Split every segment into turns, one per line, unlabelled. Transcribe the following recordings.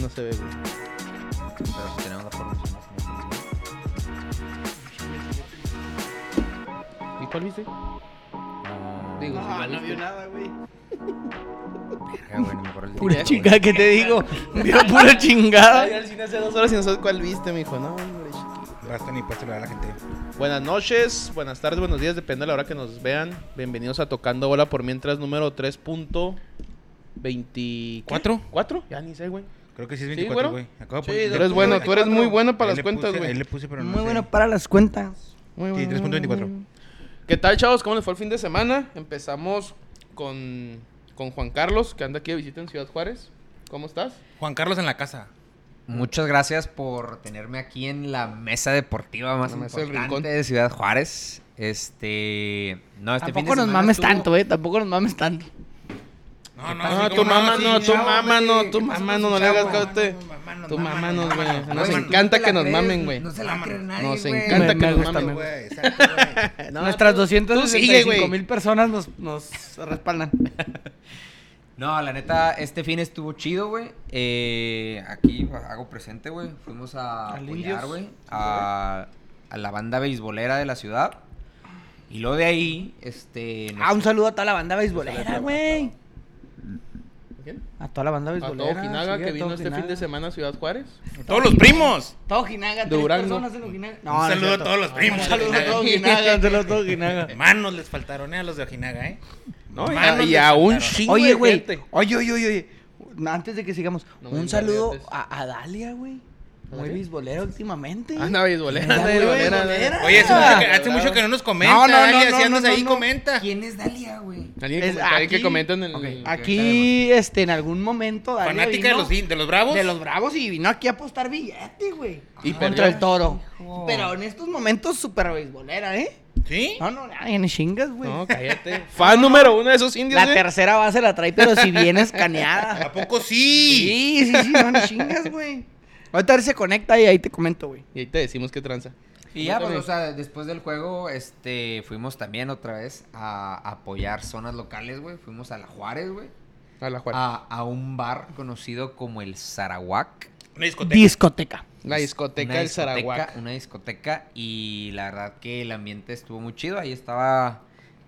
no se ve, güey. Pero si tenemos la formación. ¿Y cuál viste? Digo, si
Ah,
la
no
viste.
vio nada, güey.
Ah,
Verga, güey, no me acuerdo el
Pura
título,
chingada que te digo. Vieron pura chingada.
Ay, al cine hace dos horas y no sabes cuál viste, mijo. No, hombre.
güey. Basta ni puesto a la gente.
Buenas noches, buenas tardes, buenos días, depende de la hora que nos vean. Bienvenidos a Tocando Bola por mientras número 3.24.
¿Cuatro?
¿Cuatro? Ya ni sé, güey.
Creo que sí es
Sí,
24,
güey.
güey. Acabo de
Sí,
poner-
tú
le
eres
puse
bueno, tú eres muy
24.
bueno para
Ahí
las
le
cuentas,
puse-
güey.
Ahí le puse, pero no
Muy
sé.
bueno para las cuentas.
Muy
Sí,
bueno.
3.24.
¿Qué tal, chavos? ¿Cómo les fue el fin de semana? Empezamos con, con Juan Carlos, que anda aquí de visita en Ciudad Juárez. ¿Cómo estás?
Juan Carlos en la casa.
Muchas gracias por tenerme aquí en la mesa deportiva más
La mesa del
importante
rincón.
de Ciudad Juárez. Este, no, este fin de
Tampoco nos
semana
mames
estuvo-
tanto, eh. Tampoco nos mames tanto.
No,
Ah,
sí,
tu
cómo
mamá
sí,
no, tu
chavo,
mamá
hombre.
no, tu
¿Qué
mamá
pasó con
no, no le
chavo?
hagas caso a usted.
Mamá,
Tu
mamá,
mamá
no,
nos,
mamá,
güey.
no,
Nos
mamá,
encanta
Ah, te
que
la
nos
crees,
mamen, güey.
No se la cree nadie,
Nos
güey.
encanta
Me-
que
me
nos
gusta,
mamen,
me
güey.
güey, exacto, güey.
Nuestras
sigue, güey.
265 mil personas nos, nos respaldan.
No, la neta, este fin estuvo chido, güey. Eh, aquí hago presente, güey. Fuimos a
Al
apoyar,
Indios.
güey, a, a la banda beisbolera de la ciudad. Y luego de ahí, este... nos-
Ah, un saludo a toda la banda beisbolera, güey. A toda la banda
A todo
beisbolera.
Ojinaga,
sí, a
que vino
todo
este fin
Ojinaga.
de semana a Ciudad Juárez.
Todos los primos.
Todo Ojinaga, tres
Durango.
personas en Ojinaga. No,
Un
no es
saludo a
cierto.
todos los primos.
Saludo a todo Ojinaga, saludo a todo Ojinaga.
Manos les faltaron eh, a los de Ojinaga, ¿eh?
No, y
Manos
a- y
les
a un
faltaron.
chingo
Oye,
de
güey.
gente.
Oye, oye, oye, oye. Antes de que sigamos,
No me
un saludo
engañes.
a, a Dalia, güey. Muy
¿Dalia? Ah,
beisbolera últimamente.
Anda, beisbolera,
Anda,
anda, beisbolera.
beisbolera.
anda.
Oye, hace
Ah,
mucho, que, hace mucho que no nos comenta.
No, no, no,
Dalia,
no,
si andas
no,
ahí,
no.
comenta.
¿Quién es Dalia, güey?
Alguien
Es
que comenta- alguien que
aquí-
comenta en el.
Ok.
Aquí, este, en algún momento, Dalia
Fanática de
vino-
los, in- de los bravos.
De los bravos y vino aquí a apostar billete, güey.
Y perdió.
contra el toro. Pero en estos momentos, super beisbolera, ¿eh?
¿Sí?
No, no, ay, ni chingas, güey.
No, cállate. Fan número uno de esos indios.
la
eh.
tercera base la trae, pero si bien
¿A
escaneada.
poco sí?
Sí, sí, sí, no, ni chingas, güey. Ahorita a ver si se conecta y ahí te comento, güey.
Y ahí te decimos qué tranza.
Y ya, pues, o sea, después del juego, este, fuimos también otra vez a apoyar zonas locales, güey. Fuimos a la Juárez, güey.
A la
Ah,
Juárez.
A, a un bar conocido como el Sarawak.
Una discoteca.
Discoteca.
la discoteca
Una
del
discoteca-
Sarawak.
Una discoteca y la verdad que el ambiente estuvo muy chido. Ahí estaba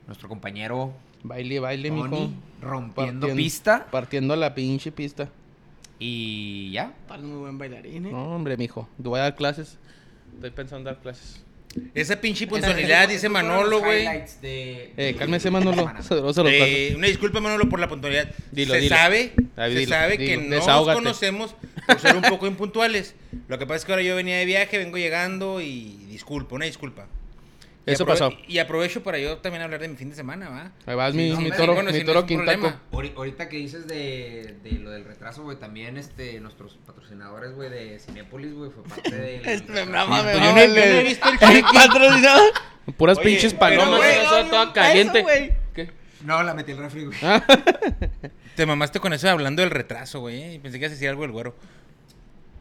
nuestro compañero
Baile, baile, mijo.
Tony rompiendo
Partiendo-
pista
Partiendo la pinche pista.
y ya.
Para muy buen bailarín, ¿eh?
No, hombre, mijo. Yo voy a dar clases. Estoy pensando en dar clases.
Esa pinche puntualidad, dice Manolo, güey.
Eh, cálmese, Manolo. Saludos a los
Eh, una disculpa, Manolo, por la puntualidad.
Dilo,
se
dilo.
sabe,
David,
se
dilo,
sabe
dilo.
que no
Desahógate.
nos conocemos por ser un poco impuntuales. Lo que pasa es que ahora yo venía de viaje, vengo llegando y disculpa, una disculpa. Y
Eso
aprove-
pasó.
Y aprovecho para yo también hablar de mi fin de semana, ¿va?
Ahí vas,
Sí,
mi,
no,
mi
me-
toro,
bueno,
mi
si no
toro
es un
quintaco.
problema.
Ahori- Ahorita que dices de, de lo del retraso, güey, también este, nuestros patrocinadores, güey, de Cinépolis, güey, fue parte del...
Este, me
retraso.
mama, me
yo no-
mama
yo no he
el-
visto el
el patrocinador.
Puras
Oye,
pinches
pero,
palomas.
güey,
esa toda
no, ni un peso,
caliente.
güey.
¿Qué?
No, la metí el refri, güey.
Te mamaste con eso hablando del retraso, güey. eh. Pensé que ibas a decir algo del güero.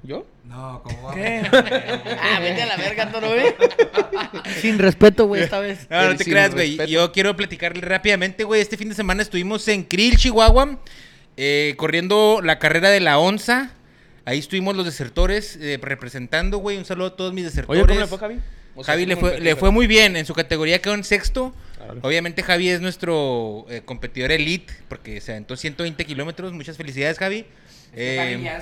¿Yo?
No, ¿cómo va?
Ah, vete a la verga, toro, güey. Sin respeto, güey, esta vez.
No, no
Sí,
te
sí,
creas,
un
güey.
respeto.
Yo quiero platicar rápidamente, güey. Este fin de semana estuvimos en Krill, Chihuahua, eh, corriendo la carrera de la onza. Ahí estuvimos los desertores eh, representando, güey. Un saludo a todos mis desertores.
Oye, ¿cómo le fue a Javi? O sea,
Javi
¿cómo
le fue, le
platicas?
fue muy bien. En su categoría quedó en sexto.
Órale.
Obviamente Javi es nuestro eh, competidor elite porque se aventó 120 kilómetros. Muchas felicidades, Javi. Eh,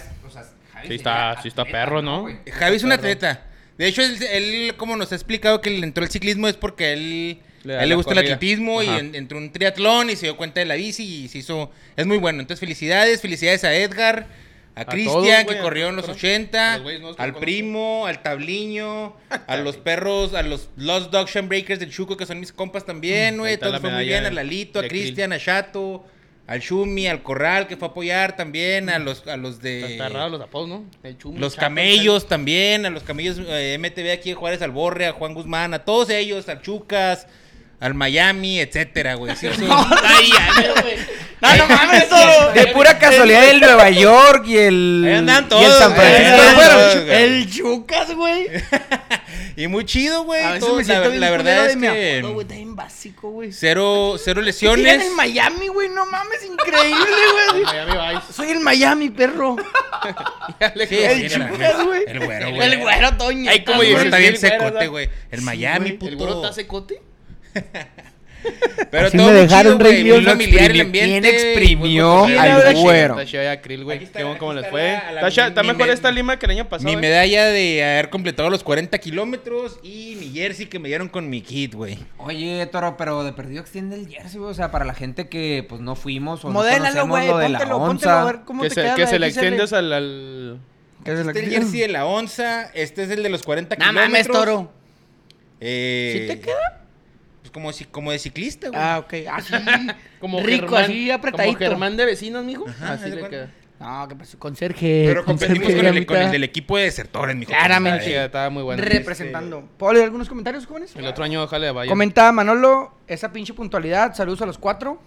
Sí está- sí está perro, ¿no?
Javi es un
Perro.
atleta. De hecho, él, él, como nos ha explicado que él entró al ciclismo es porque él
Le
a
da
él
la
le gusta
corrida.
el atletismo
Ajá.
y en- entró en un triatlón y se dio cuenta de la bici y se hizo... Es muy bueno. Entonces, felicidades. Felicidades a Edgar, a,
A todos,
Cristian,
güey,
que
a
corrió en los
nosotros.
80,
A los güeyes nuevos que
al
conozco.
primo, al tabliño, a los perros, a los Lost Dog Shine Breakers del Chuco, que son mis compas también,
Mm,
güey.
ahí está
Todo
la
fue muy
medalla
bien. A
de-
Lalito, a
de Krill.
Cristian, a Chato, al Shumi, al Corral, que fue a apoyar también,
Mm.
a los, a los de...
Está raro los apodos, ¿no? El Chumi,
Los
Chato,
camellos también, a los camellos eh, MTV aquí de Juárez, al Borre, a Juan Guzmán, a todos ellos, al Chucas, al Miami, etcétera, güey. Sí, sí. Ay, ay, Ah,
No, no mames, toro.
De pura casualidad el Nueva York y el...
Ahí andan
Y el
todos,
San
güey. Ahí
Francisco.
andan
Bueno,
todos, güey.
El Chucas, güey.
y Y muy chido, güey.
A veces
todo-
me
La,
siento bien
la
culero
verdad es
de mi
que
apodo, güey, está bien básico, güey.
cero, cero
Viven
lesiones.
en Miami, güey, no mames, increíble,
Ah,
güey.
Miami Vice.
Soy el Miami, perro.
Ya le
Sí,
cobré.
sí,
El
la
Chucas,
neta.
güey.
El güero, güey.
El güero, Toño.
Ay, como
El güero
dices,
está bien
el güero,
secote,
¿verdad?
güey. El Miami,
¿El güero
puto.
está secote?
Pues
Pero
Así
todo
me
muy
dejaron,
chido,
Rey
güey,
León.
muy familiar el
¿Quién
ambiente. pues,
exprimió
y buen
al
cotorreo.
güero?
Está chida de acril,
Aquí
güey.
está,
¿Qué-
aquí
¿Cómo les
está
fue?
la- la-
Está chida- Está
mi-
mejor
mi-
esta lima que el año pasado.
Mi
¿eh?
medalla de haber completado los 40 kilómetros y mi jersey que me dieron con mi kit, güey.
Oye, Toro, pero de perdido extiende el jersey, güey. O sea, para la gente que pues no fuimos o
Modélalo,
Pues no conocemos
güey.
lo de la
Póntelo, póntelo
onza.
a ver cómo
Que
te
se,
queda.
que se
de
la
XL.
extiendes al, al-
Que se la
Este es el
extiendes.
jersey de la onza, este es el de los 40
No
kilómetros.
mames, toro.
Eh,
¿Sí te queda?
Pues como, si- como de ciclista, güey.
Ah, ok. Ah, sí.
Como
Rico,
Germán-
así apretadito.
Como Germán de vecinos, mijo.
Ajá,
así
haz de
le
cuenta.
queda.
No, que
pues,
pasó? Conserje.
eh,
Pero competimos
conserje,
con el,
la
con el
mitad.
del equipo de desertores, mijo.
Está
Claramente.
Pues,
chida, Estaba muy buena.
Representando. ¿Puedo leer algunos comentarios, jóvenes?
El otro año, ojalá vaya.
Comentaba Manolo, esa pinche puntualidad. Saludos a los cuatro.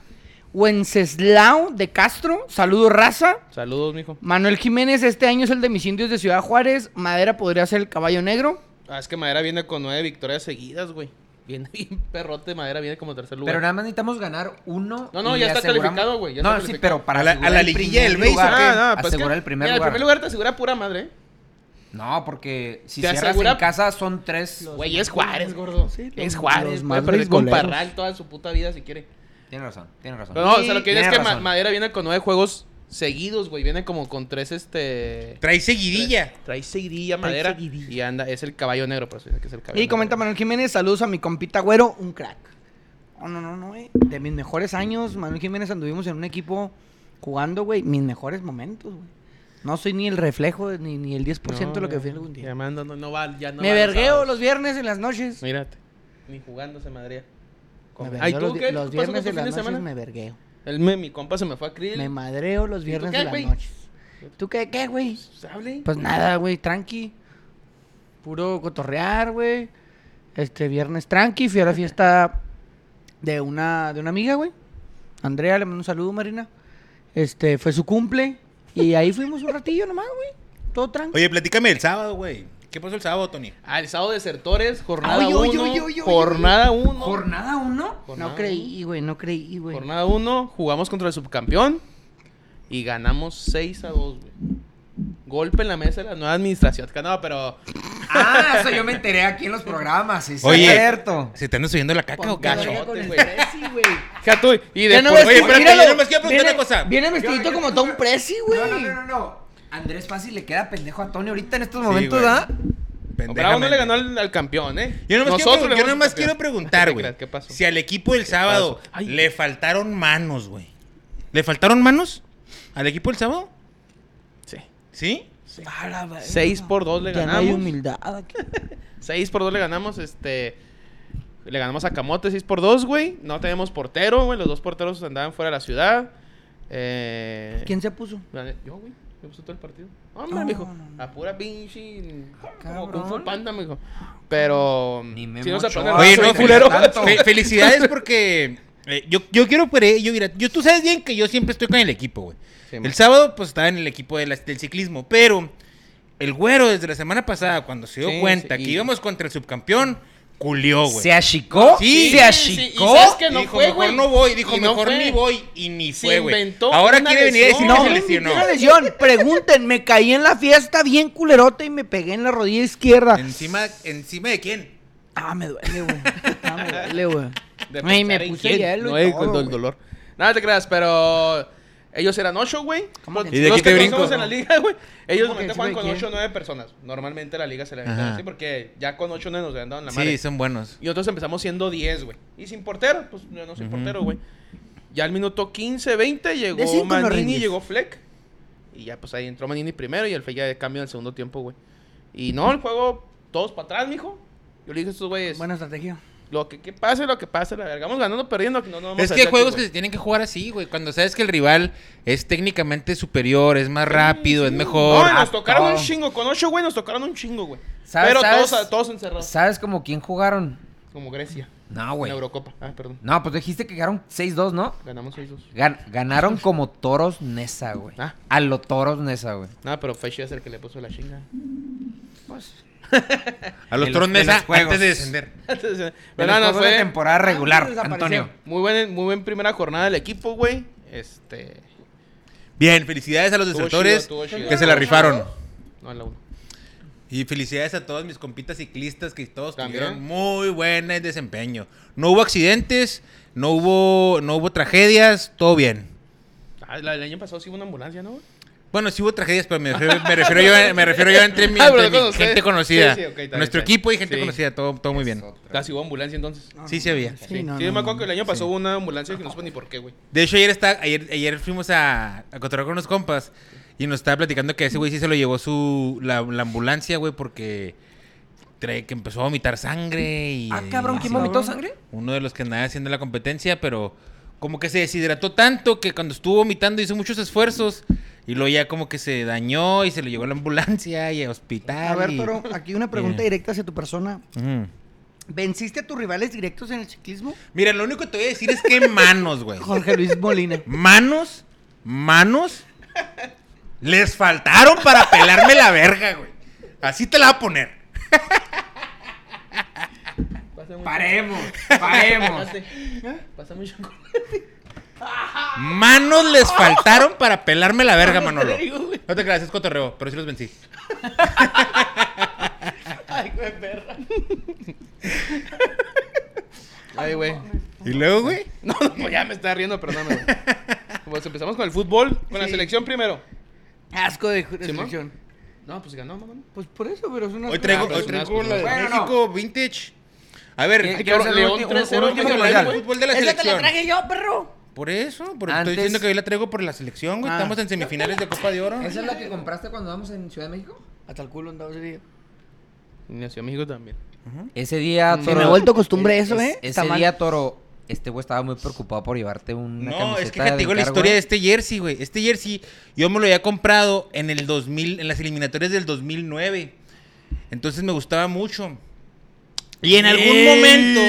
Wenceslao de Castro, saludos raza.
Saludos, mijo.
Manuel Jiménez, este año es el de mis indios de Ciudad Juárez. Madera podría ser el caballo negro.
Ah, es que Madera viene con nueve victorias seguidas, güey. Viene bien perrote, Madera viene como tercer lugar.
Pero nada más necesitamos ganar uno.
No, no,
y
ya está
aseguramos-
calificado, güey, ya
No,
está
sí,
calificado.
pero para
A la- a
asegurar
la
el
liguilla
primer
del Beis,
lugar,
ah,
no, pues
asegurar
que-
el primer
mira,
lugar.
el primer lugar te asegura pura madre, ¿eh?
No, porque si
Te
cierras
asegura-
en casa son tres.
Güey, es Juárez, gordo. es
los
Juárez. Puede
más
perder con
beisboleros.
Parral toda su puta vida si quiere.
Tiene razón, tiene razón.
Pero no, o sea, lo que
Tiene
digo es que Ma-
razón.
Madera viene con nueve juegos seguidos, güey. Viene como con tres, este...
Trae seguidilla.
Trae seguidilla Madera y anda, es el caballo negro, por eso dice que es el caballo
Y comenta
negro.
Manuel Jiménez, saludos a mi compita güero, un crack. Oh, no, no, no, güey. De mis mejores años, Manuel Jiménez anduvimos en un equipo jugando, güey, mis mejores momentos, güey. No soy ni el reflejo de- ni, ni el 10% de lo que fui algún día.
Llamando, no, no va, ya no
Me
va los
vergueo
sábados.
los viernes en las noches.
Mírate. Ni jugándose Madera.
Me
Ay,
vergueo
¿tú
los, di-
qué?
los
¿Qué pasó
viernes
tu
de
fin de
las noches
semana?
me vergueo.
El, me- mi compa se me fue a Krill.
Me madreo los viernes
qué,
de las
güey?
noches. ¿Tú qué, qué, güey?
Hable.
Pues nada, güey, tranqui. Puro cotorrear, güey. Este viernes tranqui, fui a la fiesta de una, de una amiga, güey. Andrea, le mando un saludo, Marina. Este, fue su cumple. Y ahí fuimos un ratillo nomás, güey. Todo tranqui.
Oye, platícame el sábado, güey. ¿Qué pasó el sábado, Tony?
Al sábado desertores, jornada
Ay, oye,
1.
oye, oye,
Jornada 1.
¿Jornada uno?
No creí, güey, no creí, güey.
Jornada 1, jugamos contra el subcampeón y ganamos 6 a 2, güey. Golpe en la mesa de la nueva administración. Que No, pero
Ah, eso yo me enteré aquí en los programas. sí, Es
Oye.
cierto.
¿Se te anda subiendo la caca o
Ponte
cacho?
verga.
Con el
güey.
Prezi, güey.
Ya tú, y
Ya no
después-
ves
oye,
que-
espérate,
míralo,
yo nomás quiero preguntar
viene-
una cosa.
Viene
Pues,
vestidito como Tom Prezi, güey.
No, no, no, no, no. Andrés Fácil le queda pendejo a Tony ahorita en estos
Sí,
momentos,
güey.
¿ah?
Bravo no
Pendejamente.
le ganó al, al campeón, ¿eh?
Yo nomás,
Nosotros
quiero,
le ganamos
yo
al
nomás
campeón.
quiero preguntar,
¿Qué
güey.
crees? ¿Qué pasó?
Si al equipo del sábado
pasó? Ay.
le faltaron manos, güey. ¿Le faltaron manos al equipo del sábado?
Sí.
¿Sí?
6 por 2 le
Ya no hay
ganamos.
humildad aquí.
6 por 2 le ganamos, este. Le ganamos a Camote 6 por 2, güey. No tenemos portero, güey. Los dos porteros andaban fuera de la ciudad. Eh,
¿Quién se puso?
gané- Yo, güey. Me puse todo el partido. Hombre,
No,
mijo.
no, no.
A pura pinche. Como
Cabrón.
Kung Fu Panda, mijo. Pero.
Ni Memo
sí nos aprende el
Ochoa.
Oye,
brazo,
no,
güey, culero.
tanto.
fe- felicidades porque eh, yo, yo quiero, pre- yo, mira, yo, tú sabes bien que yo siempre estoy con el equipo, güey.
Sí,
el
man.
sábado, pues estaba en el equipo de la- del ciclismo, pero el güero desde la semana pasada, cuando se dio
Sí,
cuenta
sí,
que
y-
íbamos contra el subcampeón, culió, güey.
¿Se achicó?
Sí.
¿Se
Sí, sí,
achicó?
y sabes que no
dijo,
fue,
mejor
güey.
no voy, dijo,
Y no
mejor
fue.
ni voy, y ni
Se
fue, güey.
inventó
Ahora
una
quiere venir a decir
lesión.
que
No,
se
me
lesionó.
una lesión. Pregunten, me caí en la fiesta bien culerote y me pegué en la rodilla izquierda.
¿Encima, ¿Encima de quién?
Ah, me duele, güey. Ah, me duele, güey.
De
Ay,
pensar
me
en
puse
quién.
hielo
No
y
es
todo,
con el
güey.
dolor. Nada te creas, pero ellos eran ocho, güey. Pues,
¿Cómo que
Los
Y
de aquí
que
te
conocemos
brinco?
en la liga, güey. Ellos
¿Cómo que
normalmente
encima
juegan
de
con
quién?
ocho o nueve personas. Normalmente la liga se la aventan
Ajá.
así porque ya con ocho o nueve nos aventaban la
Sí,
madre.
son buenos.
Y nosotros empezamos siendo 10, güey. Y sin portero, pues yo no soy portero, güey. Ya al minuto 15, 20
De
llegó
cinco no
Manini,
rindes.
llegó Fleck. Y ya pues ahí entró Manini primero y el Fleck ya de cambio en el segundo tiempo, güey. Y no, el juego todos para atrás, mijo. Yo le dije a estos güeyes,
Buena estrategia.
lo que, que pase, lo que pase, la verga. Vamos ganando, perdiendo, que no, no vamos
es
a
que hay
hacer
juegos
aquí,
que
güey.
se tienen que jugar así, güey. Cuando sabes que el rival es técnicamente superior, es más rápido, es mejor.
No, y nos tocaron un
todo.
chingo. Con ocho, güey, nos tocaron un chingo, güey.
¿Sabes-
Pero
sabes-
todos, todos encerrados.
¿Sabes como quién jugaron?
Como Grecia.
No,
En
güey.
la Eurocopa. Ah, perdón.
No, pues dijiste que ganaron 6-2, ¿no?
Ganamos 6-2.
Gan- ganaron como toros Nesa, güey.
Ah.
A lo toros Nesa, güey.
Nada, pero Feshi es el que le puso la chinga.
Pues.
A los
De los-
Toros
de
Mesa
los juegos.
antes de descender.
De
Pero no, no,
los juegos de
fue
temporada regular,
desapareció.
Antonio.
muy buena, muy buena primera jornada del equipo, güey. Este.
Bien, felicidades a los
Estuvo
desertores
chido, estuvo chido.
que se la rifaron.
No, a la uno.
Y felicidades a todos mis compitas ciclistas que todos
También.
tuvieron muy buen desempeño. No hubo accidentes, no hubo, no hubo tragedias, todo bien.
Ah, la del año pasado sí hubo una ambulancia, ¿no?
Bueno, sí hubo tragedias, pero me refiero, me refiero yo, a- me refiero yo a entre mi,
Ah, pero
entre mi
con ustedes.
gente conocida.
Sí, sí, ok, está bien,
Nuestro
está bien.
equipo y gente
Sí.
conocida, todo, todo muy bien.
La Ah, sí hubo ambulancia entonces.
Sí, sí había.
Sí,
no,
Sí, yo
no,
me acuerdo que el año pasado hubo una ambulancia que no supe ni por qué, güey.
De hecho, ayer, está, ayer, ayer fuimos a, a cotorrear con unos compas y nos estaba platicando que ese güey sí se lo llevó su, la, la ambulancia, güey, porque trae, que empezó a vomitar sangre y...
Ah, cabrón, ¿quién vomitó sangre?
Uno de los que andaba haciendo la competencia, pero como que se deshidrató tanto que cuando estuvo vomitando hizo muchos esfuerzos y luego ya como que se dañó y se lo llevó a la ambulancia y a hospital.
A ver,
y- Mm.
pero aquí una pregunta
Bien.
directa hacia tu persona.
Ujú.
¿Venciste a tus rivales directos en el ciclismo?
Mira, lo único que te voy a decir es que manos, güey.
Jorge Luis Molina.
manos, manos, les faltaron para pelarme la verga, güey. Así te la voy a poner.
Paremos, paremos.
Pasa mucho con
Manos les faltaron para pelarme la verga, Manolo. No te creas, es cotorreo, pero sí los vencí.
Ay, güey.
¿Y luego, güey?
No, no, pues ya me estaba riendo, perdóname, güey. Pues empezamos con el fútbol, con la
Sí.
selección primero.
Asco de de
¿Simón?
selección.
No, pues ganó, mamá.
Pues por eso, pero es una.
Hoy traigo,
pero
hoy
es
traigo
una
la de
Bueno, no.
México Vintage. A ver,
¿Qué-
hay que
qué va a ser
hablar-
el
León
último-
3-0
un último
contra
hablar
León,
del
güey.
fútbol de la
Esa te la
selección.
traje yo, perro.
Por eso, porque estoy
Antes-
diciendo que hoy la traigo por la selección, güey.
Ah.
Estamos en semifinales de Copa de Oro.
¿Esa es la que compraste cuando vamos en Ciudad de México?
Hasta el culo andaba ese día.
Nació México también.
Ese día,
Se me ha vuelto costumbre eso, ¿eh? Está
Ese
mal.
día, Toro, este güey estaba muy preocupado por llevarte una
No,
camiseta
es que te digo
del
la
Cargo,
historia de
¿eh?
este jersey, güey. Este jersey yo me lo había comprado en el 2000, en las eliminatorias del 2009. Entonces me gustaba mucho. Y en algún momento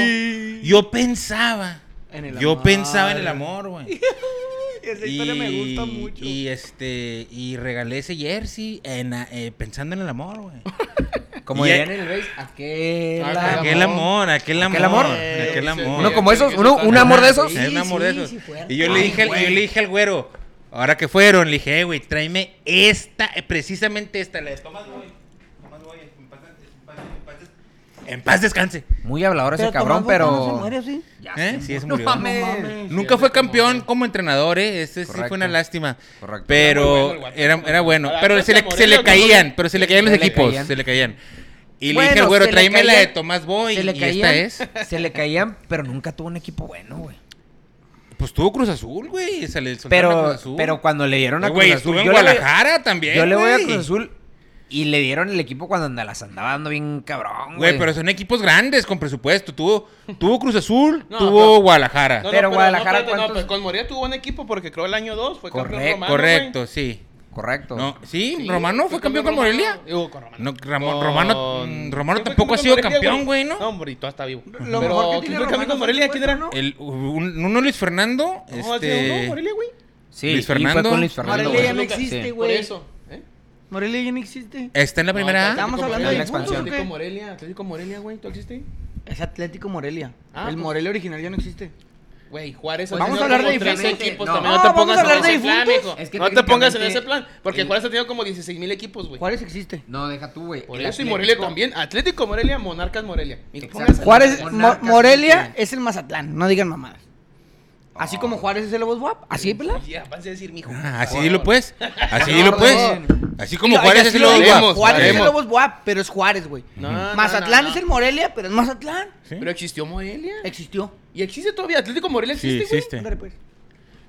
yo pensaba,
En el
yo
amor.
pensaba en el amor, güey.
Esa
y, este y regalé ese jersey en, eh, pensando en el amor, güey.
Como
Y-
dirían en el base, e- aquel
Aquel
amor.
Ah, Aquel amor, aquel amor, aquel
Eh,
amor.
sí,
Uno como
Sí,
esos,
sí,
uno,
sí,
un
sí,
amor de esos.
Sí, era un amor de
sí,
esos.
sí, fuerte.
y yo le,
Ay,
dije al, yo le dije al güero, ahora que fueron, le dije, "Eh, güey, tráeme esta, eh, precisamente esta, la de Tomás Boy. Tomás Boy, en paz, en paz- en paz des- en paz descanse.
Muy hablador ese
Pero
cabrón,
Tomás Boca
pero.
no se muere, ¿o sí?
¿Eh? Sí, se murió.
mames.
Nunca fue campeón como entrenador, ¿eh? Ese sí fue
Correcto.
una lástima.
Correcto.
Pero era, era bueno. Pero se le, se le caían, pero se le caían los
Se le
equipos.
caían.
Se le caían. Y le
Bueno,
dije al güero,
se le
tráeme la de
caían-
Tomás Boy.
Se le
Y esta
caían.
es.
Se le caían, pero nunca tuvo un equipo bueno, güey.
Pues tuvo Cruz Azul, güey. Se le soltaron a Cruz
Pero,
Azul.
pero cuando le dieron a
Eh, güey,
Cruz
estuvo
Azul.
en
yo le voy-
Guadalajara también.
Yo le voy a
güey.
Cruz Azul y le dieron el equipo cuando anda- las andaba dando bien cabrón,
Güey,
güey.
pero son equipos grandes con presupuesto. Tuvo, tuvo Cruz Azul,
No,
tuvo
pero-
Guadalajara.
No, no,
Pero
No,
Guadalajara,
espérate, no,
¿cuántos?
pero con Morelia tuvo buen equipo porque creo el año 2 fue campeón
Correcto,
romano,
Correcto,
güey.
sí.
Correcto.
No, sí,
Sí,
Romano fue campeón con
Romano.
Morelia.
Digo, con Romano.
No, Ramón-
Con-
Romano- mm, Romano
¿Quién fue
tampoco
campeón
ha sido
con Morelia,
campeón, güey, ¿no?
No, hombre, y todo está vivo.
Lo
Pero,
mejor que
¿quién
tiene
fue campeón
Romano
con Morelia?
fue
¿Quién era?
el
No,
El, un- uno Luis Fernando.
ha sido uno,
este,
Morelia, güey.
Sí,
Luis
y
Fernando.
fue con Luis Fernando.
Morelia ya no
güey.
existe,
Sí.
Por
güey.
eso. ¿eh?
Morelia ya no existe.
está en la primera A.
Estamos
Atlético
hablando
Morelia.
de puntos, ¿o
Atlético
qué?
Morelia, Atlético Morelia, güey, ¿tú existe?
Es Atlético Morelia.
Ah,
el
pues.
Morelia original ya no existe.
Güey, Juárez ha
Vamos
tenido
a hablar
como
de
tres
diferentes-
equipos
no.
también,
Ah,
no te
vamos
pongas
a hablar
en
de
ese plan,
difuntos.
mijo.
Es que
no te pongas en
técnicamente
ese plan, porque
el-
Juárez ha tenido como 16 mil equipos, güey.
Juárez existe.
No, deja tú, güey.
Por
El
eso y Morelia
Atlético-
también. Atlético Morelia, Monarcas Morelia. Mijo,
Exacto.
póngase-
Juárez, Mo-
Monarcas,
Morelia
sí.
es el Mazatlán, no digan mamadas. Así como Juárez es el Lobos Guap, así, ¿verdad?
Ya, vas a decir, mijo.
Ah, Así dilo pues. Así dilo
No,
pues.
no.
Así como Juárez es el
lo
Lobos
diremos,
Guap.
Juárez es el
Sabemos.
Lobos Guap, pero es Juárez, güey.
No, no,
Mazatlán
no, no.
es Eh. el Morelia, pero es Mazatlán.
¿Sí?
Pero existió Morelia.
Existió.
Y existe todavía. Atlético Morelia
Sí,
existe, güey.
existe.
Ándale, pues.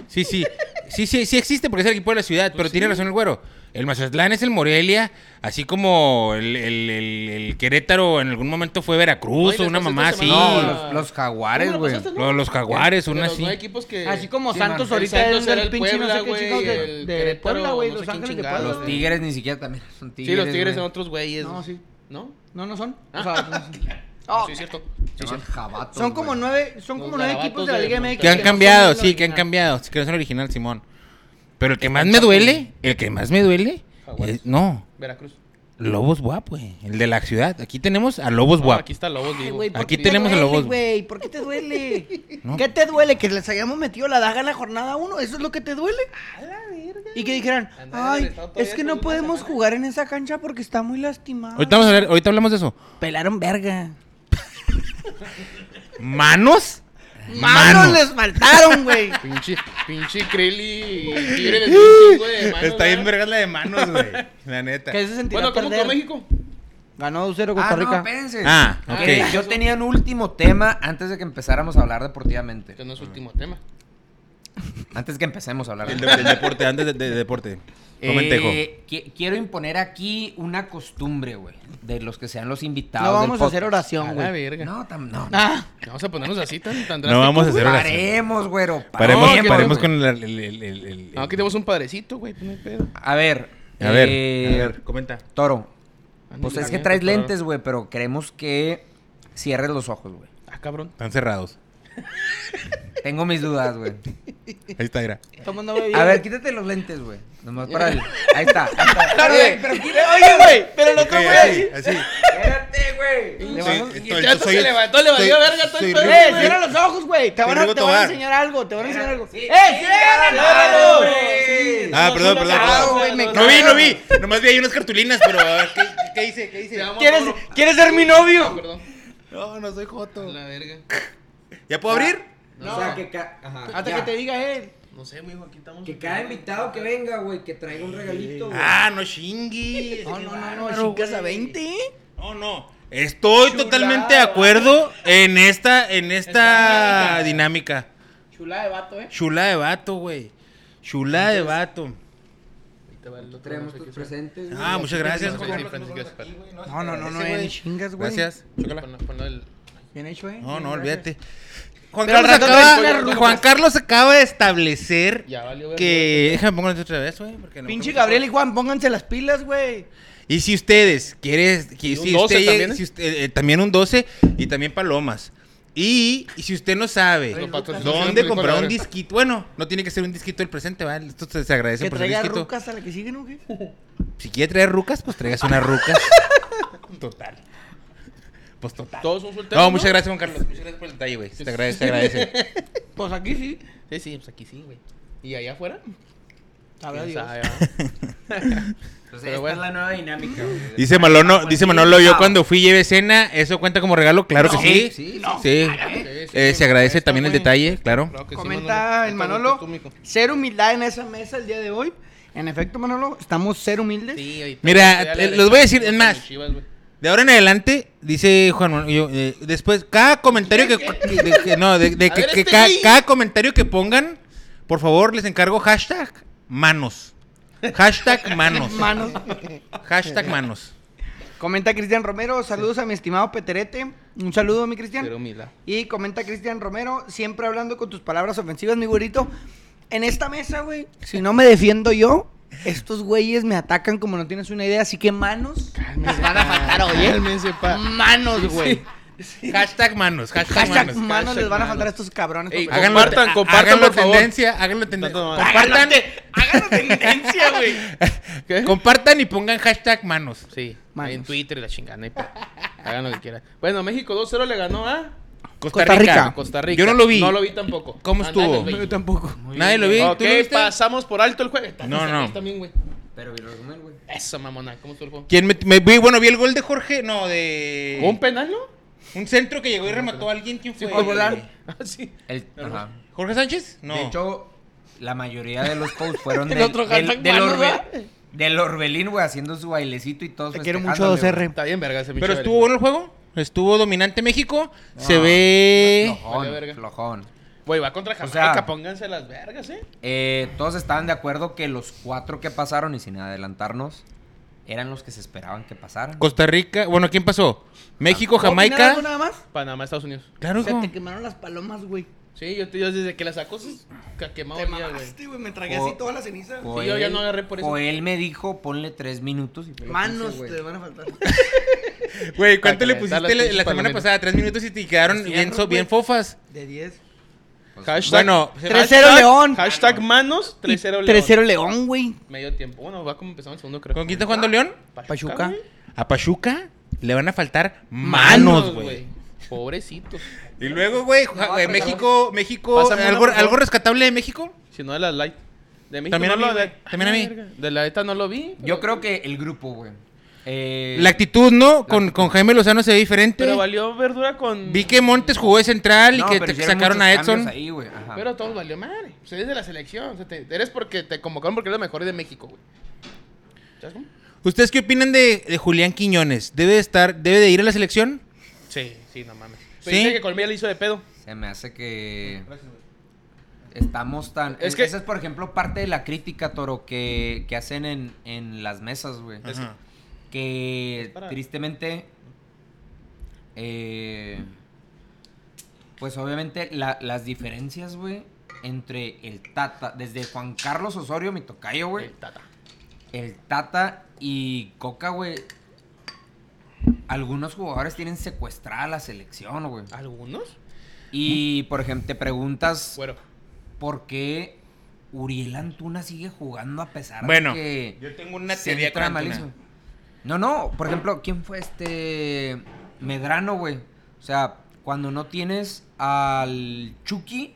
Sí, sí. Sí, sí, sí existe porque es el equipo de la ciudad, pero tiene razón el güero. El Mazatlán es el Morelia, así como el, el- el- el Querétaro en algún momento fue Veracruz
Oye,
o una
después
mamá
esta
así.
semana-
No,
Sí.
los, los jaguares,
¿Cómo lo
güey.
pasaste,
Los, los jaguares,
De
una
los
así.
nueve equipos que...
Así Ah, como
sí,
Santos
man.
ahorita
Santos
es
era
el
el
pinche no
Puebla,
sé qué
güey,
chingados de,
el
de
Querétaro,
Puebla, güey,
no sé
Los
quién
Ángeles de
chingados,
Puebla.
Los
Sí.
güey.
tigres ni siquiera también son tigres.
Sí, los Tigres son
güey.
otros güeyes.
No, sí.
¿No?
No, no son. O sea, no son.
Ah,
Oh,
sí, es cierto.
Se llaman jabatos,
son como
güey.
nueve, son
Los
como nueve
garabatos
equipos de la
de
Liga MX.
Monterrey.
Que han
no
cambiado,
son
sí, que han
original.
cambiado. Sí, que no son original, Simón. Pero el que más me duele, el que más me duele,
Jaguares.
es- no,
Veracruz.
Lobos Guap, güey. El de la ciudad. Aquí tenemos a Lobos
No,
Guap.
aquí está Lobos,
Ay,
digo.
güey, ¿por
Aquí
qué
tenemos a
te
los
duele,
dos.
güey? ¿Por qué te duele?
No.
¿Qué te duele? Que les hayamos metido la daga en la jornada 1. ¿Eso es lo que te duele? Y que dijeran,
Andar
ay,
regresado todavía
es que
con
no
una
podemos
semana".
jugar en esa cancha porque está muy lastimado.
Ahorita, vamos a hablar- ahorita hablamos de eso.
Pelaron verga.
¿Manos?
¡Manos les faltaron, güey!
Pinche, pinche Krelly y Tigre les dio un chingo de manos,
Está
¿verdad?
bien vergas la de manos, güey. La neta.
¿Qué se sentirá
Bueno, ¿cómo quedó
perder?
México?
Ganó 2-0
Ah,
Costa
no,
Rica.
espérense.
Ah, ok.
Que Yo tenía un último tema antes de que empezáramos a hablar deportivamente.
Que Este no es último tema.
Antes que empecemos a hablar
El,
de
de- el deporte, antes de, de- de deporte. Comentejo.
Eh, qui- quiero imponer aquí una costumbre, güey, de los que sean los invitados.
no
del
vamos a hacer
podcast.
A
oración,
la
güey.
verga.
No, tam- no.
Ah,
Vamos a ponernos así tan, tan
No vamos a hacer oración.
Paremos, güero.
Paremos,
No, que-
paremos con el. el- el- el- el-
No, aquí tenemos un padrecito, güey. No hay pedo.
A ver.
A ver,
eh,
a ver, comenta.
Toro,
Ándale,
pues es
la
que
neta,
traes
claro.
lentes, güey, pero queremos que cierres los ojos, güey.
Ah, cabrón.
Están cerrados.
Tengo mis dudas, güey.
Ahí está, era.
tomando bebida.
A ver, quítate los lentes, güey. Nomás para el... Ahí está. Ahí está.
Oye, oye, güey, pero el otro
Ok,
güey.
Eh, así, así.
Espérate, güey.
Sí,
vamos-
estoy-
Ya
soy-
se levantó, le valió
soy-
verga todo el
soy
pedo,
Rigo-
Eh, cierra los ojos, güey. Te, van a-
Rigo
te van a
Tobar.
enseñar algo, te van a enseñar algo.
Sí,
¡Eh,
sí,
ciérralo!
güey.
Sí,
Ah,
no,
perdón,
sí, no,
perdón,
claro,
perdón.
güey, me
No vi,
cago.
no vi. Nomás vi ahí unas cartulinas, pero a ver, ¿qué, qué hice? ¿Qué hice?
¿Quieres, ¿Quieres ser mi novio?
Perdón.
No, no soy Joto.
La verga.
¿Ya puedo abrir?
O sea, que, ca- ajá,
Hasta
ya.
que te diga él.
No sé, mijo, aquí estamos.
Que cada invitado que venga, güey, que traiga un regalito, güey.
Ah, no chingui.
No, no, no, no, chicas a 20.
No, no. Estoy totalmente de acuerdo en esta, en esta dinámica.
Chula de vato, eh.
Chula de vato, güey. Chula de vato.
Traemos tus presentes, güey.
Ah, muchas gracias.
Sí, sí, pensé que ibas a parar.
No, no, no, no, en chingas, güey.
Gracias. Chócala.
Ponlo- ponlo el-
Bien hecho, eh.
No, no,
Gracias.
olvídate. Juan
Pero
Carlos,
al rato te
acaba,
encuentro las
Juan
rucas.
Carlos acaba de establecer
Ya valió verga.
que... Déjame ponerlo otra vez, güey. porque no-
Pinche Gabriel y Juan, pónganse las pilas, güey.
Y si ustedes quieren, que-
Y un
si
12
usted-
también, ¿eh?
si usted- eh, también un 12 y también palomas. Y, y si usted no sabe
Los patrocinadores
dónde
de
comprar un
Nicolás.
disquito, bueno, no tiene que ser un disquito del presente, ¿vale? Esto se se agradece
Que
por pues, el
traiga
disquito.
rucas a la que siguen, ¿o qué?
Si quiere traer rucas, pues traigas unas rucas. total. Pues total.
Todos son solteros.
No, muchas gracias, Juan Carlos. Muchas gracias por el detalle, güey. Se te agradece, se agradece.
Pues aquí sí.
Sí, sí, pues aquí sí, güey. ¿Y allá afuera?
Sabrá
¿Quién
Dios.
sabe, va?
Entonces,
Pero
esta
bueno.
es la nueva dinámica, güey.
Dice Manolo, dice Manolo, yo cuando fui llevé cena, ¿eso cuenta como regalo? Claro que
No,
sí.
sí,
Sí.
Sí, sí,
Eh,
me
se agradece
molesta,
también el
güey.
detalle, claro.
Claro que sí,
Comenta el Manolo,
Tú, mijo.
ser humildad en esa mesa el día de hoy. En efecto, Manolo, estamos ser humildes.
Sí, ahorita-
Mira,
ahorita ya
eh,
le-
los voy a decir, es
con
más.
mis chivas, güey.
De ahora en adelante, dice Juan Manuel, yo, eh, después, cada comentario que, de- que- no, de, de
A
que,
ver,
que
este
ca- cada,
güey.
comentario que pongan, por favor, les encargo hashtag manos. Hashtag manos.
Manos.
Hashtag manos.
comenta Cristian Romero, saludos a mi estimado Peterete. Un saludo, mi
Pero
Cristian.
humildad.
Y comenta Cristian Romero, siempre hablando con tus palabras ofensivas, mi güerito. En esta mesa, güey, si no me defiendo yo, estos güeyes me atacan como no tienes una idea. Así que manos les Ah, van a faltar, oye.
Ah,
Mm.
Cálmense, pa.
Manos, güey.
Hashtag manos. Hashtag,
Hashtag manos,
manos.
les van a faltar a
manos.
estos cabrones.
Ey,
papá.
Háganlo,
Compartan,
ha-
compartan,
háganlo
por favor.
tendencia, háganlo tendencia.
Tanto más.
Compartan,
Háganlo tendencia, güey.
¿Qué?
compartan y pongan hashtag manos.
Sí,
Manos.
en Twitter y la chingada. no hay pedo. Hagan lo que quieran. Bueno, México 2-0 le ganó a
Costa
Costa Rica.
Rica.
Costa Rica.
Yo no lo vi.
No lo vi tampoco.
¿Cómo
Ah,
estuvo?
nadie lo
Yo
vi.
tampoco.
Nadie lo vi. ¿Tú
Ok,
lo viste?
pasamos por alto el juego. Estás
No, no.
También, güey.
Pero, ¿y el resumen, güey?
Eso, mamona. ¿Cómo estuvo el juego?
¿Quién me, me vi? Bueno, vi el gol de Jorge, no, de...
¿Un penal, no?
Un centro que llegó y remató a alguien. ¿Quién fue?
por volar.
Ah, sí.
El, ajá.
¿Jorge Sánchez? No.
De hecho, la mayoría de los posts fueron
El
del,
otro
del-
hashtag
del
mano,
Orbe-
¿verdad?
del Orbelín, güey, haciendo su bailecito y todos
Te quiero mucho,
festejándole,
2R.
güey.
Está bien, verga. Ese
Pero
pinche
estuvo
Vélez.
bueno el juego. Estuvo dominante México. Se ve.
Vale, verga.
Flojón, flojón.
Güey, va contra
sea-
Jamaica. pónganse las vergas, ¿eh?
Eh, todos estaban de acuerdo que los cuatro que pasaron, y sin adelantarnos, eran los que se esperaban que pasaran.
Costa Rica. Bueno, ¿quién pasó? México,
¿Opinar algo
Jamaica.
nada más?
Panamá, Estados Unidos.
Claro,
Se
hijo.
te quemaron las palomas, güey.
Sí, yo, te- yo desde que la sacó, se ca- quemado
Te
ya, güey.
mamaste, güey. Me tragué
O-
así toda la ceniza.
O- yo ya no agarré por eso.
Joel me dijo, ponle tres minutos. Y fue lo que
Manos
hice, güey.
te van a faltar.
Güey, ¿cuánto
Para
le
calentar
pusiste pues, la,
las
la semana
palomitas.
Pues, pasada? Tres minutos y te quedaron bien, so- bien fofas.
De 10.
Pues,
Hashtag,
Bueno,
3-0 León.
Hashtag manos, 3-0 León.
3-0 León, güey.
Medio tiempo. Bueno, va como empezamos el segundo, creo.
¿Con quién está jugando León?
Pachuca.
güey.
A Pachuca le van a faltar manos,
Manos,
güey.
Pobrecitos.
Y luego, güey, ju- güey, México, México,
Pásame una,
¿algo,
por favor.
algo rescatable de México?
Si no de la light. De México
También a
no
mí,
lo- de-
güey. También a mí.
verga. De la ETA no lo vi.
Yo creo que el grupo, güey. Eh,
La actitud, ¿no? Con, con Jaime Lozano se ve diferente.
Pero valió verdura con...
Vi que Montes jugó de central y
no,
que
pero
te-
hicieron
sacaron a
muchos
Edson.
cambios ahí, güey, ajá.
Pero a todos valió madre. Pues eres de la selección. o sea, te- eres porque te convocaron porque eres lo mejor de México, güey. ¿Sabes cómo?
¿Ustedes qué opinan de, de Julián Quiñones? ¿Debe de estar, debe de ir a la selección?
Sí, sí, no mames.
Sí.
Dice que Colombia le hizo de pedo.
Se me hace que. Estamos tan.
Es
Es
que-
que. Esa es, por ejemplo, parte de la crítica, Toro, que, que hacen en, en las mesas, güey. Es
Ajá.
que
Para.
tristemente. eh, pues obviamente la- las diferencias, güey, entre el Tata, desde Juan Carlos Osorio, mi tocayo, güey,
El tata.
el Tata y Coca, güey. Algunos jugadores tienen secuestrada la selección, güey.
¿Algunos?
Y, por ejemplo, te preguntas
Bueno.
por qué Uriel Antuna sigue jugando a pesar
Bueno,
de que...
yo tengo una
se
teoría
entra
con Antuna.
malísimo. No, no, por ejemplo, ¿quién fue este Medrano, güey? O sea, cuando no tienes al Chucky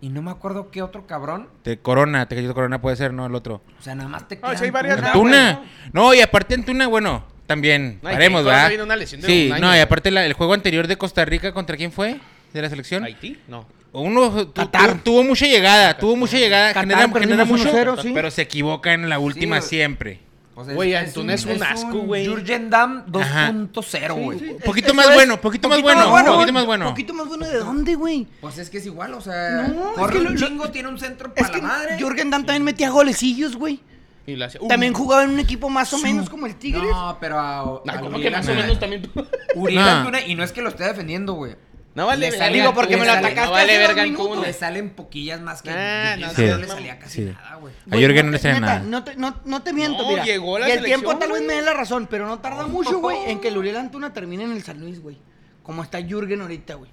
y no me acuerdo qué otro cabrón,
Te corona, te cayó Corona puede ser, ¿no? El otro.
o sea, nada más te
Ah,
queda
sí, hay varias
Antuna.
Ah, bueno.
Antuna. No, y aparte Antuna, bueno, también.
Ay,
Paremos,
Keiko, ahora
¿verdad?
viene una lesión de
sí,
un año,
no, y
güey.
aparte la- el juego anterior de Costa Rica, ¿contra quién fue? ¿De la selección?
¿Haití? No.
Uno tu-
Qatar.
tu- tuvo mucha llegada, tuvo mucha llegada,
Qatar,
genera,
perdimos
genera mucho,
1-0, sí.
pero se equivoca en la última
güey.
siempre.
Pues es-
Güey, Antuna es un asco, güey.
Jurgen Damm
Ajá.
2.0 güey.
Poquito más bueno, poquito más bueno, poquito más bueno.
Poquito más bueno de dónde, güey.
Pues es que es igual, o sea,
No, es
corre
que lo-
un
lo-
chingo, tiene un centro
Es
para
que
la madre.
Jürgen Damm también metía golecillos, güey.
Y la hacía-
También
Uh,
jugaba en un equipo más o menos como el Tigres.
No, pero a,
nah,
a
¿Cómo
Uriel
que más o
Antuna-
menos también tú?
Uriel
Nah.
Antuna, y no es que lo esté defendiendo, güey.
No vale
Le
verga.
sale- le sale-
No vale verga en
Tú
culo.
le salen poquillas más que
Ah,
Uriel
no,
Antuna,
sí.
no le salía casi
Sí.
nada, güey.
A
Güey,
Jürgen
te-
no le sale
neta,
nada.
No te, no, no te miento,
No,
mira.
llegó la
y el
selección,
tiempo tal vez
güey.
me dé la razón, pero no tarda
No,
mucho, güey,
no.
en que el Uriel Antuna termine en el San Luis, güey. Como está Jürgen ahorita, güey.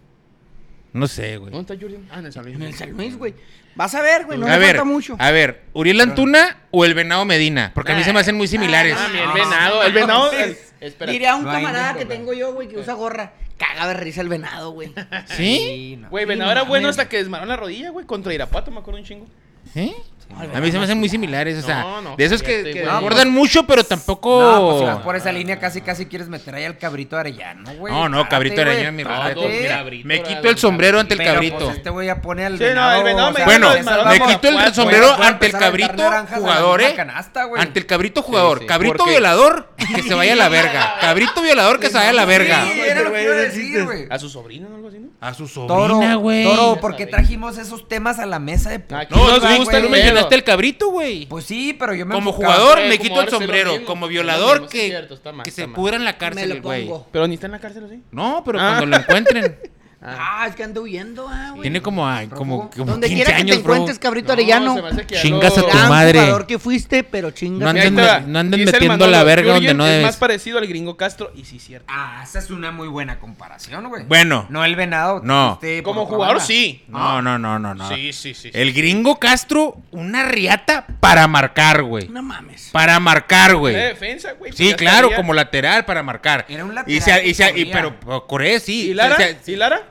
No sé, güey.
¿Dónde está Jordan? Ah, en el San Luis.
En el San Luis, güey. Vas a ver, güey, no
a
le
ver,
falta mucho.
a ver, Uriel Antuna o el Venado Medina, porque a mí
Nah.
se me hacen muy similares.
Mami, Ah, el
Ah.
No,
venado.
no,
El venado.
sí.
el- Espera.
Diré a un
No hay
camarada
ningún
que
problema.
tengo yo, güey, que
Eh.
usa gorra. Caga de risa el venado, güey.
¿Sí?
no.
Güey, venado era bueno hasta que desmaró la rodilla, güey. Contra Irapuato, me acuerdo un chingo.
¿Sí?
Ay,
A mí se me hacen muy similares, o sea,
No, no,
de esos que,
fíjate,
que
güey.
engordan mucho, pero tampoco...
No, pues si vas por esa línea casi casi quieres meter ahí al cabrito arellano, güey.
No, no,
Párate,
cabrito
güey,
arellano, mi
párate.
respeto.
mira, Cabrito,
me
ahora,
quito
güey,
el sombrero ante el
Pero, pues,
cabrito.
este güey ya pone al
Sí, no, el
venado.
venado me-
Bueno,
Bueno, es
me
Maroma,
quito el
Juan,
sombrero
Juan,
ante el
Juan, Juan,
cabrito
naranjas en la
jugador,
misma
eh.
canasta, güey.
ante el cabrito jugador.
sí,
cabrito
porque-
violador, que se vaya a la verga. Cabrito violador, que se vaya a la verga.
Sí,
Este
era lo que iba a decir, güey.
A su sobrina o algo así, ¿no?
A su
Toro,
sobrina, güey.
Toro,
Ya
¿por qué
sabéis.
trajimos esos temas a la mesa de
Aquí
No,
nos
tú-
gusta
tú
el
mencionaste
pedo.
el cabrito, güey.
Pues sí, pero yo me
Como
enfocaba-
jugador
güey,
me
como
quito el
ahora se lo
sombrero.
mismo,
Como
se lo
violador
mismo, sí es
que,
cierto, está mal,
que
está
se
mal.
pudra en la
Me
cárcel,
lo
güey.
pongo.
Pero ni está en la cárcel así.
No, pero
Ah.
cuando lo encuentren.
Ah, es que anda huyendo, ah, güey.
tiene como, ay, como, como
Donde
15
quiera que te
años, bro.
encuentres, cabrito arellano.
se me hace que
Chingas a
algo-
tu
Gran
madre.
jugador que fuiste, pero chingas.
No
Mira, ahí
anden-
te va.
no anden
Dice el
metiendo la verga donde
Jürgen
no
es
debes.
más parecido al gringo Castro y sí, cierto.
Ah, esa es una muy buena comparación, güey.
Bueno.
No el venado.
No.
este, por
Como
otra
jugador,
banda.
sí.
No, no, no, no, no.
Sí, sí, sí. sí.
El gringo Castro, una riata para marcar, güey.
No mames.
Para marcar, güey.
Era defensa, güey. pues
Sí,
ya
claro,
sabía.
como lateral para marcar.
Era un lateral
Y se- y se-
que
y-
corría.
pero pero Correa sí.
¿Y Lara?
O sea,
¿Y Lara?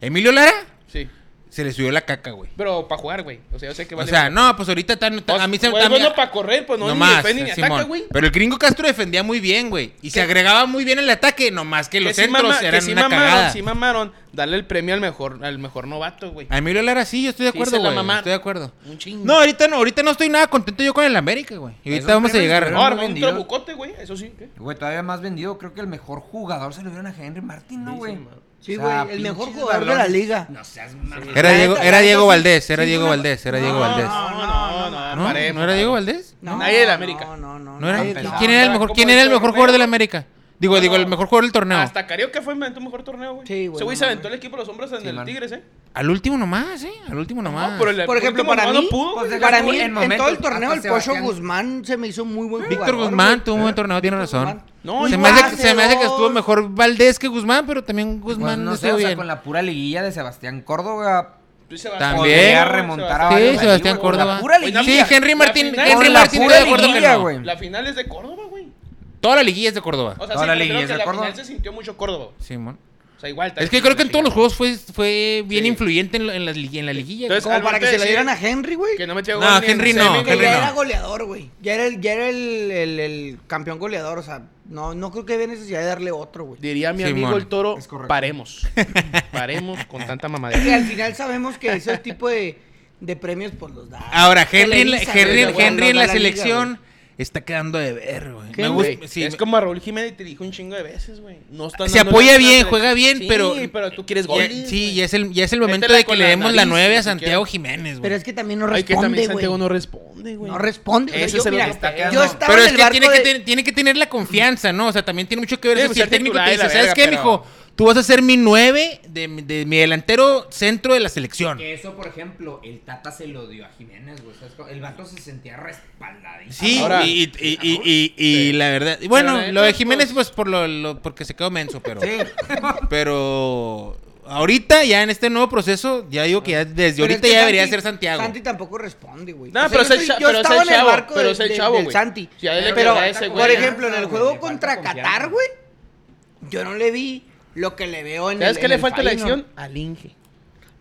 Emilio Lara
Sí.
se le subió la caca, güey.
Pero para jugar, güey. O sea, yo sé que
O
vale.
sea, no, pues ahorita tan- tan- a mí se
Güey,
también-
bueno para correr, pues no, ni
más,
defende ni
Simón.
ataca, güey.
Pero el gringo Castro defendía muy bien, güey. Y se agregaba muy bien el ataque, nomás que los
Que sí
centros
mama- que
eran
sí
una
mamaron,
cagada.
sí mamaron. Darle el premio al mejor, al mejor novato, güey.
A Emilio Lara sí, yo estoy de
Sí,
acuerdo,
se la
güey.
mamaron.
estoy de acuerdo.
Un chingo.
No, ahorita no, ahorita no estoy nada contento yo con el América, güey. Y ahorita
Esos
vamos a
premios
llegar.
fueron
No,
muy
armó un
vendidos.
trabucote, güey. Eso sí. ¿qué?
Güey, todavía más vendido. Creo que el mejor jugador se lo dieron a Henry Martin, ¿no, güey?
Sí, sí,
Sí,
O sea,
güey, el mejor
pinches
jugador de la
balones.
liga.
No seas mamón.
Era
La
Diego,
neta, la
era
neta,
Diego
sí,
Valdés,
sí,
era Diego
una-
Valdés, era Diego Valdés.
No, no, no, no,
¿No?
paremos.
¿No era Diego Valdés?
Nadie del América.
No, no, no.
¿No era-
nadie-
no,
¿Quién era el
no,
mejor,
como
¿quién era el
dice
mejor
Romero.
jugador del América? Digo,
No,
digo,
no.
el mejor jugador del torneo.
Hasta Carioca fue en tu mejor torneo, güey.
Sí, güey,
Ese güey
no mames.
se aventó el equipo de los hombres en
Sí,
el
man.
Tigres, ¿eh?
Al último nomás, ¿eh? Al último nomás.
No, pero el
Por ejemplo,
último
para
no
mí,
pudo,
pues,
güey.
deja
para
tú
mí,
en
en,
momentos,
todo el torneo,
hasta
el Pocho
Sebastián-
Guzmán se me hizo muy buen jugador.
Víctor Guzmán tuvo un buen
Víctor
torneo, tiene razón.
Guzmán.
No,
se,
y
me hace,
hace
que- se me hace que
dos.
estuvo mejor Valdés que Guzmán, pero también
Pues
Guzmán no
no sé,
estuvo
o sea,
bien.
con la pura liguilla de Sebastián Córdoba,
Sí, Sebastián Córdoba,
También.
güey,
Podría remontar a
Sí,
varios ahí,
Sebastián
güey, con
Córdoba.
La pura
Güey, la
Sí,
liguilla.
Henry Martín,
final-
Henry
Con la
Martín,
pura
estoy de acuerdo que
liguilla,
no.
güey.
La final es de Córdoba, güey.
Toda la liguilla es de Córdoba.
O sea, sí,
Ahora la
pero creo
liguilla es
que
de
la
Córdoba.
final se sintió mucho Córdoba.
Simón.
O sea, igual.
Es que creo que en todos los juegos fue, fue bien
Sí.
influyente en, lo- en las ligui- en la liguilla. güey.
Entonces,
Como
al
para que se la
decir
dieran a Henry, güey.
Que no metió
No,
gol ni en
Henry
semi,
no,
güey.
Henry
Que
Henry
ya
no.
era goleador, güey. Ya era, el, ya era el, el- el campeón goleador. O sea, no, no creo que había necesidad de darle otro, güey.
Diría mi
Simón.
amigo el toro,
Es correcto.
paremos. Paremos con tanta
Y
mamadera.
al final sabemos que ese tipo de, de premios por los da.
Ahora, Henry, en la-
Televisa,
Henry-
güey,
Henry en
no
la
da liga,
selección está quedando de ver, güey. Me
Güey,
gusta- sí,
es
me-
como a Raúl Jiménez te dijo un chingo de veces, güey. No están
Se
dando
apoya
nada
bien,
a la
juega bien,
selección.
pero-
Sí, pero tú quieres
ya-
goles.
sí,
güey.
ya es el, ya es el momento
Métela
de que
con
le
la
demos la
nariz,
9 a
si
Santiago
quieres.
Jiménez,
Pero
güey.
es que también no
Ay, que
responde,
también
güey.
Santiago no responde, güey.
No responde. o sea,
Ese
yo,
es el
mira,
que está
yo
quedando.
estaba
Pero
en
es
el
que
barco
tiene, que
de-
tener, tiene que tener la confianza, ¿no? O sea, también tiene mucho que ver
Sí,
eso.
pues,
si el
es
técnico te
titular y
dice,
la
¿sabes
verga,
qué,
pero-
mijo? Tú vas a ser mi 9 de, de mi delantero centro de la selección.
Que eso, por ejemplo, el Tata se lo dio a Jiménez, güey. ¿sabes cómo? El vato se sentía respaldadísimo.
Sí,
Ahora-
y, y- y- y- y- y la verdad. y Bueno,
Pero la neta,
lo de Jiménez, pues, por lo, lo- porque se quedó menso, pero. Pero. Ahorita, ya en este nuevo proceso, ya digo que ya desde
Pero es
ahorita
que
ya debería
Santi-
ser Santiago.
Santi tampoco responde, güey.
No, pero
yo
es el
estoy-
cha-
yo
pero es
estaba
el
en el
chavo,
barco
pero
del-
es el
del-
chavo,
del
güey.
Santi.
Si a él le
pero,
queda ese, güey,
por
ya.
ejemplo, en el
Le
juego
falta
contra
confianza.
Qatar, güey, yo no le vi lo que le veo en el
¿Sabes qué
en
le
el
falta a la
Feyenoord.
acción? Al Inge.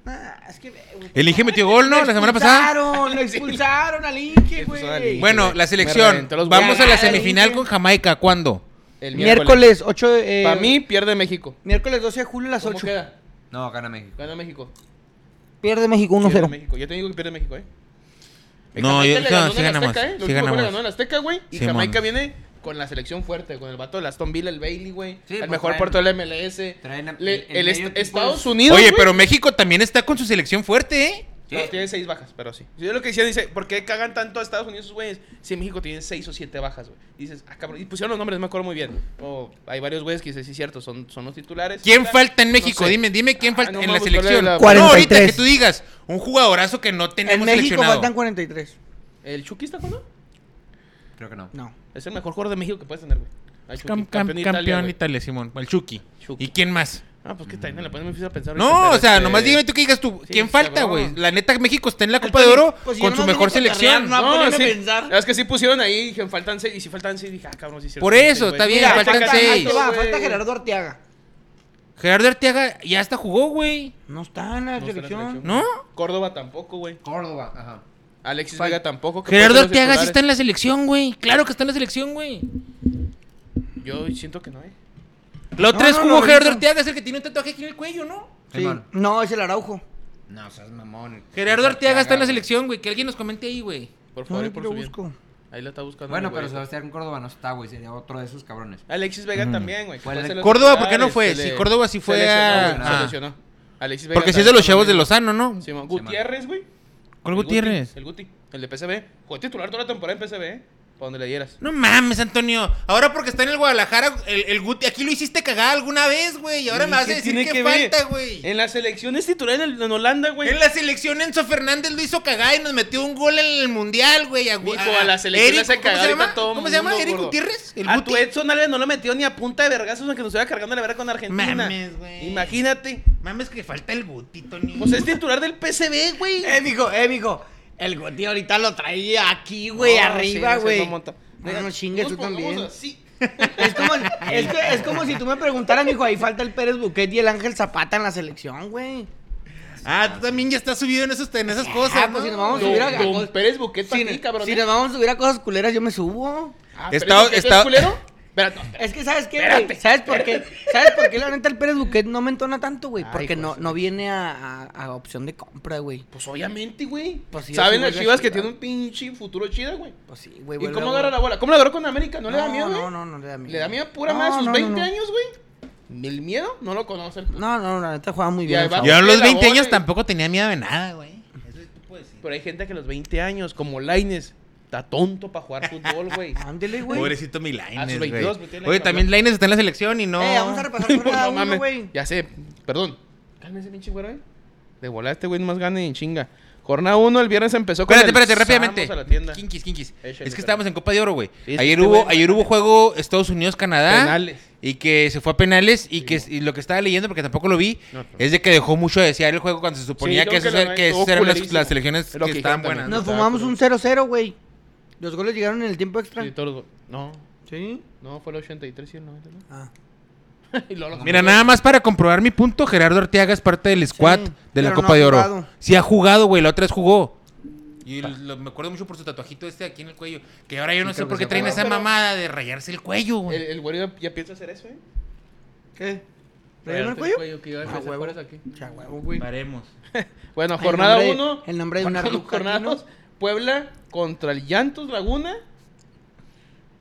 Ah, es que, güey,
El Inge metió gol, ¿no? La semana pasada.
expulsaron, Lo expulsaron al Inge,
Expulsaron al Inge.
güey.
Bueno,
güey,
la
me
selección.
reventó los
Vamos a
huevos.
la
Ah,
semifinal
Inge.
con Jamaica. ¿Cuándo?
El
miércoles 8 de... eh,
Para mí, pierde México.
Miércoles 12 de julio a las
¿Cómo
8.
queda?
No, gana México.
Gana México.
Pierde México
Pierde
1-0.
México. Yo te digo que pierde México, eh.
No, yo
Jamaica le ganó
no, sí
en el
ganamos.
Azteca, ¿eh? Lo
Sí
último fue le ganó
ganamos.
en el Azteca, güey. Y
Sí,
Jamaica
mon.
viene con la selección fuerte, con el vato del Aston Villa, el Bailey, güey.
Sí,
el
pues,
mejor
traen-
puerto del MLS.
traen a-
Le-
el- el
el est-
medio equipo
Estados
es-
Unidos.
Oye,
güey,
pero México también está con su selección fuerte, ¿eh?
no, tiene seis bajas, pero sí. Yo lo que decía, dice, ¿por qué cagan tanto a Estados Unidos esos güeyes? Si en México tienen seis o siete bajas, güey. Dices, ah, cabrón. Y pusieron los nombres, me acuerdo muy bien. O hay varios güeyes que dices, sí, cierto, son, son los titulares.
¿Quién
Tal.
falta en México?
No sé.
Dime, dime quién
Ah,
falta
no
en
me
la
busco la-
selección.
la-
No, ahorita
43.
que tú digas, un jugadorazo que no
En
tenemos
México
seleccionado.
faltan 43.
¿El Chucky está jugando?
Creo que no.
No.
Es el mejor jugador de México que puedes tener, güey. Al Chucky,
Cam- cam-
campeón de Italia,
campeón
güey.
Italia, Simón. El Chucky.
Chucky.
¿Y quién más?
Ah, pues que está no le pones me empiezo a pensar. ahorita,
No,
pero
o sea,
este-
nomás dígame tú que digas tú.
sí,
¿Quién
está
falta, güey?
cabrón.
La neta, México está en la Copa
Pues,
de Oro
pues, yo
con su
nomás
mejor
vine a
selección.
cotorrear,
No,
Poneme a
sí.
pensar.
Es que sí pusieron ahí, dije, faltan seis. Y si faltan seis, dije, ah, cabrón, sí, es cierto,
Por
son
eso,
Eh, seis, güey.
está bien,
Mira,
faltan
falta,
seis.
ahí te va,
Güey.
falta Gerardo Arteaga.
Gerardo Arteaga ya hasta jugó, güey.
No está en la
No está en la
selección.
selección.
¿No?
Córdoba tampoco, güey.
Córdoba, ajá.
Alexis
Fal-
Vega tampoco. que
Gerardo
puede ser
Arteaga sí está
titulares.
en la selección, güey. Claro que está en la selección, güey.
Yo siento que no, eh.
La otra
No,
vez
no,
jugó
no,
Gerardo
ahorita.
Arteaga, es el que tiene un tatuaje aquí en el cuello, ¿no?
Sí.
Simón.
No, es el Araujo.
No, seas mamón.
Gerardo Arteaga está en la selección, güey. Que alguien nos comente ahí, güey.
Por favor,
No,
y
yo
por
lo
su bien.
busco.
Ahí lo está buscando.
Bueno,
mi
pero
güey.
Sebastián Córdoba no está, güey. Sería otro de esos cabrones.
Alexis Vega también, güey. que
Bueno,
puede ser los
Córdoba, ¿por qué no
titulares,
fue?
se le-
Si Córdoba sí
se
fue
lesionó, güey,
a-
Se
ah.
lesionó. Alexis Vega.
Porque si es de
también
los chavos de
también.
Lozano, ¿no?
Simón, Gutiérrez, güey.
¿Cuál
El Guti,
Gutiérrez?
El Guti, el de PCB. Fue titular toda la temporada en PCB, ¿eh? Para donde le dieras.
No mames, Antonio. Ahora porque está en el Guadalajara, el, el Guti, aquí lo hiciste cagar alguna vez, güey. Y ahora me vas a
¿Qué
decir
tiene
que,
que ver?
falta, güey. En,
En la selección es titular en, el- en Holanda, güey.
la selección Enzo Fernández lo hizo cagar y nos metió un gol en el mundial, güey. A,
Mijo, a la selección le hace
¿cómo
cagar
se
ahorita
llama?
todo
¿Cómo se llama?
mundo,
¿Eric
gordo. Ah,
Gutiérrez? ¿El
a
Guti?
tu Edson Álvarez no lo metió ni a punta de vergazos aunque nos estuviera cargando la verga con Argentina.
Mames, güey.
Imagínate.
Mames que falta el Guti, Tony.
Pues es titular del PCB, güey.
Eh, mijo, eh, mijo. El Guti ahorita lo traía aquí, güey,
No,
arriba,
sí, sí,
güey.
no monta.
No, no chingues tú
Nos pongamos
también.
así.
Es como, es, que- es como si tú me preguntaras, mijo, ahí falta el Pérez Buquet y el Ángel Zapata en la selección, güey.
Ah, tú también ya estás subido en, esos, en esas
Ah,
cosas,
pues,
¿no?
si nos vamos a subir a-
Don, don Pérez Buquet pa'
Si,
aquí, cabrón. ¿eh?
si nos vamos a subir a cosas culeras, yo me subo.
Ah,
Está-
Pérez Buquet,
está-
¿es culero? Espérate, no, espérate.
Es que, ¿sabes qué, güey? ¿Sabes por qué? ¿Sabes por qué la neta el Pérez Buquet no me entona tanto, güey?
Ay, pues
Porque
hijo de
no,
su-
no viene a, a- a opción de compra, güey.
Pues obviamente, güey.
Pues sí,
Saben
sí,
las
güey,
chivas
sí,
que tienen
claro.
un pinche futuro chida, güey.
Pues sí, güey.
¿Y
vuelve
cómo
a-
agarra la bola? ¿Cómo la agarró con América? ¿No, le da miedo, güey?
No, no, no le da miedo.
Le da miedo pura madre a
No,
sus
no,
20
no, no.
años, güey. ¿El miedo? No lo conocen.
No, no, la neta juega muy
Y
bien.
ahí
el
va-
chavo.
Yo a los
Mira,
20 años
güey.
tampoco tenía miedo de nada, güey.
Pero hay gente que a los 20 años, como Laines, está tonto para jugar fútbol, güey.
Ándele,
pues.
güey.
Pobrecito mi
A
Lainez,
sus pues,
güey.
22, metió la
Oye,
cabra.
también Lainez está en la selección y no...
Eh, vamos a repasar
Pues,
jornada
no
uno,
mames.
güey.
Ya sé, perdón. Cálmese, pinche güero, eh. De volada este güey nomás gane en chinga. Jornada 1, el viernes empezó con
Espérate,
el
espérate, rápidamente.
Vamos a la tienda.
Kinkis, kinkis.
Échale,
es
espérate.
que estábamos en Copa de Oro, güey.
Sí, es que
ayer
este
hubo,
güey-
ayer hubo juego Estados Unidos-Canadá.
Penales.
Y que se fue a penales. Y que y lo que estaba leyendo, porque tampoco lo vi,
No, no.
es de que dejó mucho de desear el juego cuando se suponía
Sí,
que,
creo que
esas-
lo-
que esas
estuvo
eran las,
culerísimo.
las selecciones
Es lo
que
que
estaban
dijeron
buenas.
también.
Nos
Estaba
fumamos
culero.
un 0-0, güey. Los goles llegaron en el tiempo extra.
Sí, todos los- No,
Sí.
no, fue el 83 y el 90. ¿no?
Ah.
y luego los-
Mira, nada más para comprobar mi punto, Gerardo Arteaga es parte del squad
Sí,
de
pero
la
no
Copa
ha
de Oro.
jugado.
Sí ha jugado, güey, la otra vez jugó. Y lo- me acuerdo mucho por su tatuajito este aquí en el cuello. Que ahora yo no sé por qué traen
jugó.
esa
Pero-
mamada de rayarse el cuello,
El,
güey.
el güey ya, ya piensa hacer eso, ¿eh?
¿Qué? ¿Traían el cuello?
que iba a empezar
Ah, huevo.
por eso aquí.
Cha huevo, güey.
Paremos.
Bueno,
El
jornada
nombre-
1.
el nombre de una ruca
Jornada
aquí, ¿no?
2. Puebla contra el Llantos Laguna.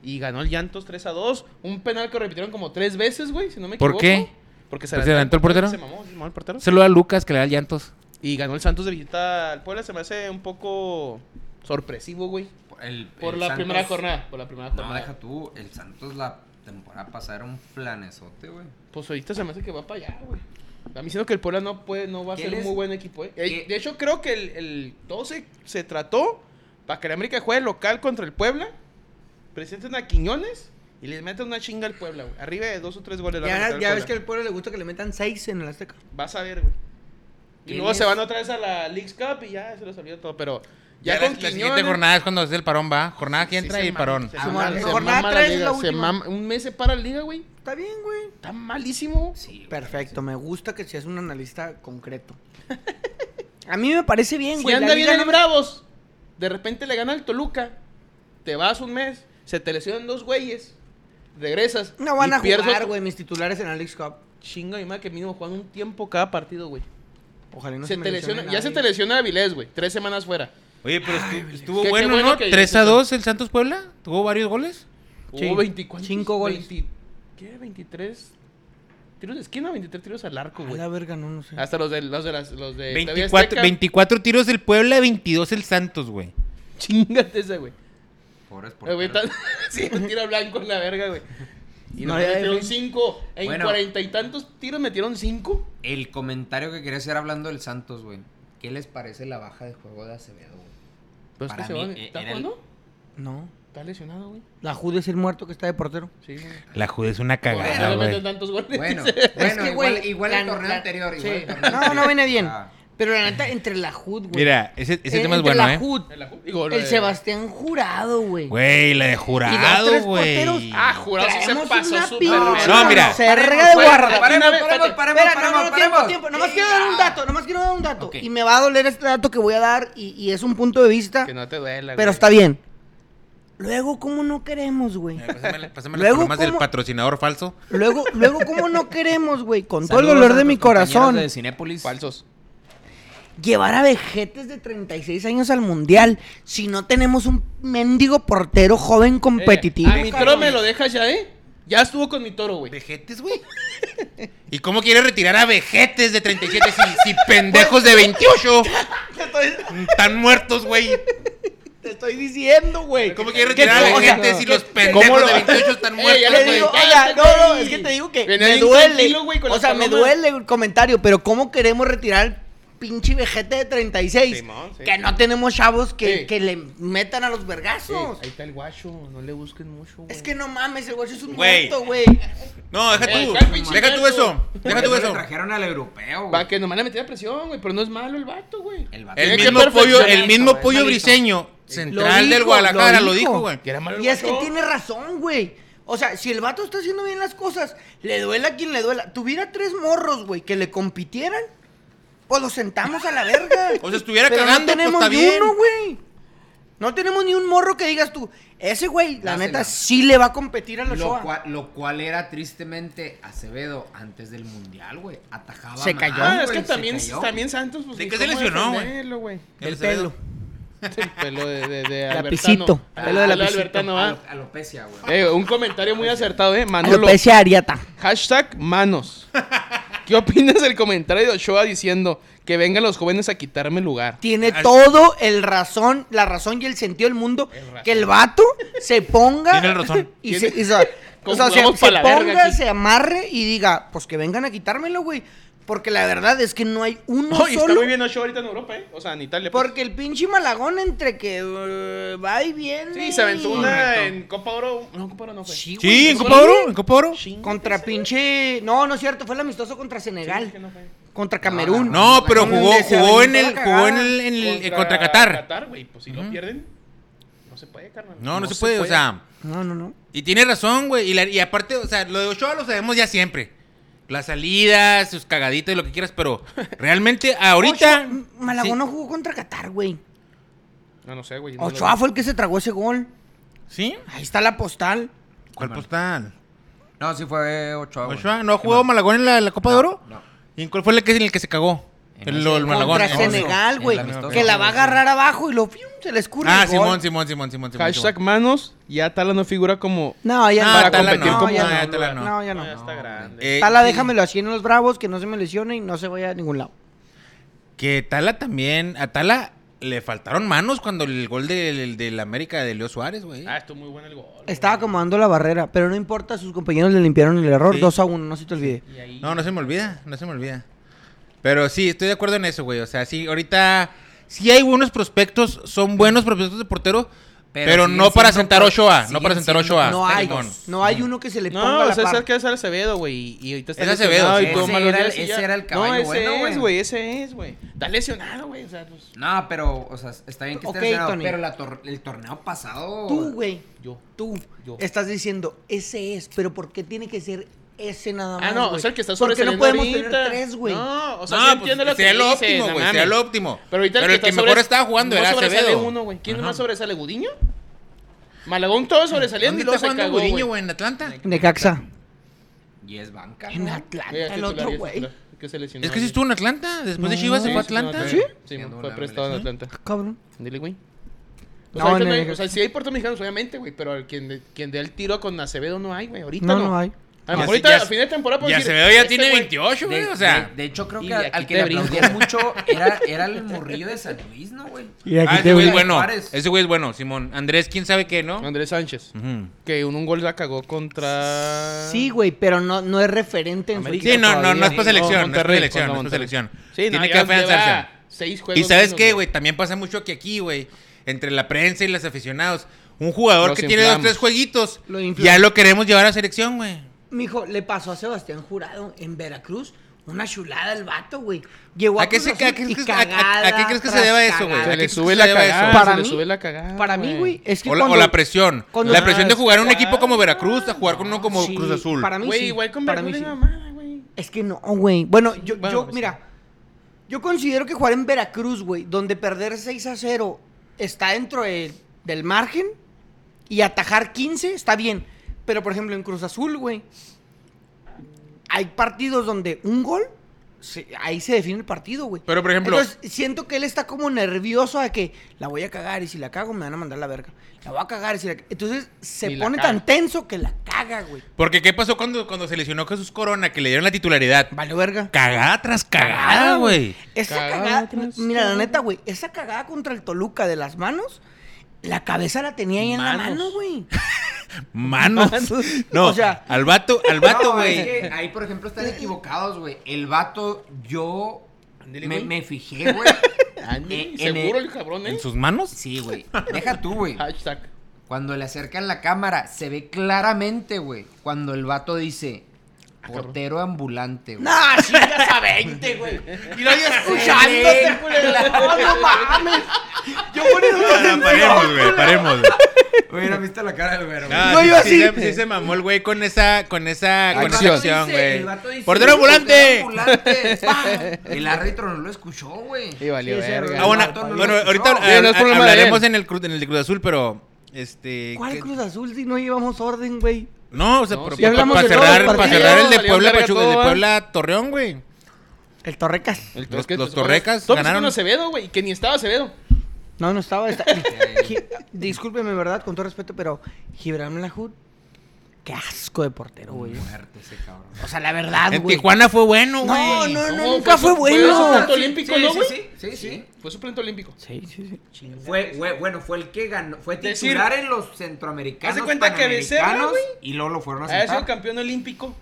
Y ganó el Llantos 3 a 2. Un penal que repitieron como tres veces, güey, si no me
¿Por
equivoco.
qué?
Porque se
¿Porque se adelantó el portero?
Se mamó, se mamó el portero.
Saluda a Lucas, que le da llantos.
Y ganó el Santos de visita al Puebla. Se me hace un poco sorpresivo, güey.
El-
Por
el
la
Santos-
primera jornada. Por la primera
No,
jornada.
deja tú. El Santos la temporada pasada era un planesote, güey.
Pues ahorita se me hace que va para allá, güey. A mí siento que el Puebla no puede, no va a
¿Qué
ser
les-
muy buen equipo, eh. Eh,
qué-
De hecho, creo que el, el todo se, se trató para que el América juegue local contra el Puebla, presenten a Quiñones y les meten una chinga al Puebla, güey. Arriba de dos o tres goles. le van a meter
Ya,
al
ya ves que
Puebla.
al pueblo le gusta que le metan 6 en el Azteca.
Vas a ver, güey. Y
¿Qué
luego
les-
se van otra vez a la League's Cup y ya se les olvidó todo, pero... Ya,
Ya,
con
la, la
Quiñones...
siguiente jornada es cuando es el parón, va. Jornada que
Sí,
entra
se
y
mama,
parón.
se
Ah,
mama,
la
se
jornada
mama la
tres es
liga,
la
se
última.
mama- un mes se para la liga, güey.
Está bien, güey.
Está malísimo.
Sí.
Perfecto, me gusta que seas un analista concreto. A mí me parece bien,
Si
güey. la
anda bien
liga
el
no-
Bravos, de repente le gana al Toluca, te vas un mes, se te lesionan dos güeyes, regresas.
No van
y
a
pierdes
jugar,
otro-
güey, mis titulares en Alex Cup.
Chinga mi madre que mínimo juegan un tiempo cada partido, güey.
Ojalá y no
se
se,
te lesiona, ya se te lesiona Avilés, güey. Tres semanas fuera.
Oye, pero estu- estuvo
Ah, qué- qué
bueno,
bueno
¿no?
que
3 a
dijiste.
2 el Santos Puebla. Tuvo varios goles.
Sí.
Hubo 24.
Cinco goles.
20 ¿Qué? 23 tiros de esquina, 23 tiros al arco,
A
güey.
la verga, no, no sé.
Hasta los de los de las los de TV
24,
Eh, Azteca.
24 tiros del Puebla, 22 el Santos, güey.
Chingate esa, güey.
Pobres
Eh, güey,
porteros.
tan- Sí, un tiro blanco en la verga, güey. Y
No,
no,
ya, ya,
metieron
ya.
cinco. En
Bueno.
cuarenta y tantos tiros metieron cinco.
El comentario que quería hacer hablando del Santos, güey. ¿Qué les parece la baja de juego de Acevedo, güey?
Pues que
Para
se
mí,
van.
eh,
¿Está
era el-
jugando?
No.
Está lesionado, güey.
La Jude es el muerto que está de portero.
Sí, güey.
La Jude es una
Por eso
cagada,
le meten
güey.
tantos goles.
Bueno,
dice.
bueno,
que,
igual,
güey,
igual
la-
el torneo
la-
anterior.
sí.
Igual el torneo
No, no
anterior.
viene bien.
Ah,
Pero la neta, entre la Jud, güey.
Mira, ese, ese
Eh,
tema es
entre
bueno,
la
¿eh?
Jud,
El Aju- digo, lo
el
de-
Sebastián Jurado, güey.
Güey, la de
Y los
jurado,
tres porteros,
güey.
Ah, jurado sí se
Traemos
pasó
una
súper.
pinche
verga.
No, mira.
Cerga de
Bueno,
guarda.
Espérame,
Paremos, paremos,
espérate.
paremos,
Espera, no,
paremos,
no, no, tiempo,
paremos. ah,
tiempo. Nomás quiero dar un dato, nomás quiero dar un dato.
Ok.
Y me va a doler este dato que voy a dar y, y es un punto de vista,
Que no te duela,
pero
güey.
está bien. Luego, ¿cómo no queremos, güey?
Eh, Pásame, pásame las
Luego,
palomas del
¿cómo?
patrocinador falso.
Luego, luego, ¿cómo no queremos, güey? Con todo el
Saludos
dolor
a
de mi
nuestros compañeros
corazón,
De Cinépolis.
Falsos.
llevar a vejetes de 36 años al mundial si no tenemos un mendigo portero joven competitivo.
Eh, a mi toro me lo dejas ya, ¿eh? Ya estuvo con mi toro, güey.
Vejetes, güey. ¿Y cómo quiere retirar a vejetes de 37 si, si pendejos de 28 están muertos, güey?
Te estoy diciendo, güey.
¿Cómo quiere retirar
¿Qué
a
tú?
vejetes
O sea,
si los
¿cómo
pendejos
lo-
de 28 están
Eh,
muertos,
ya
le
güey?
digo,
güey.
oiga, no, no, es
Cállate,
que te digo que
Venía
me
bien
duele.
tranquilo, güey, con
o
las
sea, me
palomas.
duele el comentario, pero ¿cómo queremos retirar al pinche vejete de 36?
Simón, sí.
Que no tenemos chavos que,
Sí.
que le metan a los vergazos.
Eh, ahí está el guacho. No le busquen mucho, güey.
es que no mames, el guacho es un
Güey.
muerto, güey.
No, deja
Eh,
tú.
ya, pinche
Deja tú
gato.
eso.
Por
Deja tú
eso le
eso.
trajeron al europeo, güey.
Va, que nomás le metía presión, güey. Pero no es malo el vato, güey.
El vato.
El
Tiene que
mismo pollo,
perfeccionar
el
eso,
mismo
güey.
pollo
malito.
briseño, central del
dijo,
Guadalajara,
lo
lo dijo,
dijo.
güey.
Que era malo el
Y es que
guacho.
tiene razón, güey. O sea, si el vato está haciendo bien las cosas, le duela a quien le duela. Tuviera tres morros, güey, que le compitieran, pues los sentamos a la verga.
O sea, estuviera
Pero
cagando,
no
pues,
tenemos
está
ni
bien.
uno, güey. No tenemos ni un morro que digas tú, ese güey, la
Dásela.
neta, sí le va a competir a los
Lo
Ochoa.
cual, lo cual era tristemente Acevedo antes del mundial, güey. Atajaba.
Se cayó.
Ah,
más,
es que
güey, se
también,
cayó.
también Santos. Pues,
¿De
ni
qué se
cómo
lesionó, güey?
defenderlo, güey?
El pelo.
El pelo de, de, de
Lapicito.
Albertano.
Pelo de
Ah,
lapicito.
Albertano, ah.
Alo- Alopecia, güey.
Eh, un comentario muy acertado, ¿eh? Manolo.
Alopecia Ariata.
Hashtag manos. ¿Qué opinas del comentario de Ochoa diciendo que vengan los jóvenes a quitarme el lugar?
Tiene
Al-
todo el razón, la razón y el sentido del mundo que el vato se ponga
Tiene el razón.
y se, y se- o sea,
Como
se-
vamos
se
pa' la verga
ponga,
aquí.
se amarre y diga, pues que vengan a quitármelo, güey. Porque la verdad es que no hay uno
Oye, está
solo.
muy bien Ochoa ahorita en Europa, ¿eh? O sea, en Italia. pues.
Porque el pinche Malagón entre que eh, va y viene.
Sí, se aventó
y-
una en Copa Oro. No, Copa Oro no fue.
Sí, güey,
Sí, en
¿no
Copa
fue?
Oro, en Copa Oro.
Chingue
Contra
su-
pinche. No, no es cierto, fue el amistoso contra Senegal.
Sí, que no fue.
Contra Camerún.
No, pero
Donde
jugó,
se
jugó en
aventó la
el,
cagada.
jugó en el, en el- eh, contra Qatar.
Qatar, güey. Pues si lo pierden, no se puede, carnal.
No, no, se, puede, o sea.
No, no, no.
Y tiene razón, güey. Y, la- y aparte, o sea, lo de Ochoa lo sabemos ya siempre. Las salidas, sus cagaditos y lo que quieras, pero realmente ahorita.
Ochoa- Malagón
Sí.
no jugó contra Qatar, güey.
No, no sé, güey. no lo-
Ochoa fue el que se tragó ese gol.
¿Sí?
Ahí está la postal.
¿Cuál
Mal.
postal?
No, sí fue Ochoa, güey.
¿Ochoa? ¿No jugó Malagón en la, la Copa de Oro?
No.
¿Y en cuál fue el que, en el que se cagó?
En
El,
ese-
lo- el Malagón.
contra
en el-
Senegal,
En
güey.
la amistosa.
Que la va a agarrar abajo y lo ¡fium! se le escurre.
Ah,
el gol.
Simón, Simón, Simón, Simón, Simón.
Hashtag
Simón.
manos, ya Tala no figura como.
No, ya
Ah, No,
no.
Tala no,
no,
ya no,
ya no.
ya Tala no.
No, ya no.
Ya está
No,
grande.
Eh,
Tala,
sí,
déjamelo así en los bravos, que no se me lesione y no se vaya a ningún lado.
Que Tala también. A Tala le faltaron manos cuando el gol del, del América de Leo Suárez, güey.
Ah, estuvo muy bueno el gol.
Estaba acomodando la barrera, pero no importa, sus compañeros le limpiaron el error
Sí.
2 a 1, no se te olvide.
güey. Y ahí-
No, no se me olvida, no se me olvida. Pero sí, estoy de acuerdo en eso, güey. O sea, sí, ahorita sí hay buenos prospectos, son buenos prospectos de portero, pero,
siguen
no para
siendo
sentar
pro-
Ochoa, no
siguen
para sentar
siendo
Ochoa.
No hay,
Simón.
no hay uno que se le ponga
No,
a
o
la
sea,
par.
es que es Acevedo, güey. Y ahorita está
Es Acevedo,
lesionado y
sí.
tuvo
Ese
malos
era el-
días y
ese
ya-
era el caballo
No, ese
bueno, güey.
es, güey. Ese es, güey. Está lesionado, güey. O sea, pues,
No, pero, o sea, está bien que esté
Ok,
lesionado,
Tony.
pero la tor- el torneo pasado...
Tú, güey,
yo.
tú
Yo.
estás diciendo ese es, pero ¿por qué tiene que ser ese nada más?
Ah, no, o
güey?
sea, el que está
¿Por qué
sobresaliendo
no podemos
ahorita?
tener tres, güey?
No, o sea,
No,
sí
pues,
entiendo lo que
sería lo
dices,
óptimo,
no
güey, sería
mames.
lo óptimo.
Pero, ahorita
Pero el
está
que mejor
sobre-
estaba jugando
no
era
sobresale
Acevedo.
uno, güey. ¿Quién
Ajá.
más sobresale? ¿Gudiño? Malagón todo sobresaliendo
¿Dónde
y luego
está
se
jugando
cagó,
Gudiño,
güey.
güey, en Atlanta?
Necaxa.
Y es banca.
En
¿no?
Mira, Ah, es
Atlanta, el
titular,
otro,
es
güey.
titular. Que se lesionó.
Es que sí
ahí.
estuvo en Atlanta, después de
No.
Chivas se
Sí,
fue a
sí, no,
Atlanta.
Sí, sí,
Siendo
fue
una
prestado en
MLS.
Atlanta.
Ah, Cabrón.
Dile, güey. O
No,
sea, ahorita
no
no
hay-
hay- o sea, sí hay puertos mexicanos, obviamente, güey, pero el quien, de- quien dé el tiro con Acevedo no hay, güey. Ahorita
No,
no.
no hay.
A lo
Ya
mejor
se-
ahorita
ya
a
se-
fin de temporada
Y
podemos decir,
Acevedo ya
este
tiene
güey-
28, güey,
De,
o sea.
de- de hecho, creo
Y
que
de
al,
aquí
al que
te
le
brinco.
aplaudían mucho era, era el morrillo de San Luis, ¿no, güey?
Ah, ese güey es bueno.
Juárez.
Ese güey es bueno, Simón. Andrés, quién sabe qué, ¿no?
Andrés Sánchez,
Ujú.
que un, un gol la cagó contra...
Sí, güey, pero no, no es referente en su
América.
Sí,
equipo
no, no, no
todavía.
es para selección, no es para
Monterrey,
selección, no
contra
es para
Monterrey.
selección.
Sí, no,
Tiene que
ya lleva
afianzarse.
Seis juegos
Y sabes
menos,
qué, güey, también pasa mucho que aquí, güey, entre la prensa y los aficionados, un jugador
Los
que tiene dos,
inflamos.
tres jueguitos,
Lo
ya
inflamos.
lo queremos llevar a selección, güey.
Mijo, le pasó a Sebastián Jurado en Veracruz una chulada el vato, güey. Llegó a,
¿A qué,
Cruz
se- a
Azul
qué
y
crees- a- a-
cagada
a qué crees que se
tras
deba eso, güey?
cagada.
¿A
Se
qué
le
crees que
sube
se
la
deba eso?
cagada,
Para
se le
mí-
sube la cagada.
Para mí, güey, es que
O la, o
cuando-
la presión.
cuando-
la presión de jugar en un
Ah,
equipo como
ah,
Veracruz a jugar con uno como
Sí,
Cruz Azul.
Para mí
Güey,
sí,
igual con
para mí
Veracruz
sí.
de mamada, güey.
Es que no, güey. Bueno, yo,
bueno,
yo
pues sí.
mira, yo considero que jugar en Veracruz, güey, donde perder 6 a 0 está dentro de- del margen y atajar 15 está bien. Pero, por ejemplo, en Cruz Azul, güey, hay partidos donde un gol, se- ahí se define el partido, güey.
Pero, por ejemplo-
Entonces, siento que él está como nervioso de que la voy a cagar y si la cago me van a mandar la verga. La voy a cagar y si la... Entonces, se
Y la
pone
caga.
tan tenso que la caga, güey.
Porque ¿qué pasó cuando, cuando se lesionó Jesús Corona, que le dieron la titularidad?
Vale, verga.
Cagada tras cagada, güey.
Esa
Cagada
cagada,
tras
mira, la
cagada.
neta, güey, esa cagada contra el Toluca de las manos, la cabeza la tenía ahí en la
Manos.
mano, güey.
Manos.
Manos.
No,
O sea-
al vato, al vato, güey.
No, es que ahí, por ejemplo, están equivocados, güey. El vato, yo
Ándele,
me,
güey.
me fijé, güey.
Ándale,
en
Seguro
el-
el cabrón, ¿eh?
¿En sus manos?
Sí, güey. Deja tú, güey.
Hashtag.
Cuando le acercan la cámara, se ve claramente, güey. Cuando el vato dice, portero ambulante, güey.
No, chingas a 20, güey. Y lo yo
Excelente.
Ah,
escuchándote, culero. No, no mames. Yo
No, no,
poniendo
paremos, güey, paremos. güey.
Güey, no viste la cara del güero, güey.
No,
No,
sí,
yo
sí
así.
se- sí se mamó el güey con esa, con esa
El
con
vato
esa acción,
dice- el vato
güey.
dice,
¡Portero ambulante!
¡Portero ambulante! ¡Pam! El árbitro no lo escuchó, güey.
Y valió
Sí, sí,
verga.
Ah, bueno,
vato no lo
bueno,
escuchó.
ahorita
Sí,
eh,
no es
ha-
problema de
hablaremos
él.
en el, cru- en el Cruz Azul, pero este.
¿Cuál
que-
Cruz Azul si no llevamos orden, güey?
No, o sea,
No,
por-
sí,
pa-
hablamos
para
de todos
cerrar,
los
para
partidos,
cerrar el de
valió
Puebla,
verga
Pachuca,
todo,
el de
¿va?
Puebla Torreón, güey.
El Torrecas.
El
Los-
Torque-
los Torrecas
Todos
ganaron.
con Acevedo, güey, que ni estaba Acevedo.
No, no estaba. Esta... Gi- Discúlpeme, ¿verdad? Con todo respeto, pero Gibran Melahut, qué asco de portero, güey.
Muerte ese cabrón.
O sea, la
Ah,
verdad,
En
güey.
Tijuana fue bueno, güey.
No, no, no,
No,
nunca fue,
fue- fue
bueno.
eso, Tanto olímpico,
sí,
¿no,
sí,
güey?
sí, sí, sí.
Fue suplente olímpico.
Sí, sí, sí.
Fue, fue- bueno, fue el que ganó, fue
Decir-
titular en los centroamericanos,
Haz de Ah, cuenta que Becerra,
panamericanos,
güey,
y luego lo fueron a
Había sido
sentar.
campeón olímpico.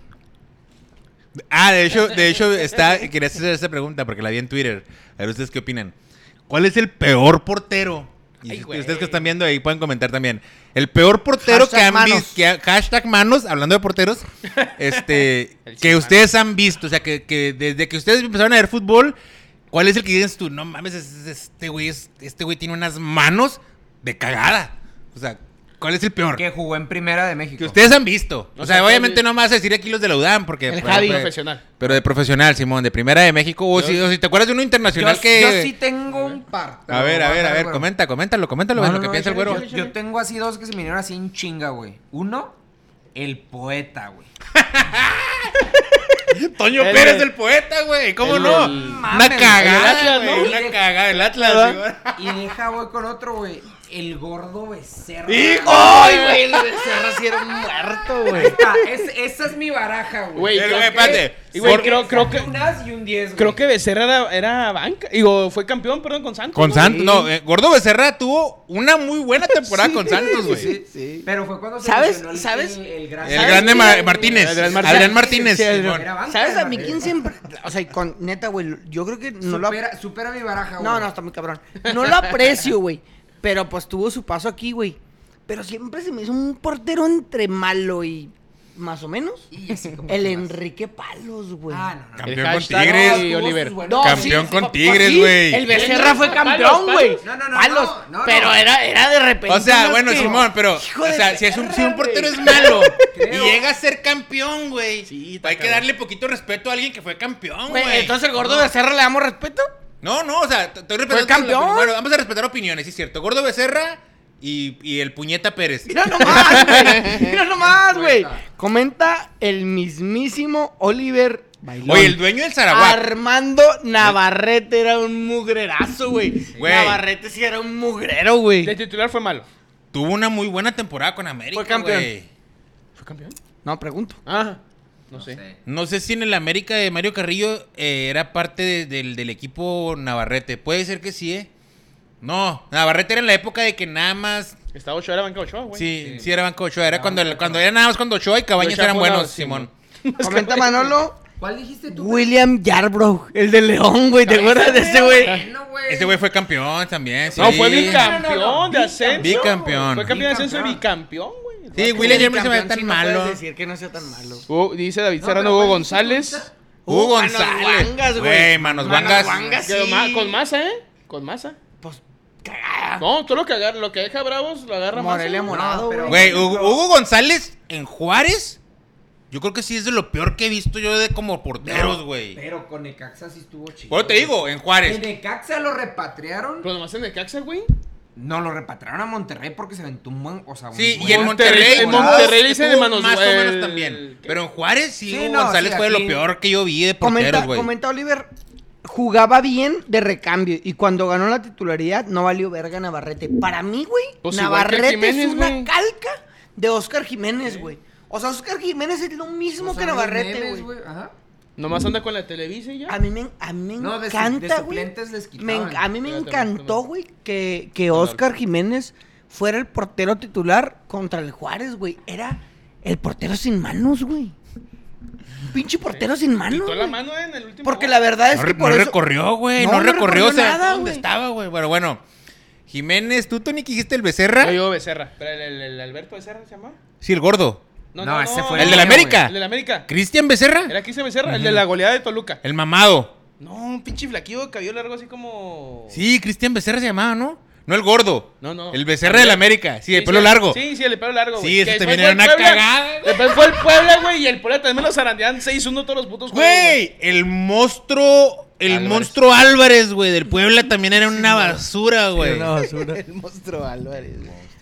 Ah, de hecho, de hecho está, quería hacer esta pregunta porque la vi en Twitter. A ver ustedes qué opinan. ¿Cuál es el peor portero? Y
Ay,
si-
güey.
ustedes que están viendo ahí pueden comentar también. El peor portero
Hashtag
que han
manos.
visto, que ha- hashtag manos, hablando de porteros, este,
El
que
sin
ustedes han visto, o sea, que, que desde que ustedes empezaron a ver fútbol, ¿cuál es el que dices tú? No mames, es- es- este güey, es- este güey tiene unas manos de cagada. O sea, ¿cuál es el peor?
Que jugó en Primera de México.
Que ustedes han visto. O
O
sea,
sea,
obviamente
el-
no me vas a decir aquí los de la UDAM, porque. pues,
El
pero-
Javi.
pero-
Profesional.
Pero de profesional, Simón, de Primera de México. O,
Yo-
si, o si te acuerdas de uno
yo,
internacional que.
yo sí tengo un par. pero
a ver, a
voy
ver, a
dejar,
ver,
güey.
comenta, coméntalo, coméntalo,
No,
es lo
no,
que
no,
piensa el
échale,
güero.
Yo, yo tengo así dos que se vinieron así en chinga, güey. Uno, el poeta, güey.
Toño
El-
Pérez, el poeta, güey, ¿cómo
el-
no?
el-
Una cagada,
el Atlas,
güey,
¿no?
una cagada, el Atlas. güey.
Y deja, voy con otro, güey. El gordo becerro.
¡Hijo!
¡Ay, güey! El becerra sí era un muerto, güey.
Ah, es- esa es mi baraja,
Güey,
güey.
Eh,
yo-
güey, espérate.
Y, güey,
Por-
creo, creo que...
Un as y un 10, güey.
Creo que Becerra era, era banca. Digo, fue campeón, perdón, con Santos.
Con
¿no?
Santos, no, eh, Gordo Becerra tuvo una muy buena temporada con Santos, güey.
Sí.
Pero fue cuando se
¿Sabes?
lesionó
¿Sabes?
El, el gran,
El grande Ma- Martínez.
Adrián Martínez.
Adrián Martínez.
Sí, Adrián.
Simón.
Era banca
¿Sabes?
de
A mí
Martínez.
quién siempre. O sea, y con neta, güey. Yo creo que no lo. ap-
supera, supera mi baraja, güey.
No, no, está muy cabrón. No lo aprecio, güey. Pero pues tuvo su paso aquí, güey. Pero siempre se me hizo un portero entre malo y. Más o menos.
Y ya sé cómo
El
te vas.
Enrique Palos, güey.
Ah, no, no.
El
Campeón con
hashtag-
Tigres.
y Oliver.
No,
Campeón con
pues,
Tigres,
sí,
güey.
El Becerra fue
Palos,
campeón,
Palos.
güey.
No, no, no,
Palos.
no, no,
pero
no.
Era, era de repente.
O sea,
unos
bueno,
que-
Simón, pero.
Hijo
o
de
sea, si, es un,
perra,
si un
güey.
portero es malo y
Creo.
llega a ser campeón, güey.
Sí, está
hay que
cabrón.
darle poquito respeto a alguien que fue campeón,
Güey,
güey.
entonces el gordo Becerra le damos respeto.
No, no, o sea, t- estoy respetando.
campeón.
Bueno, vamos a respetar opiniones, sí es cierto. Gordo Becerra y, y el puñeta Pérez.
Mira nomás, güey. Mira nomás, güey. Comenta el mismísimo Oliver Bailón.
Oye, el dueño del Zaraguá.
Armando Navarrete era un mugrerazo, güey.
Güey.
Navarrete sí era un mugrero,
De
güey.
titular fue malo.
Tuvo una muy buena temporada con América.
Fue campeón.
güey.
¿Fue campeón?
No, pregunto.
Ah, no, sé.
No sé si en el América de Mario Carrillo eh, era parte de- del, del equipo Navarrete. Puede ser que sí, ¿eh? No, Navarrete era en la época de que nada más
Estaba Ochoa, era banca Ochoa, güey.
Sí, sí era Banco Ochoa. Era
Ah,
cuando,
Banco
cuando era nada más cuando Ochoa y Cabañas
Ochoa
eran
fue una-
buenos,
sí,
Simón.
Comenta Manolo.
¿Cuál dijiste tú?
William Yarbrough, el de León, güey. ¿Te acuerdas de ese, güey?
No,
Ese Este güey fue campeón también, sí.
No, fue bicampeón
No, no, no, no,
de ascenso.
bicampeón.
Fue campeón de ascenso y
Bicampeón.
bicampeón, güey.
Sí, William Jeremy se me da tan
Sí, no
malo.
puedes decir que no sea tan malo.
Hugo- dice David
No,
Serrano
pero
Hugo
fue-
González.
Hugo
Uh, Manos Guangas,
González.
güey.
Güey, Manos
Manos
Guangas.
Guangas.
Quedó
Sí.
ma- Con masa, ¿eh? Con masa.
Pues, cagada.
No, todo lo que, agarra, lo que deja Bravos lo agarra
Morelia
Maza.
Morado,
pero-
güey.
Güey, Hugo, Hugo González en Juárez. Yo creo que sí es de lo peor que he visto yo de como porteros, güey.
Pero con Necaxa sí estuvo chido.
Bueno, te digo, en
En
Juárez.
Necaxa lo repatriaron.
Pero nomás en Necaxa, güey.
No, lo repatriaron a Monterrey porque se aventó un buen. O sea, un
Sí,
buen-
y en Monterrey.
en
Juárez
Monterrey le dicen
estuvo
de Manos
Más o
Guangas.
menos también. Pero en Juárez sí,
Sí,
Hugo
no,
González
sí,
fue de lo
aquí-
peor que yo vi de porteros,
Comenta,
güey.
comenta Oliver, jugaba bien de recambio y cuando ganó la titularidad no valió verga Navarrete. Para mí, güey,
Pues igual que
Navarrete es
Jiménez,
una
güey.
calca de Oscar Jiménez, güey. O sea, Oscar Jiménez es lo
O
mismo
sea,
que
los
Navarrete,
Neves,
güey.
Ajá.
Nomás anda con la Televisa y ya.
A mí me, a mí me
No, de su- de
encanta, güey.
suplentes les
Me en-
quitaban.
A mí me
Espérate,
encantó,
espérate.
güey, que, que Oscar Jiménez fuera el portero titular contra el Juárez, güey. Era el portero sin manos, güey. Pinche portero sin manos.
Quitó la
Ah, güey.
mano eh, en el último.
Porque
gol.
la verdad es
No,
que
re-
por
no
eso...
recorrió, güey.
No,
No,
no
recorrió, o sea,
recorrió nada,
¿dónde
güey.
estaba, güey? Bueno, bueno. Jiménez, tú, Tony, que dijiste el Becerra.
Yo digo Becerra. Pero el, el- el Alberto Becerra se llamaba.
Sí, el gordo.
No, ese fue
el de la
güey.
América.
El de la América.
Cristian Becerra.
Era Cristian Becerra, el de la goleada de Toluca.
El mamado.
No, un pinche flaquillo de cabello largo así como.
Sí, Cristian Becerra se llamaba, ¿no? No el gordo.
Oh. No, no.
El Becerra del América. Sí, de pelo
sí,
largo.
Sí, sí, el de pelo largo, güey.
Sí, ese
Que
también
después
era
fue el
una
Puebla.
cagada, güey.
Después fue el Puebla, güey, y el Puebla también me lo zarandean 6-1 todos los putos juegos,
Güey, el monstruo. El
Álvarez.
monstruo Álvarez, güey, del Puebla también era una basura, güey.
El monstruo Álvarez.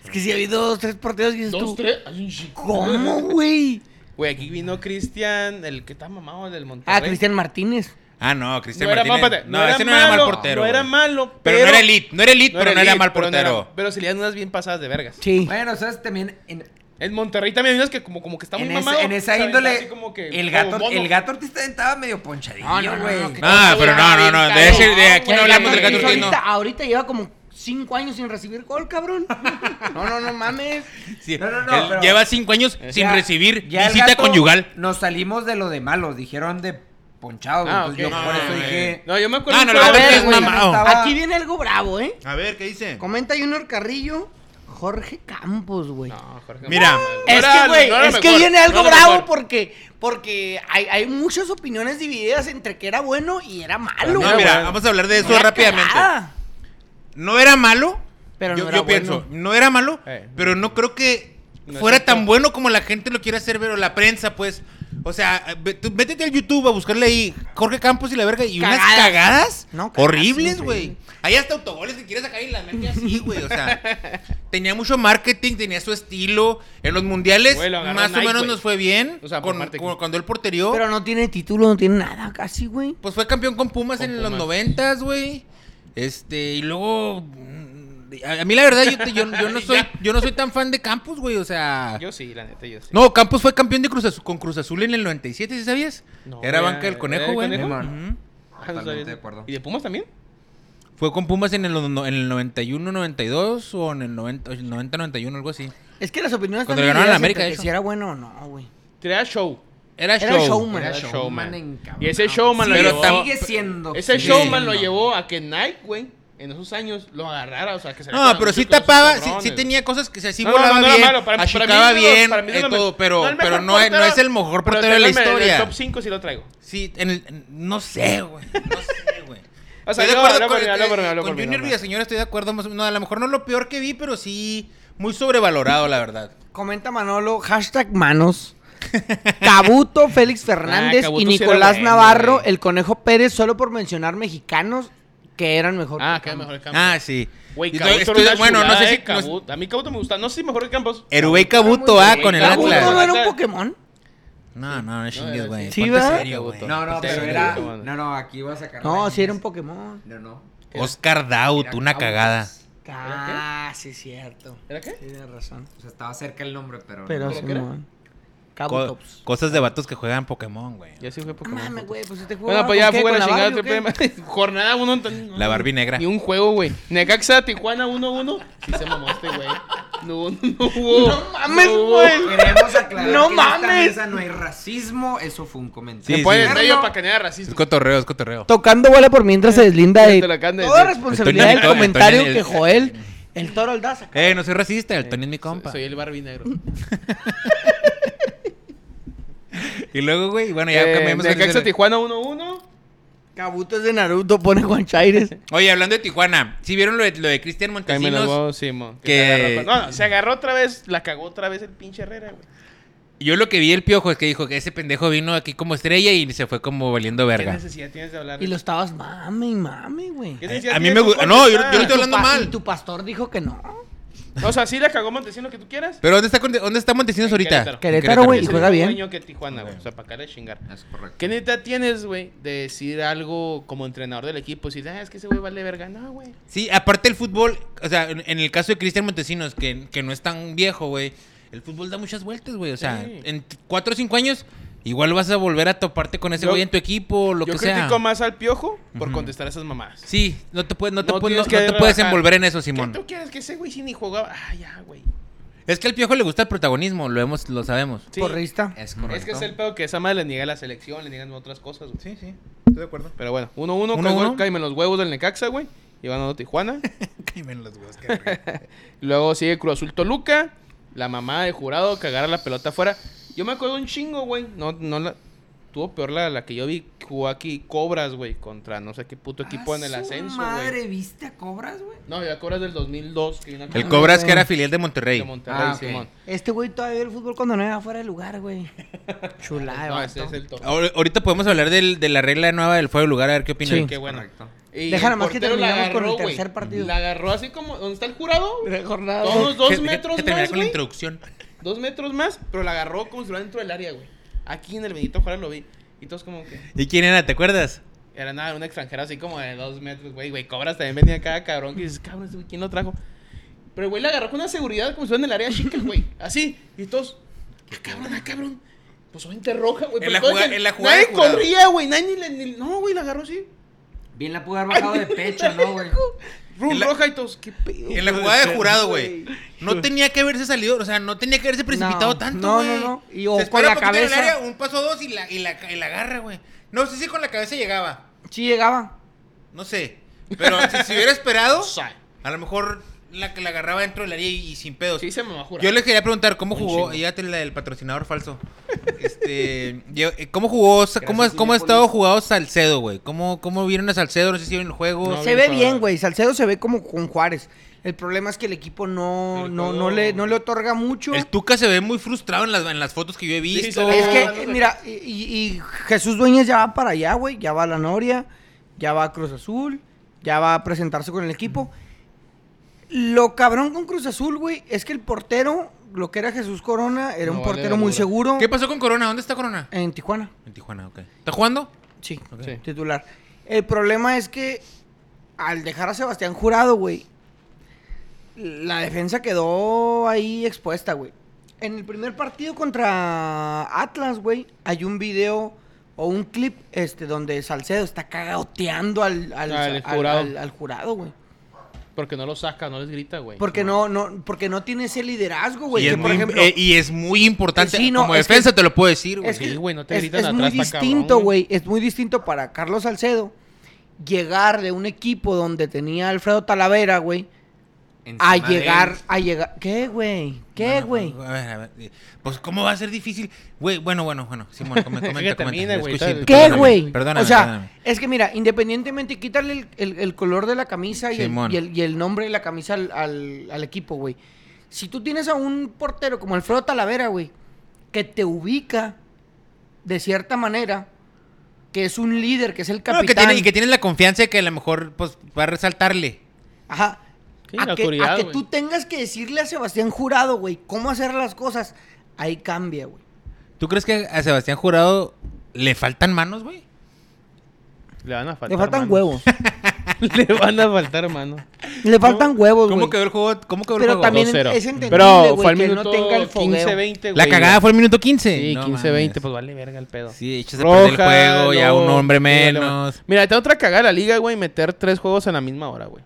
Es que si ha habido dos, tres porteros y dices
Dos,
tú,
tres. ay, un chico.
¿Cómo, güey?
Ah. Güey, aquí vino Cristian, el que está mamado, el del Monterrey.
Ah, Cristian Martínez.
Ah, no, Cristian
No era,
Martínez.
malo, espérate,
no, ese no era mal portero.
No era
güey.
malo,
Pero,
pero.
no era elite. No era elite, pero no era
elite,
mal
pero no era-
portero.
Pero se le dan unas bien pasadas de vergas.
Sí.
Bueno, sabes, también en,
En Monterrey también hay unos que como, como que está muy
en, ese-
mamado.
en esa
se aventaba
índole,
así como que
el,
como
gato,
mono.
el gato Ortiz estaba medio ponchadillo, güey.
Ah, pero no, no, no. De, ese- de aquí
Güey,
no hablamos del
Gato Ortiz
gato Ortiz, no.
ahorita, ahorita lleva como cinco años sin recibir gol, cabrón. No, no, no mames.
Sí,
No, no, no,
él
pero-
Lleva cinco años sin
Ya-
recibir
ya el
visita
gato-
conyugal.
Nos salimos de lo de malos, dijeron de ponchados.
Ah,
entonces
ok.
yo por
Ah,
eso
ok.
dije.
No, yo me acuerdo.
No,
un
Ah, no,
juego-
la
a ver,
verga, güey.
güey.
mamado.
estaba-
Aquí viene algo bravo, ¿eh?
A ver, ¿qué dice?
Comenta Junior Carrillo, Jorge Campos, güey.
No, Jorge,
Mira.
no
Es
era-
que, güey,
no era
es que
mejor,
viene
no
algo
era
bravo
mejor.
porque, porque hay, hay muchas opiniones divididas entre que era bueno y era malo,
No,
güey.
mira, vamos a hablar de eso
Una
rápidamente.
cagada.
No era malo.
Pero
yo
no era
yo pienso,
bueno.
no era malo,
Eh.
pero no creo que
No
fuera
es
tan
cierto.
bueno como la gente lo quiere hacer ver o la prensa, pues. O sea, ve- tú métete al YouTube a buscarle ahí Jorge Campos y la verga y unas
Cagadas.
cagadas
No, cagadas,
horribles,
sí,
güey.
sí.
Hay hasta autogoles que quieres sacar y la mete así, güey. O sea, tenía mucho marketing, tenía su estilo. En los mundiales,
Güey, lo agarró
más o
Nike,
menos
güey.
nos fue bien.
O sea, por
con,
marketing.
con- cuando él porterió.
Pero no tiene título, no tiene nada casi, güey.
Pues fue campeón con Pumas
Con
en los
Pumas.
noventas, güey. Este, y luego. mm, A, a mí la verdad, yo, te- yo, yo no soy, yo no soy tan fan de Campos, güey. O sea.
Yo sí, la neta, yo sí.
No, Campos fue campeón de Cruz Azul, con Cruz Azul en el 97, ¿sí sabías?
No,
era
güey,
banca del
¿era
conejo,
del
güey.
Conejo?
Ujú.
Ah, no sabía
Totalmente
eso.
de acuerdo.
¿Y de Pumas también?
Fue con Pumas en el, no- en el 91, 92 o en el 90, 90 91, algo así.
Es que las opiniones
Cuando le
están
ganaron
divididas
a la América,
entre que
eso.
si era bueno o no, güey.
Era show.
Era,
Era
show.
showman.
Era
Era
showman.
encabronado.
Y ese showman lo
Pero
llevó.
tam-
Sigue siendo.
Ese
Sí.
showman lo llevó a que Nike, güey, en esos años lo agarrara. O sea, que se
No, pero sí tapaba, sí, sí tenía cosas que o sea, sí
No, no,
volaba
no, no era
bien,
malo, para- para mí
achicaba
es de los-
bien,
para mí es de
eh,
los
todo,
mejor-
pero,
no,
no,
el
pero
mejor
no, es- no
portero,
es el mejor
pero
portero de la
tengo en el-
historia.
En el top 5 sí lo traigo.
Sí, en el- en- no sé, güey. No sé, güey.
O sea,
estoy de
yo
acuerdo
hablo
con,
por mí, hablo por mí,
eh,
hablo
con
por mí,
Junior
hablo.
Villaseñor, estoy de acuerdo. más- no, a lo mejor no lo peor que vi, pero sí muy sobrevalorado, la verdad.
Comenta Manolo, hashtag manos. Cabuto, Félix Fernández
Ah, Cabuto
y
sí era
Nicolás
bueno,
Navarro,
güey.
el Conejo Pérez, solo por mencionar mexicanos que eran mejor.
Ah,
que
que
Campos.
mejor el campo.
Ah, sí.
Güey,
Estoy-
Cabuto
estoy-
era una
bueno, no sé
chulada
si
de Cabuto. A mí Cabuto me gusta. No sé si mejor que Campos.
Erubey Cabuto, ah, con el
Cabuto,
Atlas.
¿Cabuto no era un
Atlas.
Pokémon?
No, no, no chingues, güey.
Sí,
Ponte
¿verdad?
serio, güey.
No, no,
Ponte
pero
serio.
era.
güey.
No, no, aquí va a sacar.
No,
la-
sí era un Pokémon.
No, no.
Oscar Daut,
Era
una
Cowboys.
cagada.
Ah, sí, cierto.
¿Era qué?
Tienes razón.
O sea, estaba cerca el nombre, pero.
Pero
no.
¿Pero qué era?
Simón.
Co-
Cabutops.
cosas de vatos que juegan Pokémon, güey.
Ya sí fue
No
Pokémon.
mames, güey, pues este juego.
Bueno, pues ya fue la chingada. triple- Jornada 1.
La Barbie negra.
Ni un juego, güey. Necaxa, Tijuana 1-1. Sí se mamó este, güey. No, no hubo.
No mames,
no hubo.
güey.
Queremos aclarar
No
que en esta
mames.
mesa no hay racismo. Eso fue un
Sí,
comentario.
Se
sí,
puede
sí.
medio
Claro.
para que no haya
Es
racismo.
cotorreo, es cotorreo.
Tocando bola por mientras se deslinda
Ya
de
te lo acaban de
toda
decir.
responsabilidad
Antonio
del
Antonio-
comentario
Antonio-
que Joel, el toro Aldaz.
Eh, no soy racista, el Tony es mi compa.
Soy el Barbie negro.
Y luego, güey, bueno, ya
Eh,
cambiamos de
Necaxa, Tijuana 1-1.
Cabuto es de Naruto, pone Juan Chaires.
Oye, hablando de Tijuana, ¿sí vieron lo de, lo de Cristian
Carmen
Montesinos?
Albo, Simón.
que-
se agarró- No, no, se agarró otra vez, la cagó otra vez el pinche Herrera, güey.
Yo lo que vi el piojo es que dijo que ese pendejo vino aquí como estrella y se fue como valiendo
¿Qué
verga.
necesidad tienes de hablar?
Y lo estabas mame y mame, güey.
¿Qué
Eh,
necesidad
a mí
tienes
me
tú
gusta-
con
no, yo-
esa?
yo no te- estoy
Tu
hablando
pa-
mal.
Y tu pastor dijo que no.
O sea, sí la cagó Montesinos que tú quieras.
Pero ¿dónde está, Conte- dónde está Montesinos
En
ahorita?
Querétaro.
En
Querétaro, güey,
Es
y
el
juega
mismo
bien.
dueño que Tijuana, güey. O sea, para acá de chingar.
Es correcto.
¿Qué neta tienes, güey, de decir algo como entrenador del equipo? Si ah, es que ese güey vale verga. No, güey.
Sí, aparte el fútbol, o sea, en, en el caso de Cristian Montesinos, que, que no es tan viejo, güey, el fútbol da muchas vueltas, güey. O sea,
Sí.
en t- cuatro o cinco años, igual vas a volver a toparte con ese
Yo-
güey en tu equipo, lo
Yo
que
critico
sea.
más al piojo por
Ujú.
contestar esas mamadas.
Sí, no te puedes, no te
No
puedes, no-
tienes que
no te puedes
rebajar.
envolver en eso,
¿Qué
Simón.
tú quieres que ese güey sí ni jugaba? Ah, ya, güey.
Es que al piojo le gusta el protagonismo, lo hemos, lo sabemos.
Sí.
Porrista.
Es correcto.
Es que es el pedo que esa madre le niega la selección, le niegan otras cosas, güey.
Sí, sí, estoy de acuerdo.
Pero bueno, 1-1,
Uno,
cae
uno.
Caimen los huevos del Necaxa, güey. Y van a Tijuana.
Caimen los huevos, qué verga.
Luego sigue Cruz Azul Toluca. La mamá de jurado cagar a la pelota afuera. Yo me acuerdo un chingo, güey. No, no la. Tuvo peor la, la que yo vi que jugó aquí Cobras, güey, contra no sé qué puto equipo
Ah,
en el
su
ascenso, güey.
Madre, ¿viste a cobras, güey?
No, ya Cobras del 2002. Que vino acá
El Cobras
güey.
que era filial de Monterrey.
de Monterrey,
Ah, ok.
Simón.
Este güey todavía ve el fútbol cuando no era fuera de lugar, güey. Chulada,
No,
vato.
ese es el top.
Ahor- Ahorita podemos hablar del- de la regla nueva del fuera de lugar, a ver qué opinan.
Sí.
Qué bueno.
Correcto.
Y
Deja
el
nomás que
portero la
terminamos con el
agarró, güey.
tercer partido.
La agarró así como donde está el jurado.
De jornada.
Todos
Que-
dos
que-
metros
que terminar
más,
con la
güey.
introducción.
Dos metros más, pero la agarró como si fuera dentro del área, güey. Aquí en el Benito Juárez lo vi. Y todos como que...
¿Y quién era? ¿Te acuerdas?
Era nada, un extranjero así como de dos metros, güey. Güey, cobras también venía cada cabrón. Que dices, cabrón, ese güey, ¿quién lo trajo? Pero el güey la agarró con una seguridad como si fuera en el área chica, güey. Así. Y todos, ah, cabrón, ah, cabrón. Pues obviamente roja, güey.
En
pero
la
todos
jugada-
decían,
en la jugada
Nadie
del jurado.
corría, güey. Nadie ni le. ni- no, güey, la agarró así.
Bien la pude haber bajado de pecho, ¿no, güey?
Run
En la-
roja y todos, qué pedo.
En la jugada de jurado, güey. No tenía que haberse salido, o sea, no tenía que haberse precipitado
No,
tanto,
no,
güey.
no, no. Y o
Se
con
espera
la
poquito en el
cabeza.
área, un paso dos y la, y la, y la agarra, güey. No sé si con la cabeza llegaba.
Sí llegaba.
No sé. Pero si, si hubiera esperado, a lo mejor la que la agarraba dentro del área y, y sin pedos.
Sí, se me va a jurar.
Yo les quería preguntar cómo
chingo.
jugó, y ya te la del patrocinador falso. Este, yo- eh, ¿cómo jugó, sa- cómo, cómo ha estado jugado Salcedo, güey? ¿Cómo, ¿Cómo vieron a Salcedo? No sé si vieron el juego.
No,
Se ve
bien,
bien,
Fabra.
güey. Salcedo se ve como con Juárez. El problema es que el equipo no,
El
no,
juego-
no, le, no le otorga mucho.
El Tuca se ve muy frustrado en las, en las fotos que yo he
se
visto.
ve-
Es que,
no sé.
eh, mira, y, y- y Jesús Dueñas ya va para allá, güey. Ya va a la Noria, ya va a Cruz Azul, ya va a presentarse con el equipo. Lo cabrón con Cruz Azul, güey, es que el portero, lo que era Jesús Corona, era
No
un
vale
portero muy
vergüenza.
seguro
¿Qué pasó con Corona? ¿Dónde está Corona?
en Tijuana.
En Tijuana, ok. ¿Está jugando?
Sí,
Ok.
Sí.
titular. El problema es que al dejar a Sebastián Jurado, güey, la defensa quedó ahí expuesta, güey. En el primer partido contra Atlas, güey, hay un video o un clip este, donde Salcedo está cagateando al, al,
Al
al-
Jurado.
al- al jurado, güey.
Porque no lo saca, no les grita, güey.
Porque no, no, porque no tiene ese liderazgo, güey.
y,
que,
es
por
muy,
ejemplo,
eh, y es muy importante.
Sí, no,
Como
es que-
defensa te lo puedo decir, güey.
Es que
Sí, güey, no te
es,
gritan
es
atrás,
muy
está cabrón,
distinto,
güey.
güey. Es muy distinto para Carlos Salcedo llegar de un equipo donde tenía a Alfredo Talavera, güey, a
Encima de
llegar,
él.
a llegar. ¿Qué, güey? ¿Qué,
Bueno,
güey?
a ver, a ver, eh, Pues, ¿cómo va a ser difícil? Güey, bueno, bueno, bueno. Simón, come-
Deja que
comenta, comenta.
termine, güey,
Escuché-
tal.
¿Qué, güey?
Perdóname,
O sea,
perdóname.
es que mira, independientemente, quítale el, el- el color de la camisa y el,
Simón.
y el- y el nombre de la camisa al, al- al equipo, güey. Si tú tienes a un portero como Alfredo Talavera, güey, que te ubica de cierta manera, que es un líder, que es el
No,
capitán.
que tiene, y que tiene la confianza de que a lo mejor pues, va a resaltarle.
Ajá.
Sí,
a,
la
que,
autoridad,
a que
güey.
tú tengas que decirle a Sebastián Jurado, güey, cómo hacer las cosas, ahí cambia, güey.
¿Tú crees que a Sebastián Jurado le faltan manos, güey?
Le van a faltar
Le faltan
mano.
huevos.
Le van a faltar mano.
Le faltan
Pues,
huevos,
¿Cómo
güey.
quedó el juego? ¿Cómo quedó el
Pero
juego?
también
2-0.
es entendible,
Pero
güey,
fue al
que no
minuto
tenga el fogueo.
15-20, güey.
La cagada fue el minuto 15.
Sí,
No
15-20,
mames.
pues vale verga el pedo.
Sí, echas a
Roja,
perder el juego, ya
no,
un hombre
sí, vale,
menos.
vale. Mira, te da otra cagada la liga, güey, meter tres juegos en la misma hora, güey.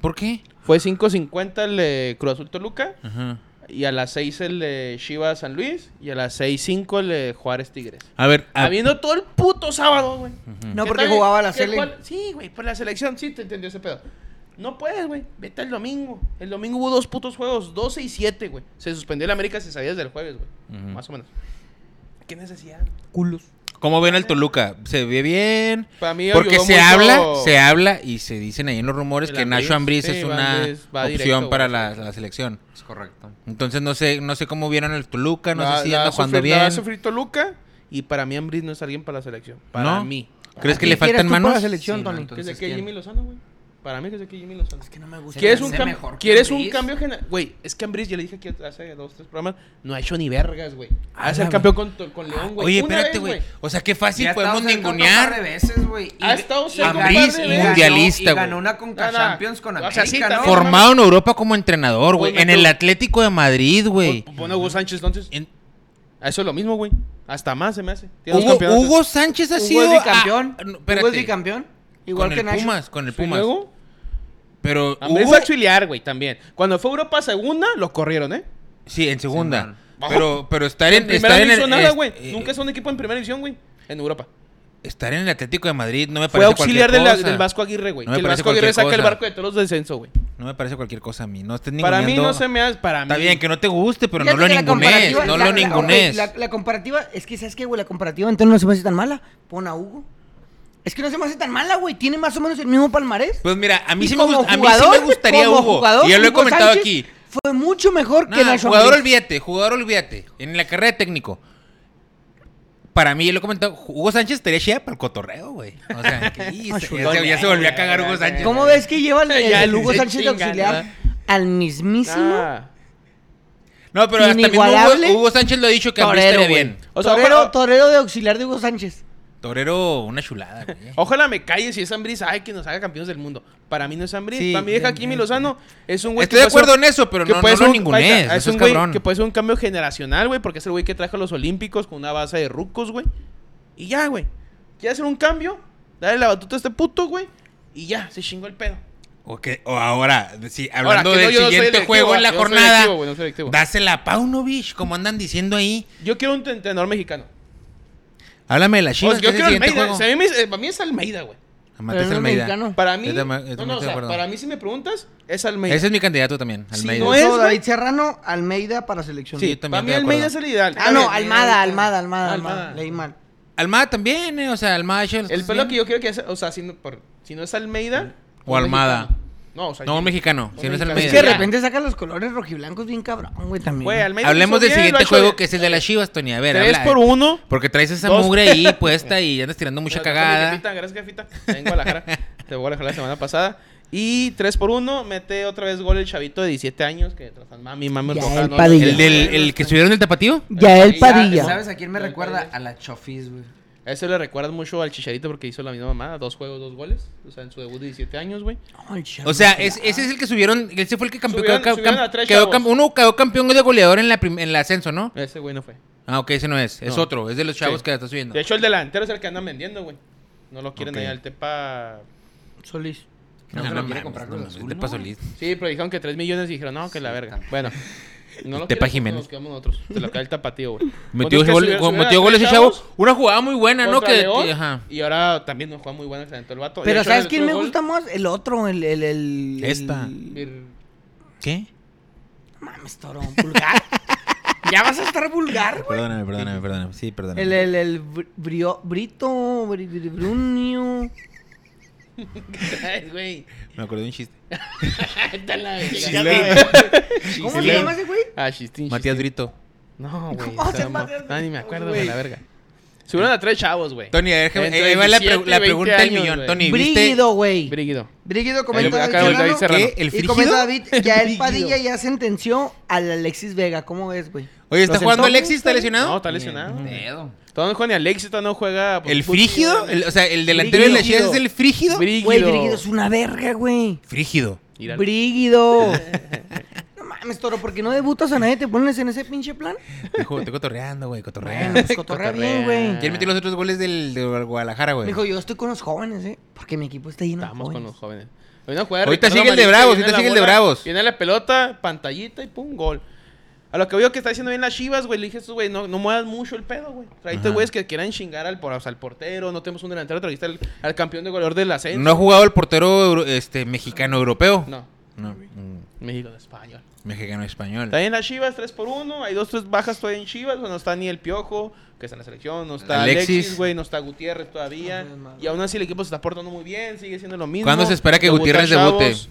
¿Por qué?
Fue 5.50 el de Cruz Azul Toluca,
Ajá.
y a las 6 el de Chivas San Luis, y a las 6.05 el de Juárez Tigres.
A ver, a-
Habiendo todo el puto sábado, güey.
No,
¿Qué
porque
tal?
jugaba la
¿Qué
Sele.
cual- Sí, güey, por la selección, sí, te entendió ese pedo. No puedes, güey. Vete el domingo. El domingo hubo dos putos juegos, 12 y 7, güey. Se suspendió el América, se sabía desde el jueves, güey.
Ujú.
Más o menos. ¿Qué necesidad?
Culos.
¿cómo ven al Toluca? ¿Se ve bien?
Para mí
Porque
ayudó
se
mucho
habla, se habla y se dicen ahí en los rumores
El
que Nacho
Ambriz,
Ambriz
sí,
es
va
una
Ambriz, va
opción
directo,
para
güey,
la,
sí.
la selección.
Es correcto.
Entonces no sé, no sé cómo vieron al Toluca, no
La-
sé si
la
anda
va a
jugando
sufrir- la va a
bien.
sufrir Toluca y para mí Ambris no es alguien para la selección. Para
¿No?
mí.
¿Crees que le
¿Quién quieres
faltan
tú para la
manos?
selección,
Sí, no,
Tony?
Que se
entonces,
quede
¿quién?
Jimmy Lozano, güey. Para mí que se quede Jimmy Lozano.
que no me gusta.
¿Quieres
me
un,
hace
cambio?
mejor que
¿Quieres un
Ambriz.
cambio general? Güey, es que Ambris, yo le dije que hace dos, tres programas, no ha hecho ni vergas, güey. Ha de
Ah,
ser
güey.
campeón con, to- con León, güey.
Ah, Oye,
Una
espérate,
vez,
güey. O sea, qué fácil
Ya ha
podemos
estado cerca un par
ningunear.
de veces, güey. Y-
Ha estado
y-
cerca
un par de Ambriz y veces. mundialista,
y ganó-
güey.
Y ganó una Conca
No, no.
Champions con
O
América,
sea, sí,
¿no?
también.
Formado en Europa como entrenador, güey.
Pues,
En
me
el
tuvo-
Atlético de Madrid, güey.
Pon- Pon a Hugo Sánchez entonces.
En-
A Eso es lo mismo, güey. Hasta más se me hace. Tiene dos
Hugo,
campeonatos.
Hugo Sánchez ha
Hugo
sido.
es
ah,
bicampeón.
no,
Hugo es
espérate.
bicampeón. Igual
con
que
el
Nacho.
Pumas, con el
Sí,
Pumas.
luego,
Pero
Ambriz
Hugo,
fue auxiliar, güey, también. Cuando fue Europa segunda, lo corrieron, ¿eh?
sí, en segunda.
man.
pero, pero estar en,
En primera
estar
no
en,
hizo
el-
nada,
es-
güey.
eh,
Nunca es un equipo en primera división, güey. En Europa.
estar en el Atlético de Madrid no me
Fue
parece
auxiliar de
cualquier
la-
cosa.
del Vasco Aguirre, güey.
No me
que el
parece
Vasco Aguirre
cualquier
saca el
cosa.
barco de todos los descenso, güey.
No me parece cualquier cosa a mí. No estés
Para mí no
ninguneando-
se me hace. Para mí.
Está bien que no te guste, pero
Fíjate
no lo
que la
ningunees.
comparativa-
No
la-
lo
la-
ningunees.
La, la comparativa, es que, ¿sabes qué, güey? La comparativa entonces no se me hace tan mala. Pon a Hugo. Es que no se me hace tan mala, güey. Tiene más o menos el mismo palmarés.
Pues mira, a mí,
Y
sí, me
como
gust- a mí sí
jugador-
me gustaría
como
Hugo.
jugador,
y ya lo he
Hugo
comentado
Sánchez
aquí.
Fue mucho mejor que
Nah,
Nacho
jugador
Ambriz.
olvídate, jugador olvídate. En la carrera de técnico. Para mí, yo lo he comentado, Hugo Sánchez estaría chida para el cotorreo, güey. O sea, que- y
Ah,
se- ya, se, ya se volvió a cagar Hugo Sánchez.
¿Cómo ves que lleva el,
Ya
el Hugo
se
Sánchez de
chingan,
auxiliar
¿verdad?
al mismísimo?
Ah.
No, pero hasta mismo
Inigualable.
Hugo, Hugo Sánchez lo ha dicho que a mí
Torero,
estaría
güey.
bien.
O sea,
torero,
ojalá-
torero de auxiliar de Hugo Sánchez.
Torero, una chulada, güey.
Ojalá me calle si es Ambris, ay, que nos haga campeones del mundo. Para mí no es Ambris,
Sí,
para mí deja
bien,
Kimi
bien.
Lozano es un güey
Estoy de acuerdo en eso, pero no- no lo
ser un-
ningunees,
ahí está,
no
es
seas
un güey
cabrón.
que puede ser un cambio generacional, güey, porque es el güey que trajo a los olímpicos con una base de rucos, güey. Y ya, güey. Quiere hacer un cambio, dale la batuta a este puto, güey. Y ya, se chingó el pedo.
O, que- o ahora, sí, hablando
Ahora, que no,
del
yo no soy
siguiente
electivo,
juego en
ah,
la
yo no soy
jornada,
electivo, güey, no soy electivo.
dásela a Paunovic, como andan diciendo ahí.
Yo quiero un entrenador mexicano.
Háblame de la
O sea,
Chivas.
Pues yo
que es
quiero
el
Almeida. ¿eh?
siguiente
O
juego.
sea, a mí me- eh, para mí es Almeida, güey.
Ah,
Pero
Matías
no es
Almeida.
mexicano.
Para mí,
Yo también- yo
no,
también
no, o
estoy de
sea,
acuerdo.
para mí si me preguntas, es Almeida.
Ese es mi candidato también,
Si
Almeida.
no
Sí,
es,
Todo David
güey.
Serrano, Almeida para selección.
yo también
Para mí
estoy de
Almeida es
acuerdo.
el ideal.
Ah,
Ah, no, Almada, Almada, Almada,
Almada.
Almada. Leí mal.
Almada también, eh, o sea, Almada... Chivas,
El
¿sí?
pelo que yo quiero que es, o sea, si no, por- si no es Almeida.
O
un
Almada.
mexicano. No, o sea,
No, un mexicano,
Un
si no es
mexicano.
Almeida.
Es que de
Ya.
repente saca los colores rojiblancos bien cabrón, güey, también.
Güey, Almeida
Hablemos
lo hizo
del
bien, lo ha
siguiente
hecho
juego
bien.
que es el de las Chivas, Tony. A ver,
Tres
habla.
por uno.
Porque traes esa
Dos.
mugre ahí puesta y andas tirando mucha
Gracias,
cagada.
Jefita, Gracias, jefita. Te en Guadalajara. Te voy a Guadalajara la semana pasada. Y 3 por 1 mete otra vez gol el chavito de 17 años que tras mami, mami,
Ya,
roja,
el
no,
Padilla.
¿El, del, ¿El que subieron del tapatío?
Ya el
Ya,
Padilla.
¿Sabes a quién me
Ya,
recuerda?
ya.
A la Chofis, güey.
Eso le recuerda mucho al Chicharito porque hizo la misma mamada, dos juegos, dos goles, o sea, en su debut de 17 años, güey.
Ay, chavo.
O sea, es- ese es el que subieron. Ese fue el que campeón.
Subieron-
ca-
subieron
cam-
a tres
quedó
chavos.
cam- uno quedó campeón de goleador en la prim- en el ascenso, ¿no?
Ese güey no fue.
Ah, ok, ese no es. Es
No.
otro. Es de los chavos
Sí.
que la está subiendo.
De hecho, el delantero es el que andan vendiendo, güey. No lo quieren
Ok.
ahí al Tepa.
Solís.
No,
No,
no
no quiere
mames,
comprar
no
Cruz
mames,
Azul,
Tepa
¿no?
Solís.
Sí, pero dijeron que 3 millones y dijeron, no, que la verga. Bueno. No lo
Tepa
quieren, pues,
Jiménez.
Nos quedamos nosotros. Te lo cae el tapatío, güey.
Metió,
Entonces,
gol-
subieron-
go-
subieron a
metió
tres
goles ese
chavos.
chavo. Una jugada muy buena, ¿no?
contra
Que,
León,
ajá.
Y ahora también nos juega muy bueno, se aventó el vato. De
Pero
hecho,
¿sabes
el
quién me
otro gol,
gusta más? El otro, el... el, el- el-
Esta.
Vir-
¿Qué?
Mames, toro, vulgar. ya vas a estar vulgar, güey.
Perdóname, perdóname, perdóname. Sí, perdóname.
El, el, el br- brio- Brito, bri- bri- Brunio.
Ay, güey.
Me acordé de un chiste.
Está la
Sí,
verga.
¿Cómo
Sí,
se
le-
llama ese güey?
Ah, chistín,
Matías
chistín.
Brito.
No, güey.
¿Cómo
está
se llama
mal.
Matías
Ah, ni me
Brito,
acuerdo,
güey?
güey, la verga. Subieron a tres chavos, güey.
Tony, a ver,
Entre
eh, ahí va la, pre-
17 y
la
20
pregunta del
años,
millón.
güey.
Tony, ¿viste?
Brígido, güey.
Brígido.
Brígido
Ahí
comenta
acá
David
el David
Serrano.
Serrano.
¿Qué? ¿El
Y
frígido?
comenta David, ya el
Brígido.
Padilla ya sentenció al Alexis Vega. ¿Cómo ves, güey?
Oye, ¿está
¿Lo
jugando
sentó?
Alexis? ¿Está lesionado?
No, está lesionado.
Dedo.
Todavía no juega ni Alexis, todavía no juega. pues,
¿El
fútbol,
frígido?
güey.
El- o sea, el delantero de la Chivas es el frígido.
Brígido.
Güey, Brígido es una verga, güey.
Frígido.
Mira,
Brígido. no mames, toro, ¿por qué no debutas a nadie? ¿Te pones en ese pinche plan?
Dijo, estoy cotorreando, güey,
Bueno,
cotorreando.
pues cotorrea bien, güey.
¿Quién metió los otros goles del, de Guadalajara, güey?
Dijo, yo estoy con los jóvenes, ¿eh? Porque mi equipo está lleno de
Estamos con
jóvenes.
los jóvenes. Hay una jugada de
Ahorita
Ricardo
sigue el de
Amarillo,
Bravos,
viene
ahorita
la
sigue el de
bola,
Bravos.
Viene la pelota, pantallita y pum, gol. A lo que veo que está haciendo bien las chivas, güey. Le dije a estos, güey, no, no muevas mucho el pedo, güey. Traíste
Ajá.
güeyes que quieran chingar al, por- o sea, al portero. No tenemos un delantero. Trajiste al, al campeón de goleador del ascenso.
¿No ha jugado el portero euro- este, mexicano europeo?
No,
No, mm,
México de español.
Mexicano español.
Está en las chivas 3 por 1 Hay dos, tres bajas todavía en chivas. pues, No está ni el Piojo, que está en la selección. No está
Alexis.
Alexis, güey. No está Gutiérrez todavía.
No, no, no.
Y aún así el equipo se está portando muy bien. Sigue siendo lo mismo.
¿Cuándo se espera que
Debutan
Gutiérrez debute?
chavos.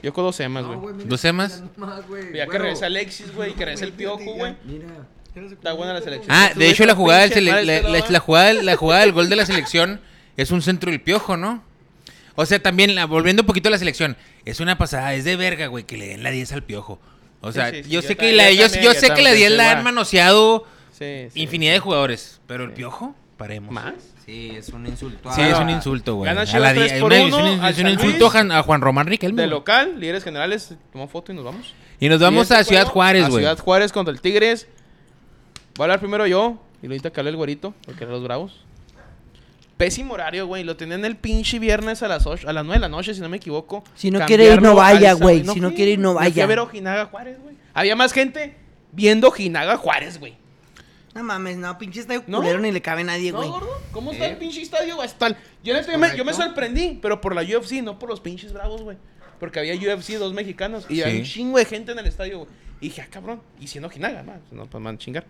Yo con dos semanas, güey.
¿Dos semas?
Ya que regresa Alexis, güey, que regresa el piojo, güey.
Mira.
Está buena la selección.
Ah,
Tú
de
ves
hecho, la
a
jugada, del
pinche
sele-
mal
la,
este
la-
lado.
la jugada, la jugada del gol de la selección es un centro del piojo, ¿no? O sea, también, la- volviendo un poquito a la selección, es una pasada, es de verga, güey, que le den la 10 al piojo. O sea,
Sí, sí, sí,
yo
yo
sé que
también,
la,
yo
yo,
también,
yo
yo
sé que la
también,
10 la
igual.
han manoseado
Sí, sí.
infinidad de jugadores, pero el piojo, paremos.
¿Más?
Sí, es un insulto. a-
Sí, es un insulto, güey.
Ah. Gana
A
Chivas
la di-
tres
Es
por
una- es
uno,
un in-
al
es un
San
insulto
Luis.
Jan- a Juan Román Riquelme.
De
güey.
local, líderes generales, tomó foto y nos vamos.
Y nos vamos
Siguiente
a Ciudad
juego,
Juárez,
a
güey.
Ciudad Juárez contra el Tigres. Voy a hablar primero yo. Y lo que hable el güerito, porque eran los bravos. Pésimo horario, güey. Lo tenían el pinche viernes a las 8, a las 9 de la noche, si no me equivoco.
Si no quiere ir, no
Cambiarlo
vaya,
al sábado.
güey. Si no
fui,
quiere ir, no
me fui
vaya.
a ver Ojinaga Juárez, güey. Había más gente viendo Ojinaga Juárez, güey.
No mames, no, pinche estadio
¿No?
culero ni le cabe a nadie,
No,
güey.
gordo, ¿cómo está el pinche estadio? güey? Está el- Yo, le- me, yo me sorprendí, pero por la UFC, no por los pinches bravos, güey. Porque había UFC, dos mexicanos, y había
Sí.
un chingo de gente en el estadio, güey. Y dije, ah, cabrón, y siendo Jinaga, más, no, pues man, chingar.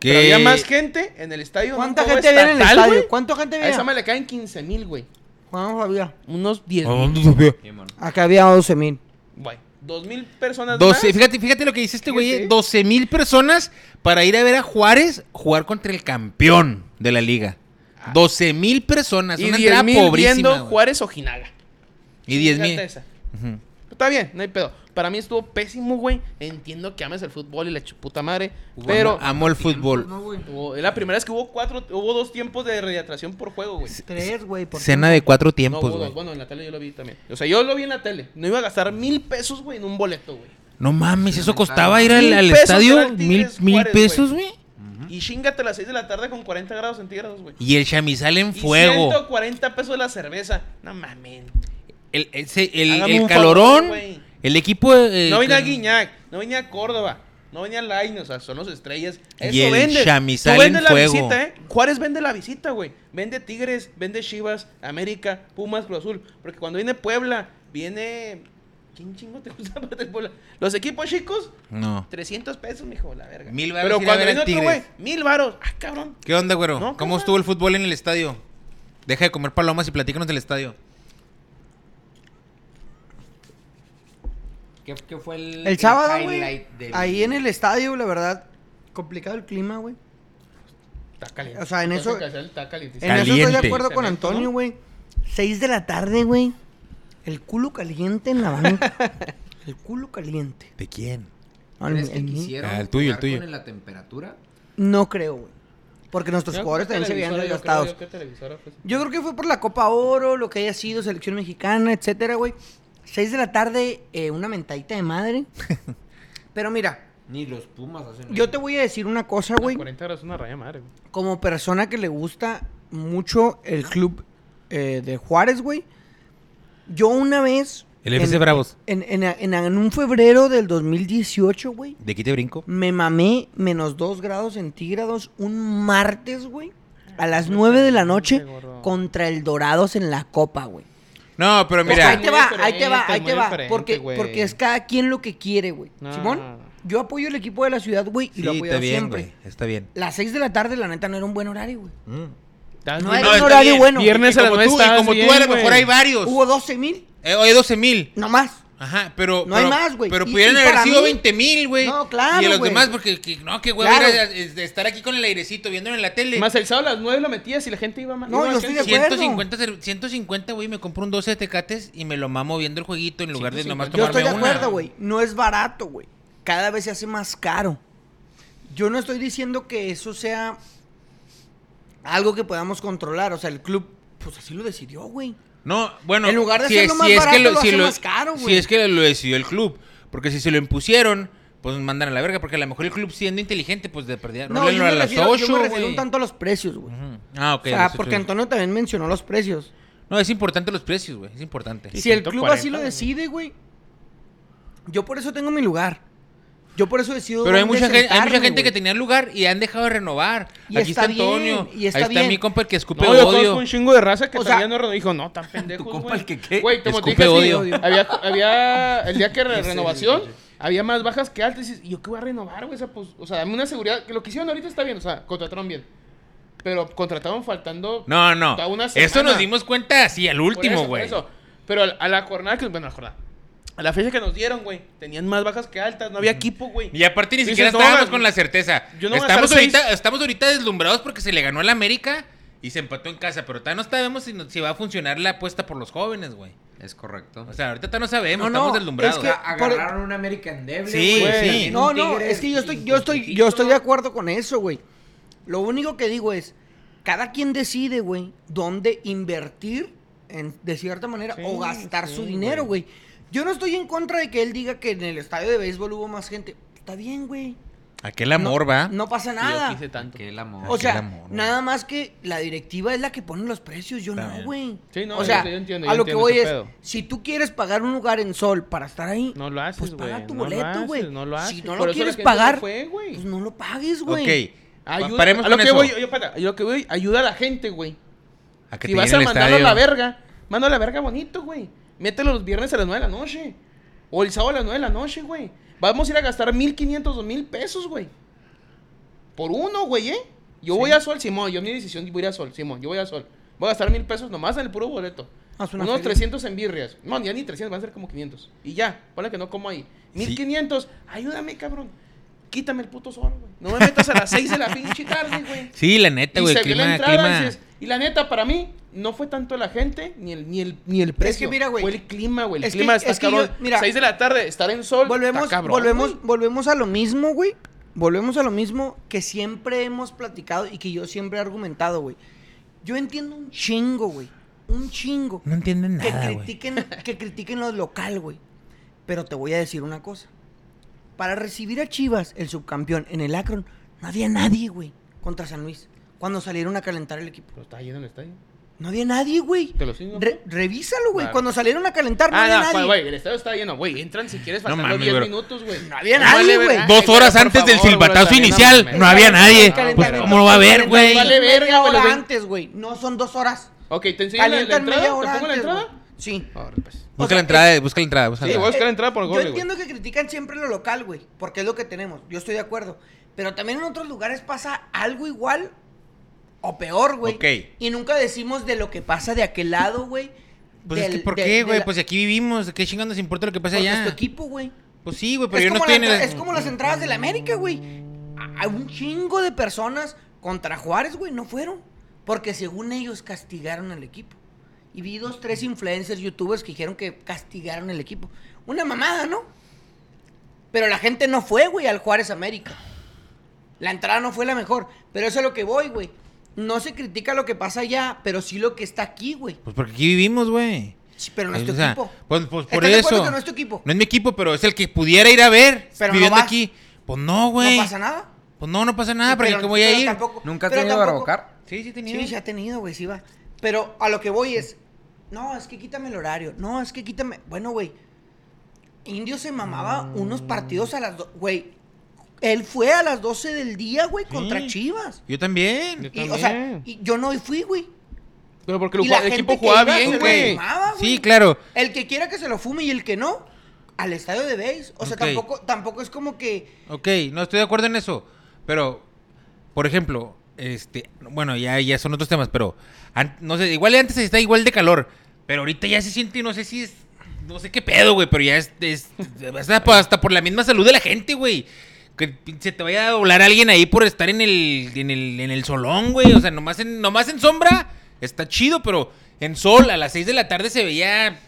Que-
Pero había más gente en el estadio.
¿Cuánta
un juego
gente había en el
estatal,
estadio?
güey.
¿Cuánta gente
A esa me
había?
le caen 15 mil, güey.
¿Cuántos había?
Unos 10
Ah, ¿A
mil,
dónde se fue?
Sí, mon.
Acá había 12 mil.
güey. Dos mil personas
12,
más.
fíjate, fíjate lo que dice este güey,
Fíjate.
12 mil personas para ir a ver a Juárez jugar contra el campeón de la liga. 12 mil personas,
Ah. Y
una
10
entrada
mil viendo
pobrísima. güey.
Juárez o Jinaga.
Y 10
Fíjate
mil.
esa. Está bien, no hay pedo. Para mí estuvo pésimo, güey. Entiendo que ames el fútbol y la ch- puta madre.
Pues,
Pero
amo el fútbol.
No, güey.
Hubo- es la primera vez que hubo cuatro, hubo dos tiempos de radiatración por juego, güey.
Tres, güey. por
Cena de cuatro
No,
tiempos,
hubo
güey.
dos. Bueno, en la tele yo lo vi también. O sea, yo lo vi en la tele. No iba a gastar mil pesos, güey, en un boleto, güey.
No mames, eso
Lamentable.
costaba ir al,
Mil
al
pesos
estadio.
era el
Mil,
Tigres
mil
Juárez,
pesos, güey.
Y chingate a las 6 de la tarde con 40 grados centígrados, güey.
Y el chamizal en
Y
fuego.
140 pesos la cerveza. No mames.
El, ese- el-
Hágame
el
un
calorón.
favor, güey.
el equipo. eh,
No venía
con-
Guiñac, no venía Córdoba, no venía Lain, o sea, son los estrellas. Eso
Y el
vende.
chamizal
Tú vende
en
la
fuego.
visita, ¿eh? Juárez vende la visita, güey. Vende Tigres, vende Chivas, América, Pumas, Cruz Azul. Porque cuando viene Puebla, viene. ¿Quién chingo te gusta aparte del Puebla? Los equipos chicos,
No.
300 pesos, mijo, la verga.
Mil varos ir
Pero
a
cuando
ver
viene
al
otro, güey,
Tigres.
mil varos. Ah, cabrón.
¿Qué onda,
No,
güero? ¿Cómo
pues,
carnal.
estuvo el fútbol en el estadio? Deja de comer palomas y platícanos del estadio.
¿Qué, qué fue el,
El sábado, güey.
highlight del-
Ahí en el estadio, la verdad, complicado el clima, güey.
Está caliente.
O sea, en eso-
Está caliente.
En eso estoy de
Caliente.
acuerdo con
Cemento,
Antonio,
¿no?
güey. Seis de la tarde, güey. El culo caliente en la banca. el culo caliente.
¿De quién?
No, en-
¿Crees que
en mí-
quisieron
Ah, el tuyo, el
jugar
tuyo.
con la temperatura?
No creo, güey. Porque nuestros
Yo
jugadores
creo
también
que
se veían
televisora, yo creo,
desgastados.
yo creo que televisora, pues.
Yo creo que fue por la Copa Oro, lo que haya sido, selección mexicana, etcétera, güey. Seis de la tarde, eh, una mentadita de madre. Pero mira,
Ni los Pumas hacen
yo te voy a decir una cosa,
Ah,
güey.
40 grados es una raya madre, güey.
como persona que le gusta mucho el club eh, de Juárez, güey. Yo una vez.
El FC Bravos.
En, en- en- en un febrero del 2018, güey.
¿De aquí te brinco?
Me mamé menos 2 grados centígrados un martes, güey. A las 9 de la noche
gordo.
contra el Dorados en la Copa, güey.
No, pero
Pues
mira.
ahí te va,
Muy
ahí te va, ahí
diferente,
te
muy
va.
diferente,
Porque,
güey.
porque es cada quien lo que quiere, güey.
No,
Simón,
no, no.
yo apoyo el equipo de la ciudad, güey, y
Sí,
lo apoyo
está bien,
siempre.
güey. Está bien.
Las 6 de la tarde, la neta, no era un buen horario, güey.
Mm.
Estás
No
bien-
era un
está
horario
bien.
bueno.
Viernes
Y
a la
como
nueve
tú, y
estás
como tú,
bien,
a lo mejor
güey.
hay varios.
Hubo 12 mil,
Eh, hoy 12 mil.
nomás.
Ajá, pero.
No hay
pero-
más, güey.
Pero
Y-
pudieran
y
haber
para
sido
mí-
20 mil, güey.
No, claro,
Y a los
güey.
demás, porque que- no, qué güey,
Claro.
estar aquí con el airecito viéndolo en la tele.
Más el sábado a las 9 lo metías y la gente iba más.
No, yo estoy de acuerdo.
150, cer- 150, güey, me compro un 12 de tecates y me lo mamo viendo el jueguito en lugar de nomás
Yo
tomarme
estoy de
una.
acuerdo, güey. No es barato, güey. Cada vez se hace más caro. Yo no estoy diciendo que eso sea algo que podamos controlar. O sea, el club, pues así lo decidió, güey.
No, bueno,
En lugar de
si
hacerlo
es-
más
si es
barato,
que
lo
si
hace más caro,
si
güey.
es que lo decidió el club, porque si se lo impusieron, pues nos mandan a la verga, porque a lo mejor el club siendo inteligente, pues de perdida,
No, yo
rólenlo
me,
a las
refiero, yo
8,
me refiero
güey.
un tanto a los precios, güey.
Ujú. Ah, ok.
o sea,
los
porque
ocho.
Antonio también mencionó los precios.
No, es importante los precios, güey, es importante.
Sí,
si el club así
140,
lo
güey.
decide, güey, yo por eso tengo mi lugar. Yo por eso decido.
Pero hay
dónde
mucha, gente, hay mucha
sentarme,
gente que
güey.
tenía lugar y han dejado de renovar.
Y
Aquí
está
está Antonio.
bien, y está
ahí está
bien.
mi compa el que escupe
No, yo
odio.
conozco un chingo de raza que
O
todavía
sea,
no re- dijo, no, tan pendejo.
¿Tu compa el que qué?
Güey, como te
Escupe
dije, así,
odio.
había, había el día que re- renovación, había más bajas que altas. Y dices, yo qué voy a renovar, güey. O sea, pues, o sea, dame una seguridad. Que lo que hicieron ahorita está bien, o sea, contrataron bien. Pero contrataron faltando.
No, no.
hasta una
Eso
semana.
nos dimos cuenta así al
Por
último,
eso, por
güey.
eso. Pero al- a la jornada que. Bueno, a la jornada. A la fecha que nos dieron, güey. Tenían más bajas que altas. No había equipo, güey.
Y aparte ni
Dices,
siquiera
no,
estábamos
man,
con la certeza.
yo no voy a
estamos,
estar
ahorita,
seis-
estamos ahorita deslumbrados porque se le ganó al América y se empató en casa. Pero todavía no sabemos si, no- si va a funcionar la apuesta por los jóvenes, güey.
Es correcto.
O sea, ahorita todavía no sabemos,
No, no,
estamos deslumbrados.
es
O
que-
sea, agarraron un American Devil,
Sí,
güey,
sí.
también
No,
un
no,
Tigres
es que yo estoy, yo estoy, yo estoy de acuerdo con eso, güey. Lo único que digo es, cada quien decide, güey, dónde invertir en, de cierta manera
Sí,
o gastar su
sí,
dinero, güey. Yo no estoy en contra de que él diga que en el estadio de béisbol hubo más gente. Está bien, güey.
Aquel amor, va.
No pasa
Y yo
nada.
quise tanto.
Que el amor.
O
Aquel
sea,
amor, güey.
nada más que la directiva es la que pone los precios, yo
También.
no, güey.
Sí, no,
o sea,
yo- yo entiendo,
a
yo
lo que
entiendo
voy
ese
es,
pedo.
si tú quieres pagar un lugar en sol para estar ahí,
No lo haces,
pues
güey.
paga tu
no lo
boleto,
haces,
güey.
No lo haces.
Si no
Por
lo
eso la
quieres
gente se
pagar,
fue, güey.
pues no lo pagues, güey.
ok.
Ayuda,
Paremos
a lo
con
que
eso.
voy, yo, espera, a lo que voy, ayuda a la gente, güey.
A que
Si
te
vas a
llenen el
mandarlo a
estadio.
la verga, mándalo a la verga bonito, güey. Mételo los viernes a las 9 de la noche. O el sábado a las 9 de la noche, güey. Vamos a ir a gastar 1500 o 1000 pesos, güey. Por uno, güey, ¿eh? Yo voy a Sol, Simón. Yo mi decisión, voy a ir a Sol, Simón. Yo voy a Sol. Voy a gastar 1000 pesos nomás en el puro boleto.
Haz una
Unos
feria.
300 en birrias. No, ya ni 300, van a ser como 500. Y ya, ponle que no como ahí. 1500, ayúdame, cabrón. Quítame el puto sol, güey. No me metas a las 6 de la pinche tarde, güey.
Sí, la neta,
Y
güey.
se vio la
Clima,
entrada y
clima.
dices- y la neta, para mí, no fue tanto la gente ni el, ni el, ni el precio.
mira, güey,
Fue el clima, güey. El
es que-
clima está
es que yo-
cabrón.
mira,
6 de la tarde, estar en sol.
Volvemos,
está cabrón,
volvemos,
güey.
volvemos a lo mismo, güey. Volvemos a lo mismo que siempre hemos platicado y que yo siempre he argumentado, güey. Yo entiendo un chingo, güey. Un chingo.
No entienden
que
nada, güey.
critiquen, que critiquen lo local, güey. Pero te voy a decir una cosa. Para recibir a Chivas, el subcampeón, en el Akron, No había nadie, güey, contra San Luis. Cuando salieron a calentar el equipo.
Pero está lleno el estadio.
No había nadie, güey.
Te lo sigo.
Re- revísalo, güey.
Claro.
Cuando salieron a calentar, no
ah,
había
no,
nadie.
pues, güey, el estadio está lleno, güey. Entran si quieres faltando
mames,
10
güey.
minutos, güey. No
había nadie,
vale
güey.
verga.
Dos
Ay,
horas
güey, por
antes del
favor, güey,
silbatazo
también,
inicial,
mames.
no había nadie.
Calentamiento.
Pues, ¿cómo lo va a ver, güey?
Vale verga, güey,
Media
los
hora
vein-
antes, güey. No son dos horas.
Ok, te enseño la, la
Calientan
entrada.
media
¿Te
hora
pongo la
antes,
entrada?
güey. Sí.
Ahora, pues.
Busca
O sea,
la entrada, eh, busca la entrada, busca la
Sí, voy a
entrada.
buscar la entrada por el
Yo
gol, güey.
entiendo que critican siempre lo local, güey, porque es lo que tenemos. Yo estoy de acuerdo. Pero también en otros lugares pasa algo igual o peor, güey.
Ok.
Y nunca decimos de lo que pasa de aquel lado, güey.
Pues es
del-
que, ¿por
de-
qué,
de
güey?
la-
Pues si aquí vivimos, ¿qué chingados nos importa lo que pasa
porque es tu
allá?
equipo, güey.
Pues sí, güey, pero
Es,
yo no
como
estoy en
la entra- es
el...
como las entradas del América, güey. A- a un chingo de personas contra Juárez, güey, no fueron. Porque según ellos castigaron al equipo. Y vi dos, tres influencers, youtubers que dijeron que castigaron el equipo. Una mamada, ¿no? Pero la gente no fue, güey, al Juárez América. La entrada no fue la mejor. Pero eso es a lo que voy, güey. No se critica lo que pasa allá, pero sí lo que está aquí, güey.
Pues porque aquí vivimos, güey.
Sí, pero no es
Eh,
tu
o sea,
equipo.
Pues, pues por
¿Estás de acuerdo
eso.
que no es tu equipo?
No es mi equipo, pero es el que pudiera ir a ver
Pero no
viviendo
vas.
aquí. Pues no, güey.
No pasa nada.
Pues no, no pasa nada, porque
Pero-
¿cómo voy a
pero
ir?
tampoco-
¿Nunca has
pero
tenido
tampoco-
barbocar?
Sí, sí tenía.
Sí, se ha tenido, güey, sí va. Pero a lo que voy es, no, es que quítame el horario. No, es que quítame. Bueno, güey, Indio se mamaba
Mm.
unos partidos a las dos. Güey, él fue a las 12 del día, güey, contra Chivas.
Yo también.
Yo
Y, o sea,
también.
y yo no fui, güey.
Pero porque el,
Y la
jugado- el
gente
equipo
que
jugaba
iba
bien,
se
güey.
mamaba, güey.
Sí, claro.
El que quiera que se lo fume y el que no, al estadio de base. O sea,
Ok.
tampoco, tampoco es como que.
Ok, no estoy de acuerdo en eso. Pero, por ejemplo, este, bueno, ya, ya son otros temas, pero an- no sé, igual antes está igual de calor, pero ahorita ya se siente, no sé si es, no sé qué pedo, güey, pero ya es, es- hasta, por- hasta por la misma salud de la gente, güey. Que se te vaya a doblar alguien ahí por estar en el, en el, en el solón, güey. O sea, nomás en, nomás en sombra está chido, pero en sol a las 6 de la tarde se veía.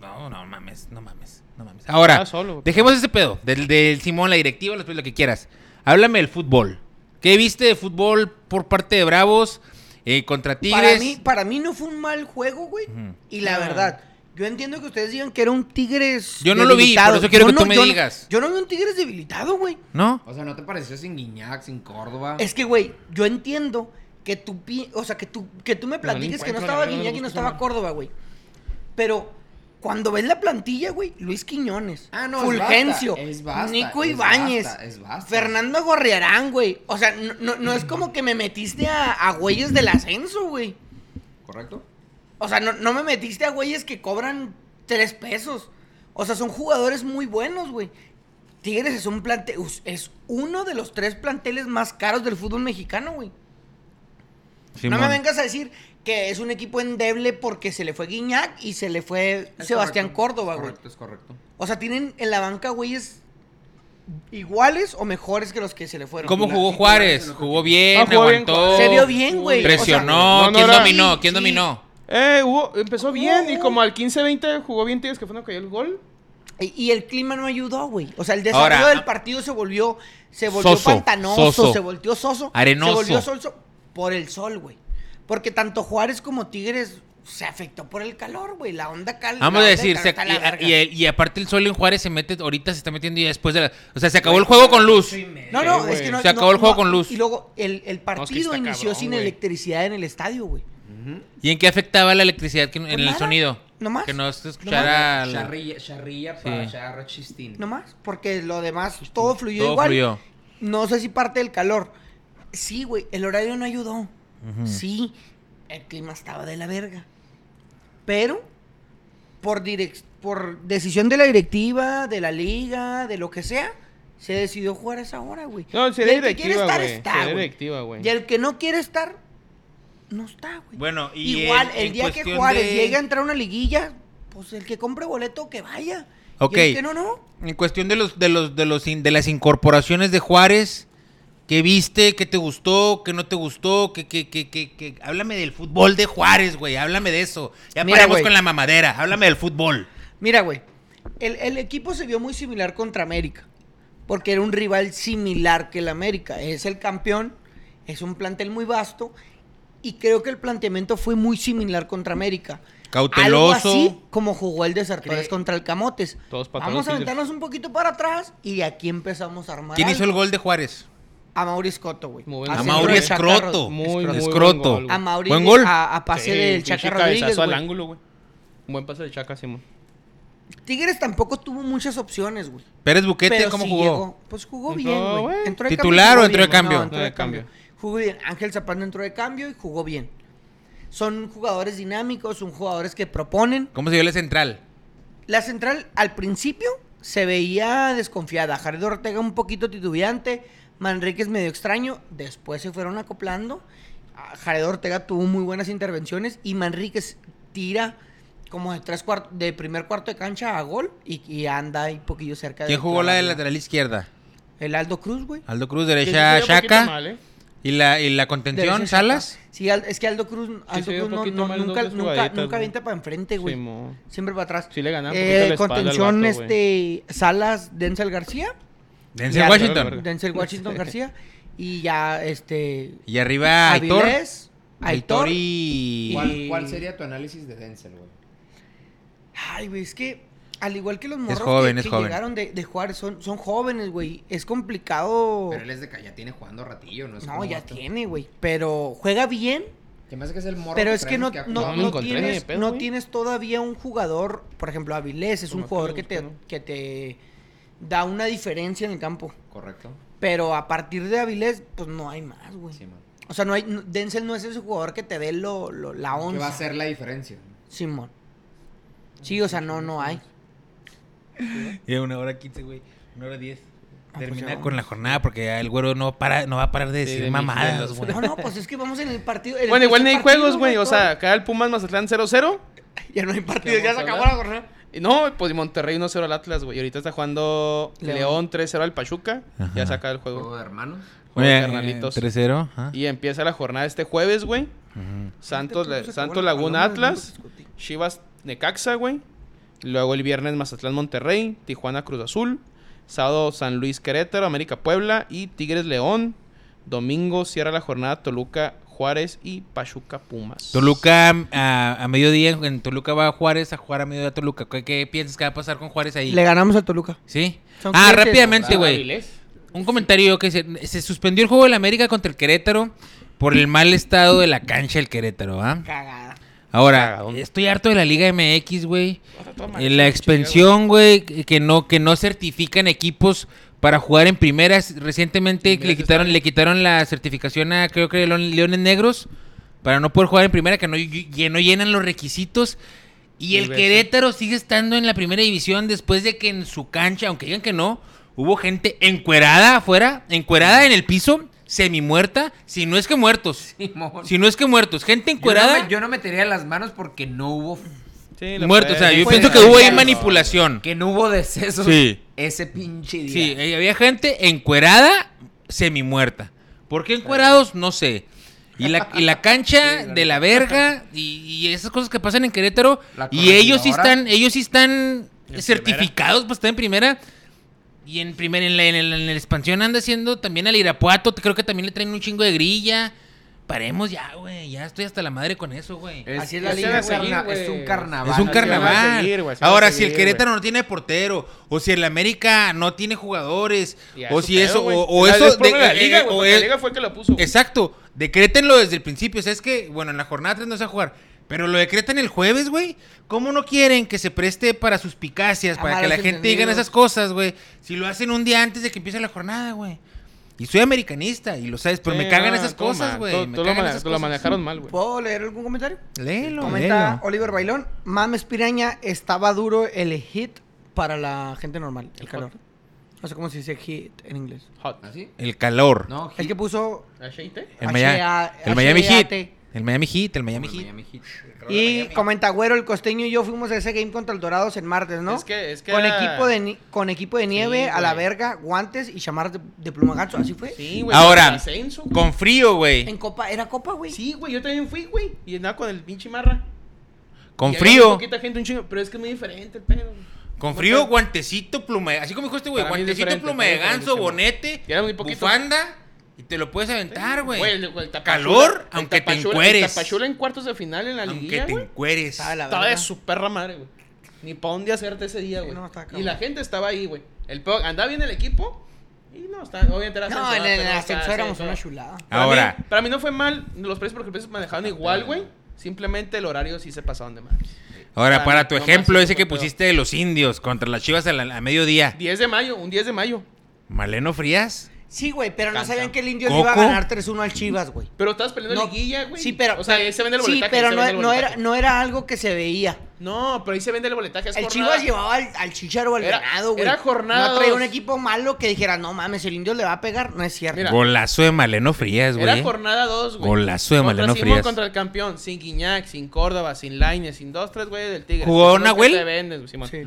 No, no mames, no mames, no mames. Ahora,
Ah, solo.
dejemos ese pedo del, del Simón, la directiva, los- lo que quieras. Háblame del fútbol. ¿Qué viste de fútbol por parte de Bravos eh, contra Tigres?
Para mí, para mí no fue un mal juego, güey.
Ujú.
Y
Ah.
la verdad, yo entiendo que ustedes digan que era un Tigres.
Yo no lo vi,
debilitado.
por eso quiero
Yo
que tú me
yo
digas.
Yo no vi un Tigres debilitado, güey.
¿No?
O sea, ¿no te pareció sin Guiñac, sin Córdoba?
Es que, güey, yo entiendo que tú, pi- o sea, que tú, que tú me platiques que no
encuentro,
estaba
la verdad,
Guiñac y
no
no
busco
estaba
su
Córdoba, güey. Pero cuando ves la plantilla, güey, Luis Quiñones,
Ah, no, es
Fulgencio,
basta, es basta,
Nico
es
Ibáñez,
basta, es basta.
Fernando Gorriarán, güey. O sea, no, no- no es como que me metiste a, a güeyes del ascenso, güey.
¿Correcto?
O sea, no, no me metiste a güeyes que cobran tres pesos. O sea, son jugadores muy buenos, güey. Tigres es un plante us- es uno de los tres planteles más caros del fútbol mexicano, güey. no me
Simón.
vengas a decir que es un equipo endeble porque se le fue Guiñac y se le fue
Es
Sebastián
correcto,
Córdoba,
es
güey.
Correcto, es correcto.
O sea, tienen en la banca güeyes iguales o mejores que los que se le fueron.
¿Cómo
la-
jugó Juárez? Jugó bien,
Ah, jugó bien
aguantó.
Juárez.
Se vio bien, güey.
Presionó.
O sea, no, no
¿Quién
era-
dominó? ¿Quién
sí.
dominó?
Eh, hubo,
Oh.
empezó bien y
Ujú.
como al 15-20 jugó bien Tigres que fue cuando cayó el gol.
Y- Y el clima no ayudó, güey. O sea, el desarrollo
Ahora,
del partido se volvió, se volvió
soso,
pantanoso,
soso,
se volvió soso,
arenoso.
se volvió soso por el sol, güey. Porque tanto Juárez como Tigres se afectó por el calor, güey. La onda cal.
Vamos
la
a
onda
decir,
del
se-
calor está la
y,
verga.
y- y aparte el sol en Juárez se mete, ahorita se está metiendo ya después de la... O sea, se acabó el juego con luz.
No, no,
güey.
es que no.
Se acabó
no-
el juego
no-
con luz.
Y luego el,
No,
el
es que
partido
está
inició
cabrón,
sin
güey.
electricidad en el estadio, güey.
¿Y en qué afectaba la electricidad que- en el
nada,
sonido?
no más,
Que no se
no
escuchara... la-
Charrilla, charrilla para
Sí.
charra chistín.
No más, porque lo demás todo fluyó
Todo
igual.
fluyó.
No sé si parte del calor. Sí, güey, el horario no ayudó. Sí, el clima estaba de la verga. Pero por direc- por decisión de la directiva, de la liga, de lo que sea, se decidió jugar a esa hora, güey.
No,
Y
sería
el que quiere
directiva,
estar,
güey.
está,
Sería
güey.
directiva, güey.
Y el que no quiere estar no está, güey.
Bueno, y
Igual,
en-
el
en
día que
cuestión
Juárez
de-
llegue a entrar a una liguilla, pues el que compre boleto que vaya.
Ok.
Y el que no, no.
En cuestión de los de los de los in- de las incorporaciones de Juárez, ¿qué viste? ¿Qué te gustó? ¿Qué no te gustó? ¿Qué, qué, qué, qué, qué? Háblame del fútbol de Juárez, güey. Háblame de eso. Ya
Mira,
paramos
güey.
con la mamadera. Háblame del fútbol.
Mira, güey, el, el equipo se vio muy similar contra América, porque era un rival similar que el América. Es el campeón, es un plantel muy vasto, y creo que el planteamiento fue muy similar contra América. Algo
Cauteloso.
así como jugó el de Sartores
Cre-
contra el Camotes.
Todos patearon
Vamos a
Tigres.
aventarnos un poquito para atrás y de aquí empezamos a armar.
¿Quién hizo el
algo.
gol de Juárez?
a Mauri Escoto, güey.
Muy buen
A
gol.
A
centro
Mauri
de
Escroto.
Muy, muy
Escroto.
buen gol, güey.
A Mauri ah,
Buen gol.
A, a pase
Sí,
del
pinche
Chaca
cabezazo
Rodríguez,
al
güey.
ángulo, güey. Un buen pase del Chaca, Simón.
Tigres tampoco tuvo muchas opciones, güey.
Pérez Buquete,
Pero
¿cómo
sí
jugó?
llegó. Pues jugó
Entró,
bien, güey.
güey.
Entró de
¿Titular
cambio,
o
jugó
entró de
bien.
cambio?
No, entró de
Entró de
cambio. Jugó bien. Ángel Zapata entró de cambio y jugó bien. Son jugadores dinámicos, son jugadores que proponen.
¿Cómo se dio la central?
La central al principio se veía desconfiada. Jared Ortega un poquito titubeante. Manríquez medio extraño. Después se fueron acoplando. Ah, Jared Ortega tuvo muy buenas intervenciones. Y Manríquez tira como de, tres cuart- de primer cuarto de cancha a gol. Y, y anda ahí poquillo cerca
¿Quién jugó la de lateral izquierda?
El Aldo Cruz, güey.
Aldo Cruz,
Sí, sí,
derecha,
se dio un poquito
Chaca.
mal, ¿eh?
¿Y la, y la
Debe ser
contención,
Chaca.
Salas?
Sí, Al- es que Aldo Cruz, Aldo
se dio
Cruz
un
no,
poquito
no-
mal,
nunca,
dos, tres
nunca,
jugaditas,
nunca
güey.
avienta para enfrente, güey.
Simón.
Siempre para atrás.
Sí le ganaba un poquito
Eh,
la espalda al
contención,
vato,
este, Salas, Denzel García.
Denzel
Ya,
Washington.
Denzel Washington García. Y ya, este,
Y arriba Aitor.
Avilés, Aitor.
Aitor y...
¿Cuál, cuál sería tu análisis de Denzel, güey?
Ay, güey, es que al igual que los morros
joven,
que,
es
que
joven.
llegaron de, de Juárez, son, son jóvenes, güey. Es complicado.
Pero él es de que ya tiene jugando ratillo, ¿no? Es
Oh. No,
como
ya
este-
tiene, güey. Pero juega bien,
Que me hace que es el morro.
Pero es que no,
traemos ha
no-
jugado.
No
no
encontré,
tienes,
pedo,
no
güey.
tienes todavía un jugador, por ejemplo, Avilés es un
Nomás que
jugador
lo
que te,
busco, ¿no?
que te da una diferencia en el campo.
Correcto.
Pero a partir de Avilés, pues no hay más, güey.
Sí, man.
O sea, no hay, no- Denzel no es ese jugador que te dé lo, lo- la
¿Qué va a
once.
ser la diferencia?
Simón. Sí, o sea, no, no hay.
Era una hora quince, güey. Una hora diez.
Ah, pues
Termina
ya
con la jornada porque ya el güero no, para, no va a parar de
Sí,
decir
de
mamadas,
mijadas.
güey.
No, no, pues es que vamos en el partido. en el
Bueno, igual
tercer
ni hay
partido,
juegos, güey. O sea,
todo.
acá el Pumas Mazatlán 0-0.
Ya no hay partido,
¿Qué
ya
vamos
se
a
acabó
hablar?
la jornada.
Y No, pues y Monterrey 1-0 al Atlas, güey. Y ahorita está jugando
León.
León, 3-0 al Pachuca.
Ajá.
Ya saca el juego.
¿Juego de hermanos?
Oye,
Oye,
carnalitos.
3-0. ajá.
Y empieza la jornada este jueves, güey.
Ujú.
Santos,
Tú, tú,
la-
Este se acabó
Santos
la
Laguna
paloma, no
Atlas.
discutí.
Chivas Necaxa, güey. Luego el viernes Mazatlán Monterrey, Tijuana Cruz Azul, sábado San Luis Querétaro, América Puebla y Tigres León. Domingo cierra la jornada Toluca Juárez y Pachuca Pumas.
Toluca a, a mediodía, en Toluca va a Juárez a jugar a mediodía a Toluca. ¿Qué, qué piensas que va a pasar con Juárez ahí?
Le ganamos a Toluca.
¿Sí?
Son
Ah,
clientes.
rápidamente,
Ah,
güey.
Avilés.
Un comentario yo que se, se suspendió el juego del América contra el Querétaro por el mal estado de la cancha del Querétaro, ¿ah?
Cagada.
Ahora,
Cagadón.
estoy harto de la Liga MX, güey.
toma,
Eh, La expansión, güey, que no, que no certifican equipos para jugar en primeras. Recientemente
Mira
le
ese
quitaron,
estadio.
le quitaron la certificación a, creo que, Leon- Leones Negros para no poder jugar en primera, que no, ll- que no llenan los requisitos. Y el
Mil veces.
Querétaro sigue estando en la primera división después de que en su cancha, aunque digan que no, hubo gente encuerada afuera, encuerada en el piso, semimuerta, si no es que muertos.
Simón.
Si no es que muertos, gente
Yo no,
encuerada.
me, yo no metería las manos porque no hubo
Sí, la
Muerto, o sea,
puede-
yo
puede
pienso que
ser.
hubo ahí
Sí,
manipulación.
que no hubo decesos
Sí.
ese pinche día.
Sí, eh, había gente encuerada, semi-muerta. ¿Por qué encuerados? No sé. Y la, y la cancha de la verga y, y esas cosas que pasan en Querétaro.
La
Y ellos sí
corregidora.
están, ellos sí están
En
certificados para estar en primera. Y en primera, en la, en el- en la expansión anda haciendo también al Irapuato. Creo que también le traen un chingo de grilla. Paremos ya, güey. Ya estoy hasta la madre con eso, güey.
Eh,
Es,
Así es la
es
liga,
un
güey.
carna-
güey.
es un carnaval.
Es un
Así van a
carnaval.
seguir, güey, así van
Ahora,
a
si el
seguir,
Querétaro no tiene portero, o si el América no tiene jugadores,
Ya,
o
su
si
pedo,
eso,
güey.
o, o
La-
eso.
es problema de la
eh,
liga,
eh,
güey,
o
porque la
es-
liga fue el que lo puso. güey.
Exacto, decrétenlo desde el principio. O sea, es que, bueno, en la jornada 3 no se va a jugar, pero lo decretan el jueves, güey. ¿Cómo no quieren que se preste para suspicacias,
Ah,
A
para que la
malos
gente diga
entendidos.
esas cosas, güey? Si lo hacen un día antes de que empiece la jornada, güey. Y soy americanista, y lo sabes, pero
Sí,
me cagan
no,
esas
toma,
cosas, güey.
tú-
me
Tú lo
cagan
mane-
esas
tú lo
cosas.
manejaron mal, güey.
¿Puedo leer algún comentario?
Léelo,
Comenta
léelo.
Oliver Bailón, Mames Piraña, estaba duro el hit para la gente normal, el,
El
calor. No sé cómo se dice hit en inglés.
Hot.
¿Así?
El calor.
No,
El que puso
¿Aceite?
El, Maya-
HA-
el Miami Heat.
HAT.
El Miami Heat, el Miami Heat.
Miami Heat.
y comenta Güero, el costeño y yo fuimos a ese game contra el Dorados en martes, ¿no?
Es que- es que
con
era-
equipo de ni- con equipo de nieve a la
güey.
verga, guantes y chamarras de, de pluma gacho, así fue.
Sí,
Ahora,
el ascenso, güey.
Con frío,
En
güey.
copa, era copa, güey.
Sí, güey, yo también fui, güey. Y andaba con el pinche marra.
Con
Y había muy
frío.
poquita gente, un chingo, pero es que es muy diferente el pedo.
Con frío, guantecito, pluma. de- Así como dijo este güey,
Para mí es
guantecito,
diferente,
pluma de
para mí es
ganso,
diferente.
bonete,
Y era muy poquito.
bufanda. Y te lo puedes aventar, güey.
Güey, el- el Tapachula-
Calor,
el
aunque te
Tapachula-
encueres.
El Tapachula en cuartos de final en la
Aunque
liguilla,
te
güey.
encueres.
Sabe la
Estaba
verga.
de su perra madre, güey. Ni pa' dónde hacerte ese día,
Sí,
güey.
no, está cabrón.
y la gente estaba ahí, güey. El pedo- andaba bien el equipo, Y no, está, obviamente era
No, en el ascenso éramos una
chula.
chulada.
Ahora.
Para mí, para mí no fue mal los precios porque los precios manejaban igual, güey. Simplemente el horario sí se pasaron de mal.
Ahora, para tu
no, más
ejemplo
sí,
ese que
porque-
pusiste de los indios contra las chivas a, la- a mediodía.
10 de mayo, un 10 de mayo.
¿Maleno Frías?
Sí, güey, pero no
Cancha.
sabían que el indio le iba a
Coco.
ganar 3-1 al Chivas, güey.
Pero estabas peleando
No,
liguilla, güey.
Sí, pero.
O sea, ahí se vende el
sí,
boletaje.
pero
ahí se
no,
vende el
no era,
boletaje.
no era algo que se veía.
No, pero ahí se vende el boletaje. es
El
jornada.
Chivas llevaba al, al Chicharo al
Era-
ganado, güey.
era jornada
No traía
dos.
un equipo malo que dijera, no mames, el indio le va a pegar. No es cierto.
Mira,
Golazo de Maleno Frías, güey.
Era jornada 2, güey.
Golazo de
Contra
Mariano
Simón
Frías.
contra el campeón. Sin Guiñac, sin Córdoba, sin Lainez, sin 2, 3, güey, del Tigre.
¿Jugó
Simón,
Nahuel?
¿qué te vendes, güey, Simón?
Sí.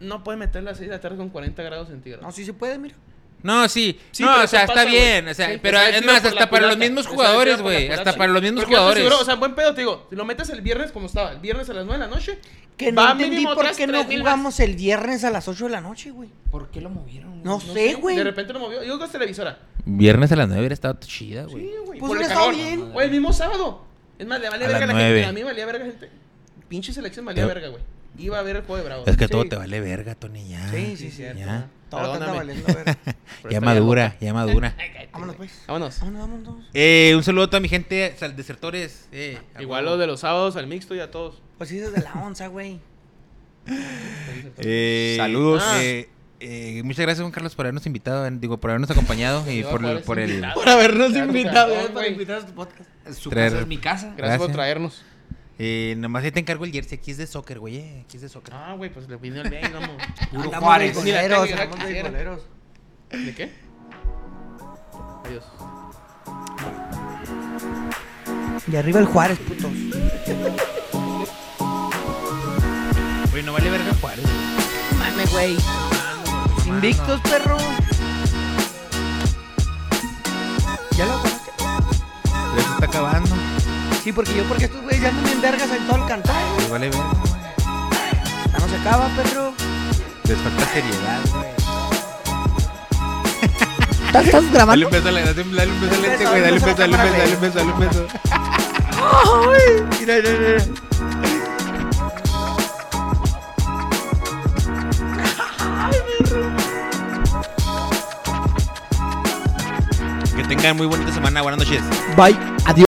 No puede meter las 6 de la tarde con 40 grados centígrados.
No, sí se puede, mira.
No, sí.
Sí,
no,
pero
o sea,
eso
está
pasa,
bien.
güey.
O sea,
Sí,
pero
está el
es
tiro
más,
por
hasta
la
para los
culata,
mismos
está el tiro
jugadores,
por la
güey.
culata,
Hasta
sí.
para los mismos
Porque yo te
jugadores.
aseguro, o sea, buen pedo, te digo. Si lo metes el viernes como estaba, el viernes a las 9 de la noche.
Que no
va
entendí
mínimo
por
otras
qué no
3,000
jugamos el viernes a las 8 de la noche, güey.
¿Por qué lo movieron?
No,
más. No
sé, güey.
De repente lo movió. Yo digo que es televisora.
Viernes a las 9 hubiera estado chida, güey.
Sí, güey.
Pues
por el
hubiera
calor.
estado bien.
O el mismo sábado. Es más, le vale
A
verga
las
la gente.
nueve.
A mí me valía verga gente. Pinche selección valía
Pero-
verga, güey. Iba a ver el juego de Bravo.
Es que todo
Sí.
te vale verga, Tony,
Ah,
ya.
Sí, sí, sí.
Ya,
Todo te anda
Perdóname.
valiendo, a ver.
Pero
ya
está bien,
madura, ya madura.
Vámonos, pues.
Vámonos.
Vámonos, vámonos.
Eh, un saludo a toda mi gente, sal- desertores. eh, a
Igual
huevo.
los de los sábados, al mixto y a todos.
Pues sí, desde la onza, güey.
Eh,
Saludos. Ah.
eh, eh, muchas gracias, Juan Carlos, por habernos invitado, eh, digo, por habernos acompañado y por, el- por el...
Por habernos
Gracias por invitar a tu podcast.
Su
Traer-
casa es mi casa.
Gracias por
Gracias.
traernos.
Eh, nomás ahí te encargo el jersey, aquí es de soccer, güey, eh, aquí es de soccer.
Ah, güey, pues le vino el bien, vamos.
Puro
Andamos
Juárez.
de
Ni la
goleros,
cagué,
andamos de
quisiera.
goleros.
¿De qué? Adiós.
Y arriba el Juárez, putos.
Güey, no vale verga Juárez.
Mame, güey. Invictos, perro. Ya lo conozco.
Pero se está acabando,
Sí, porque yo, porque estos güeyes ya andan en vergas en todo el cantar.
güey, vale verga, güey.
Ya no se acaba, perro.
Les falta seriedad, güey.
¿Estás, estás grabando?
Dale un beso, a la- dale un dale un beso, a la-
beso,
güey, dale un beso, dale un beso, dale
dale
un beso, dale un beso. Mira, mira, mira. Que tengan muy bonita semana, buenas noches.
Bye. Adiós.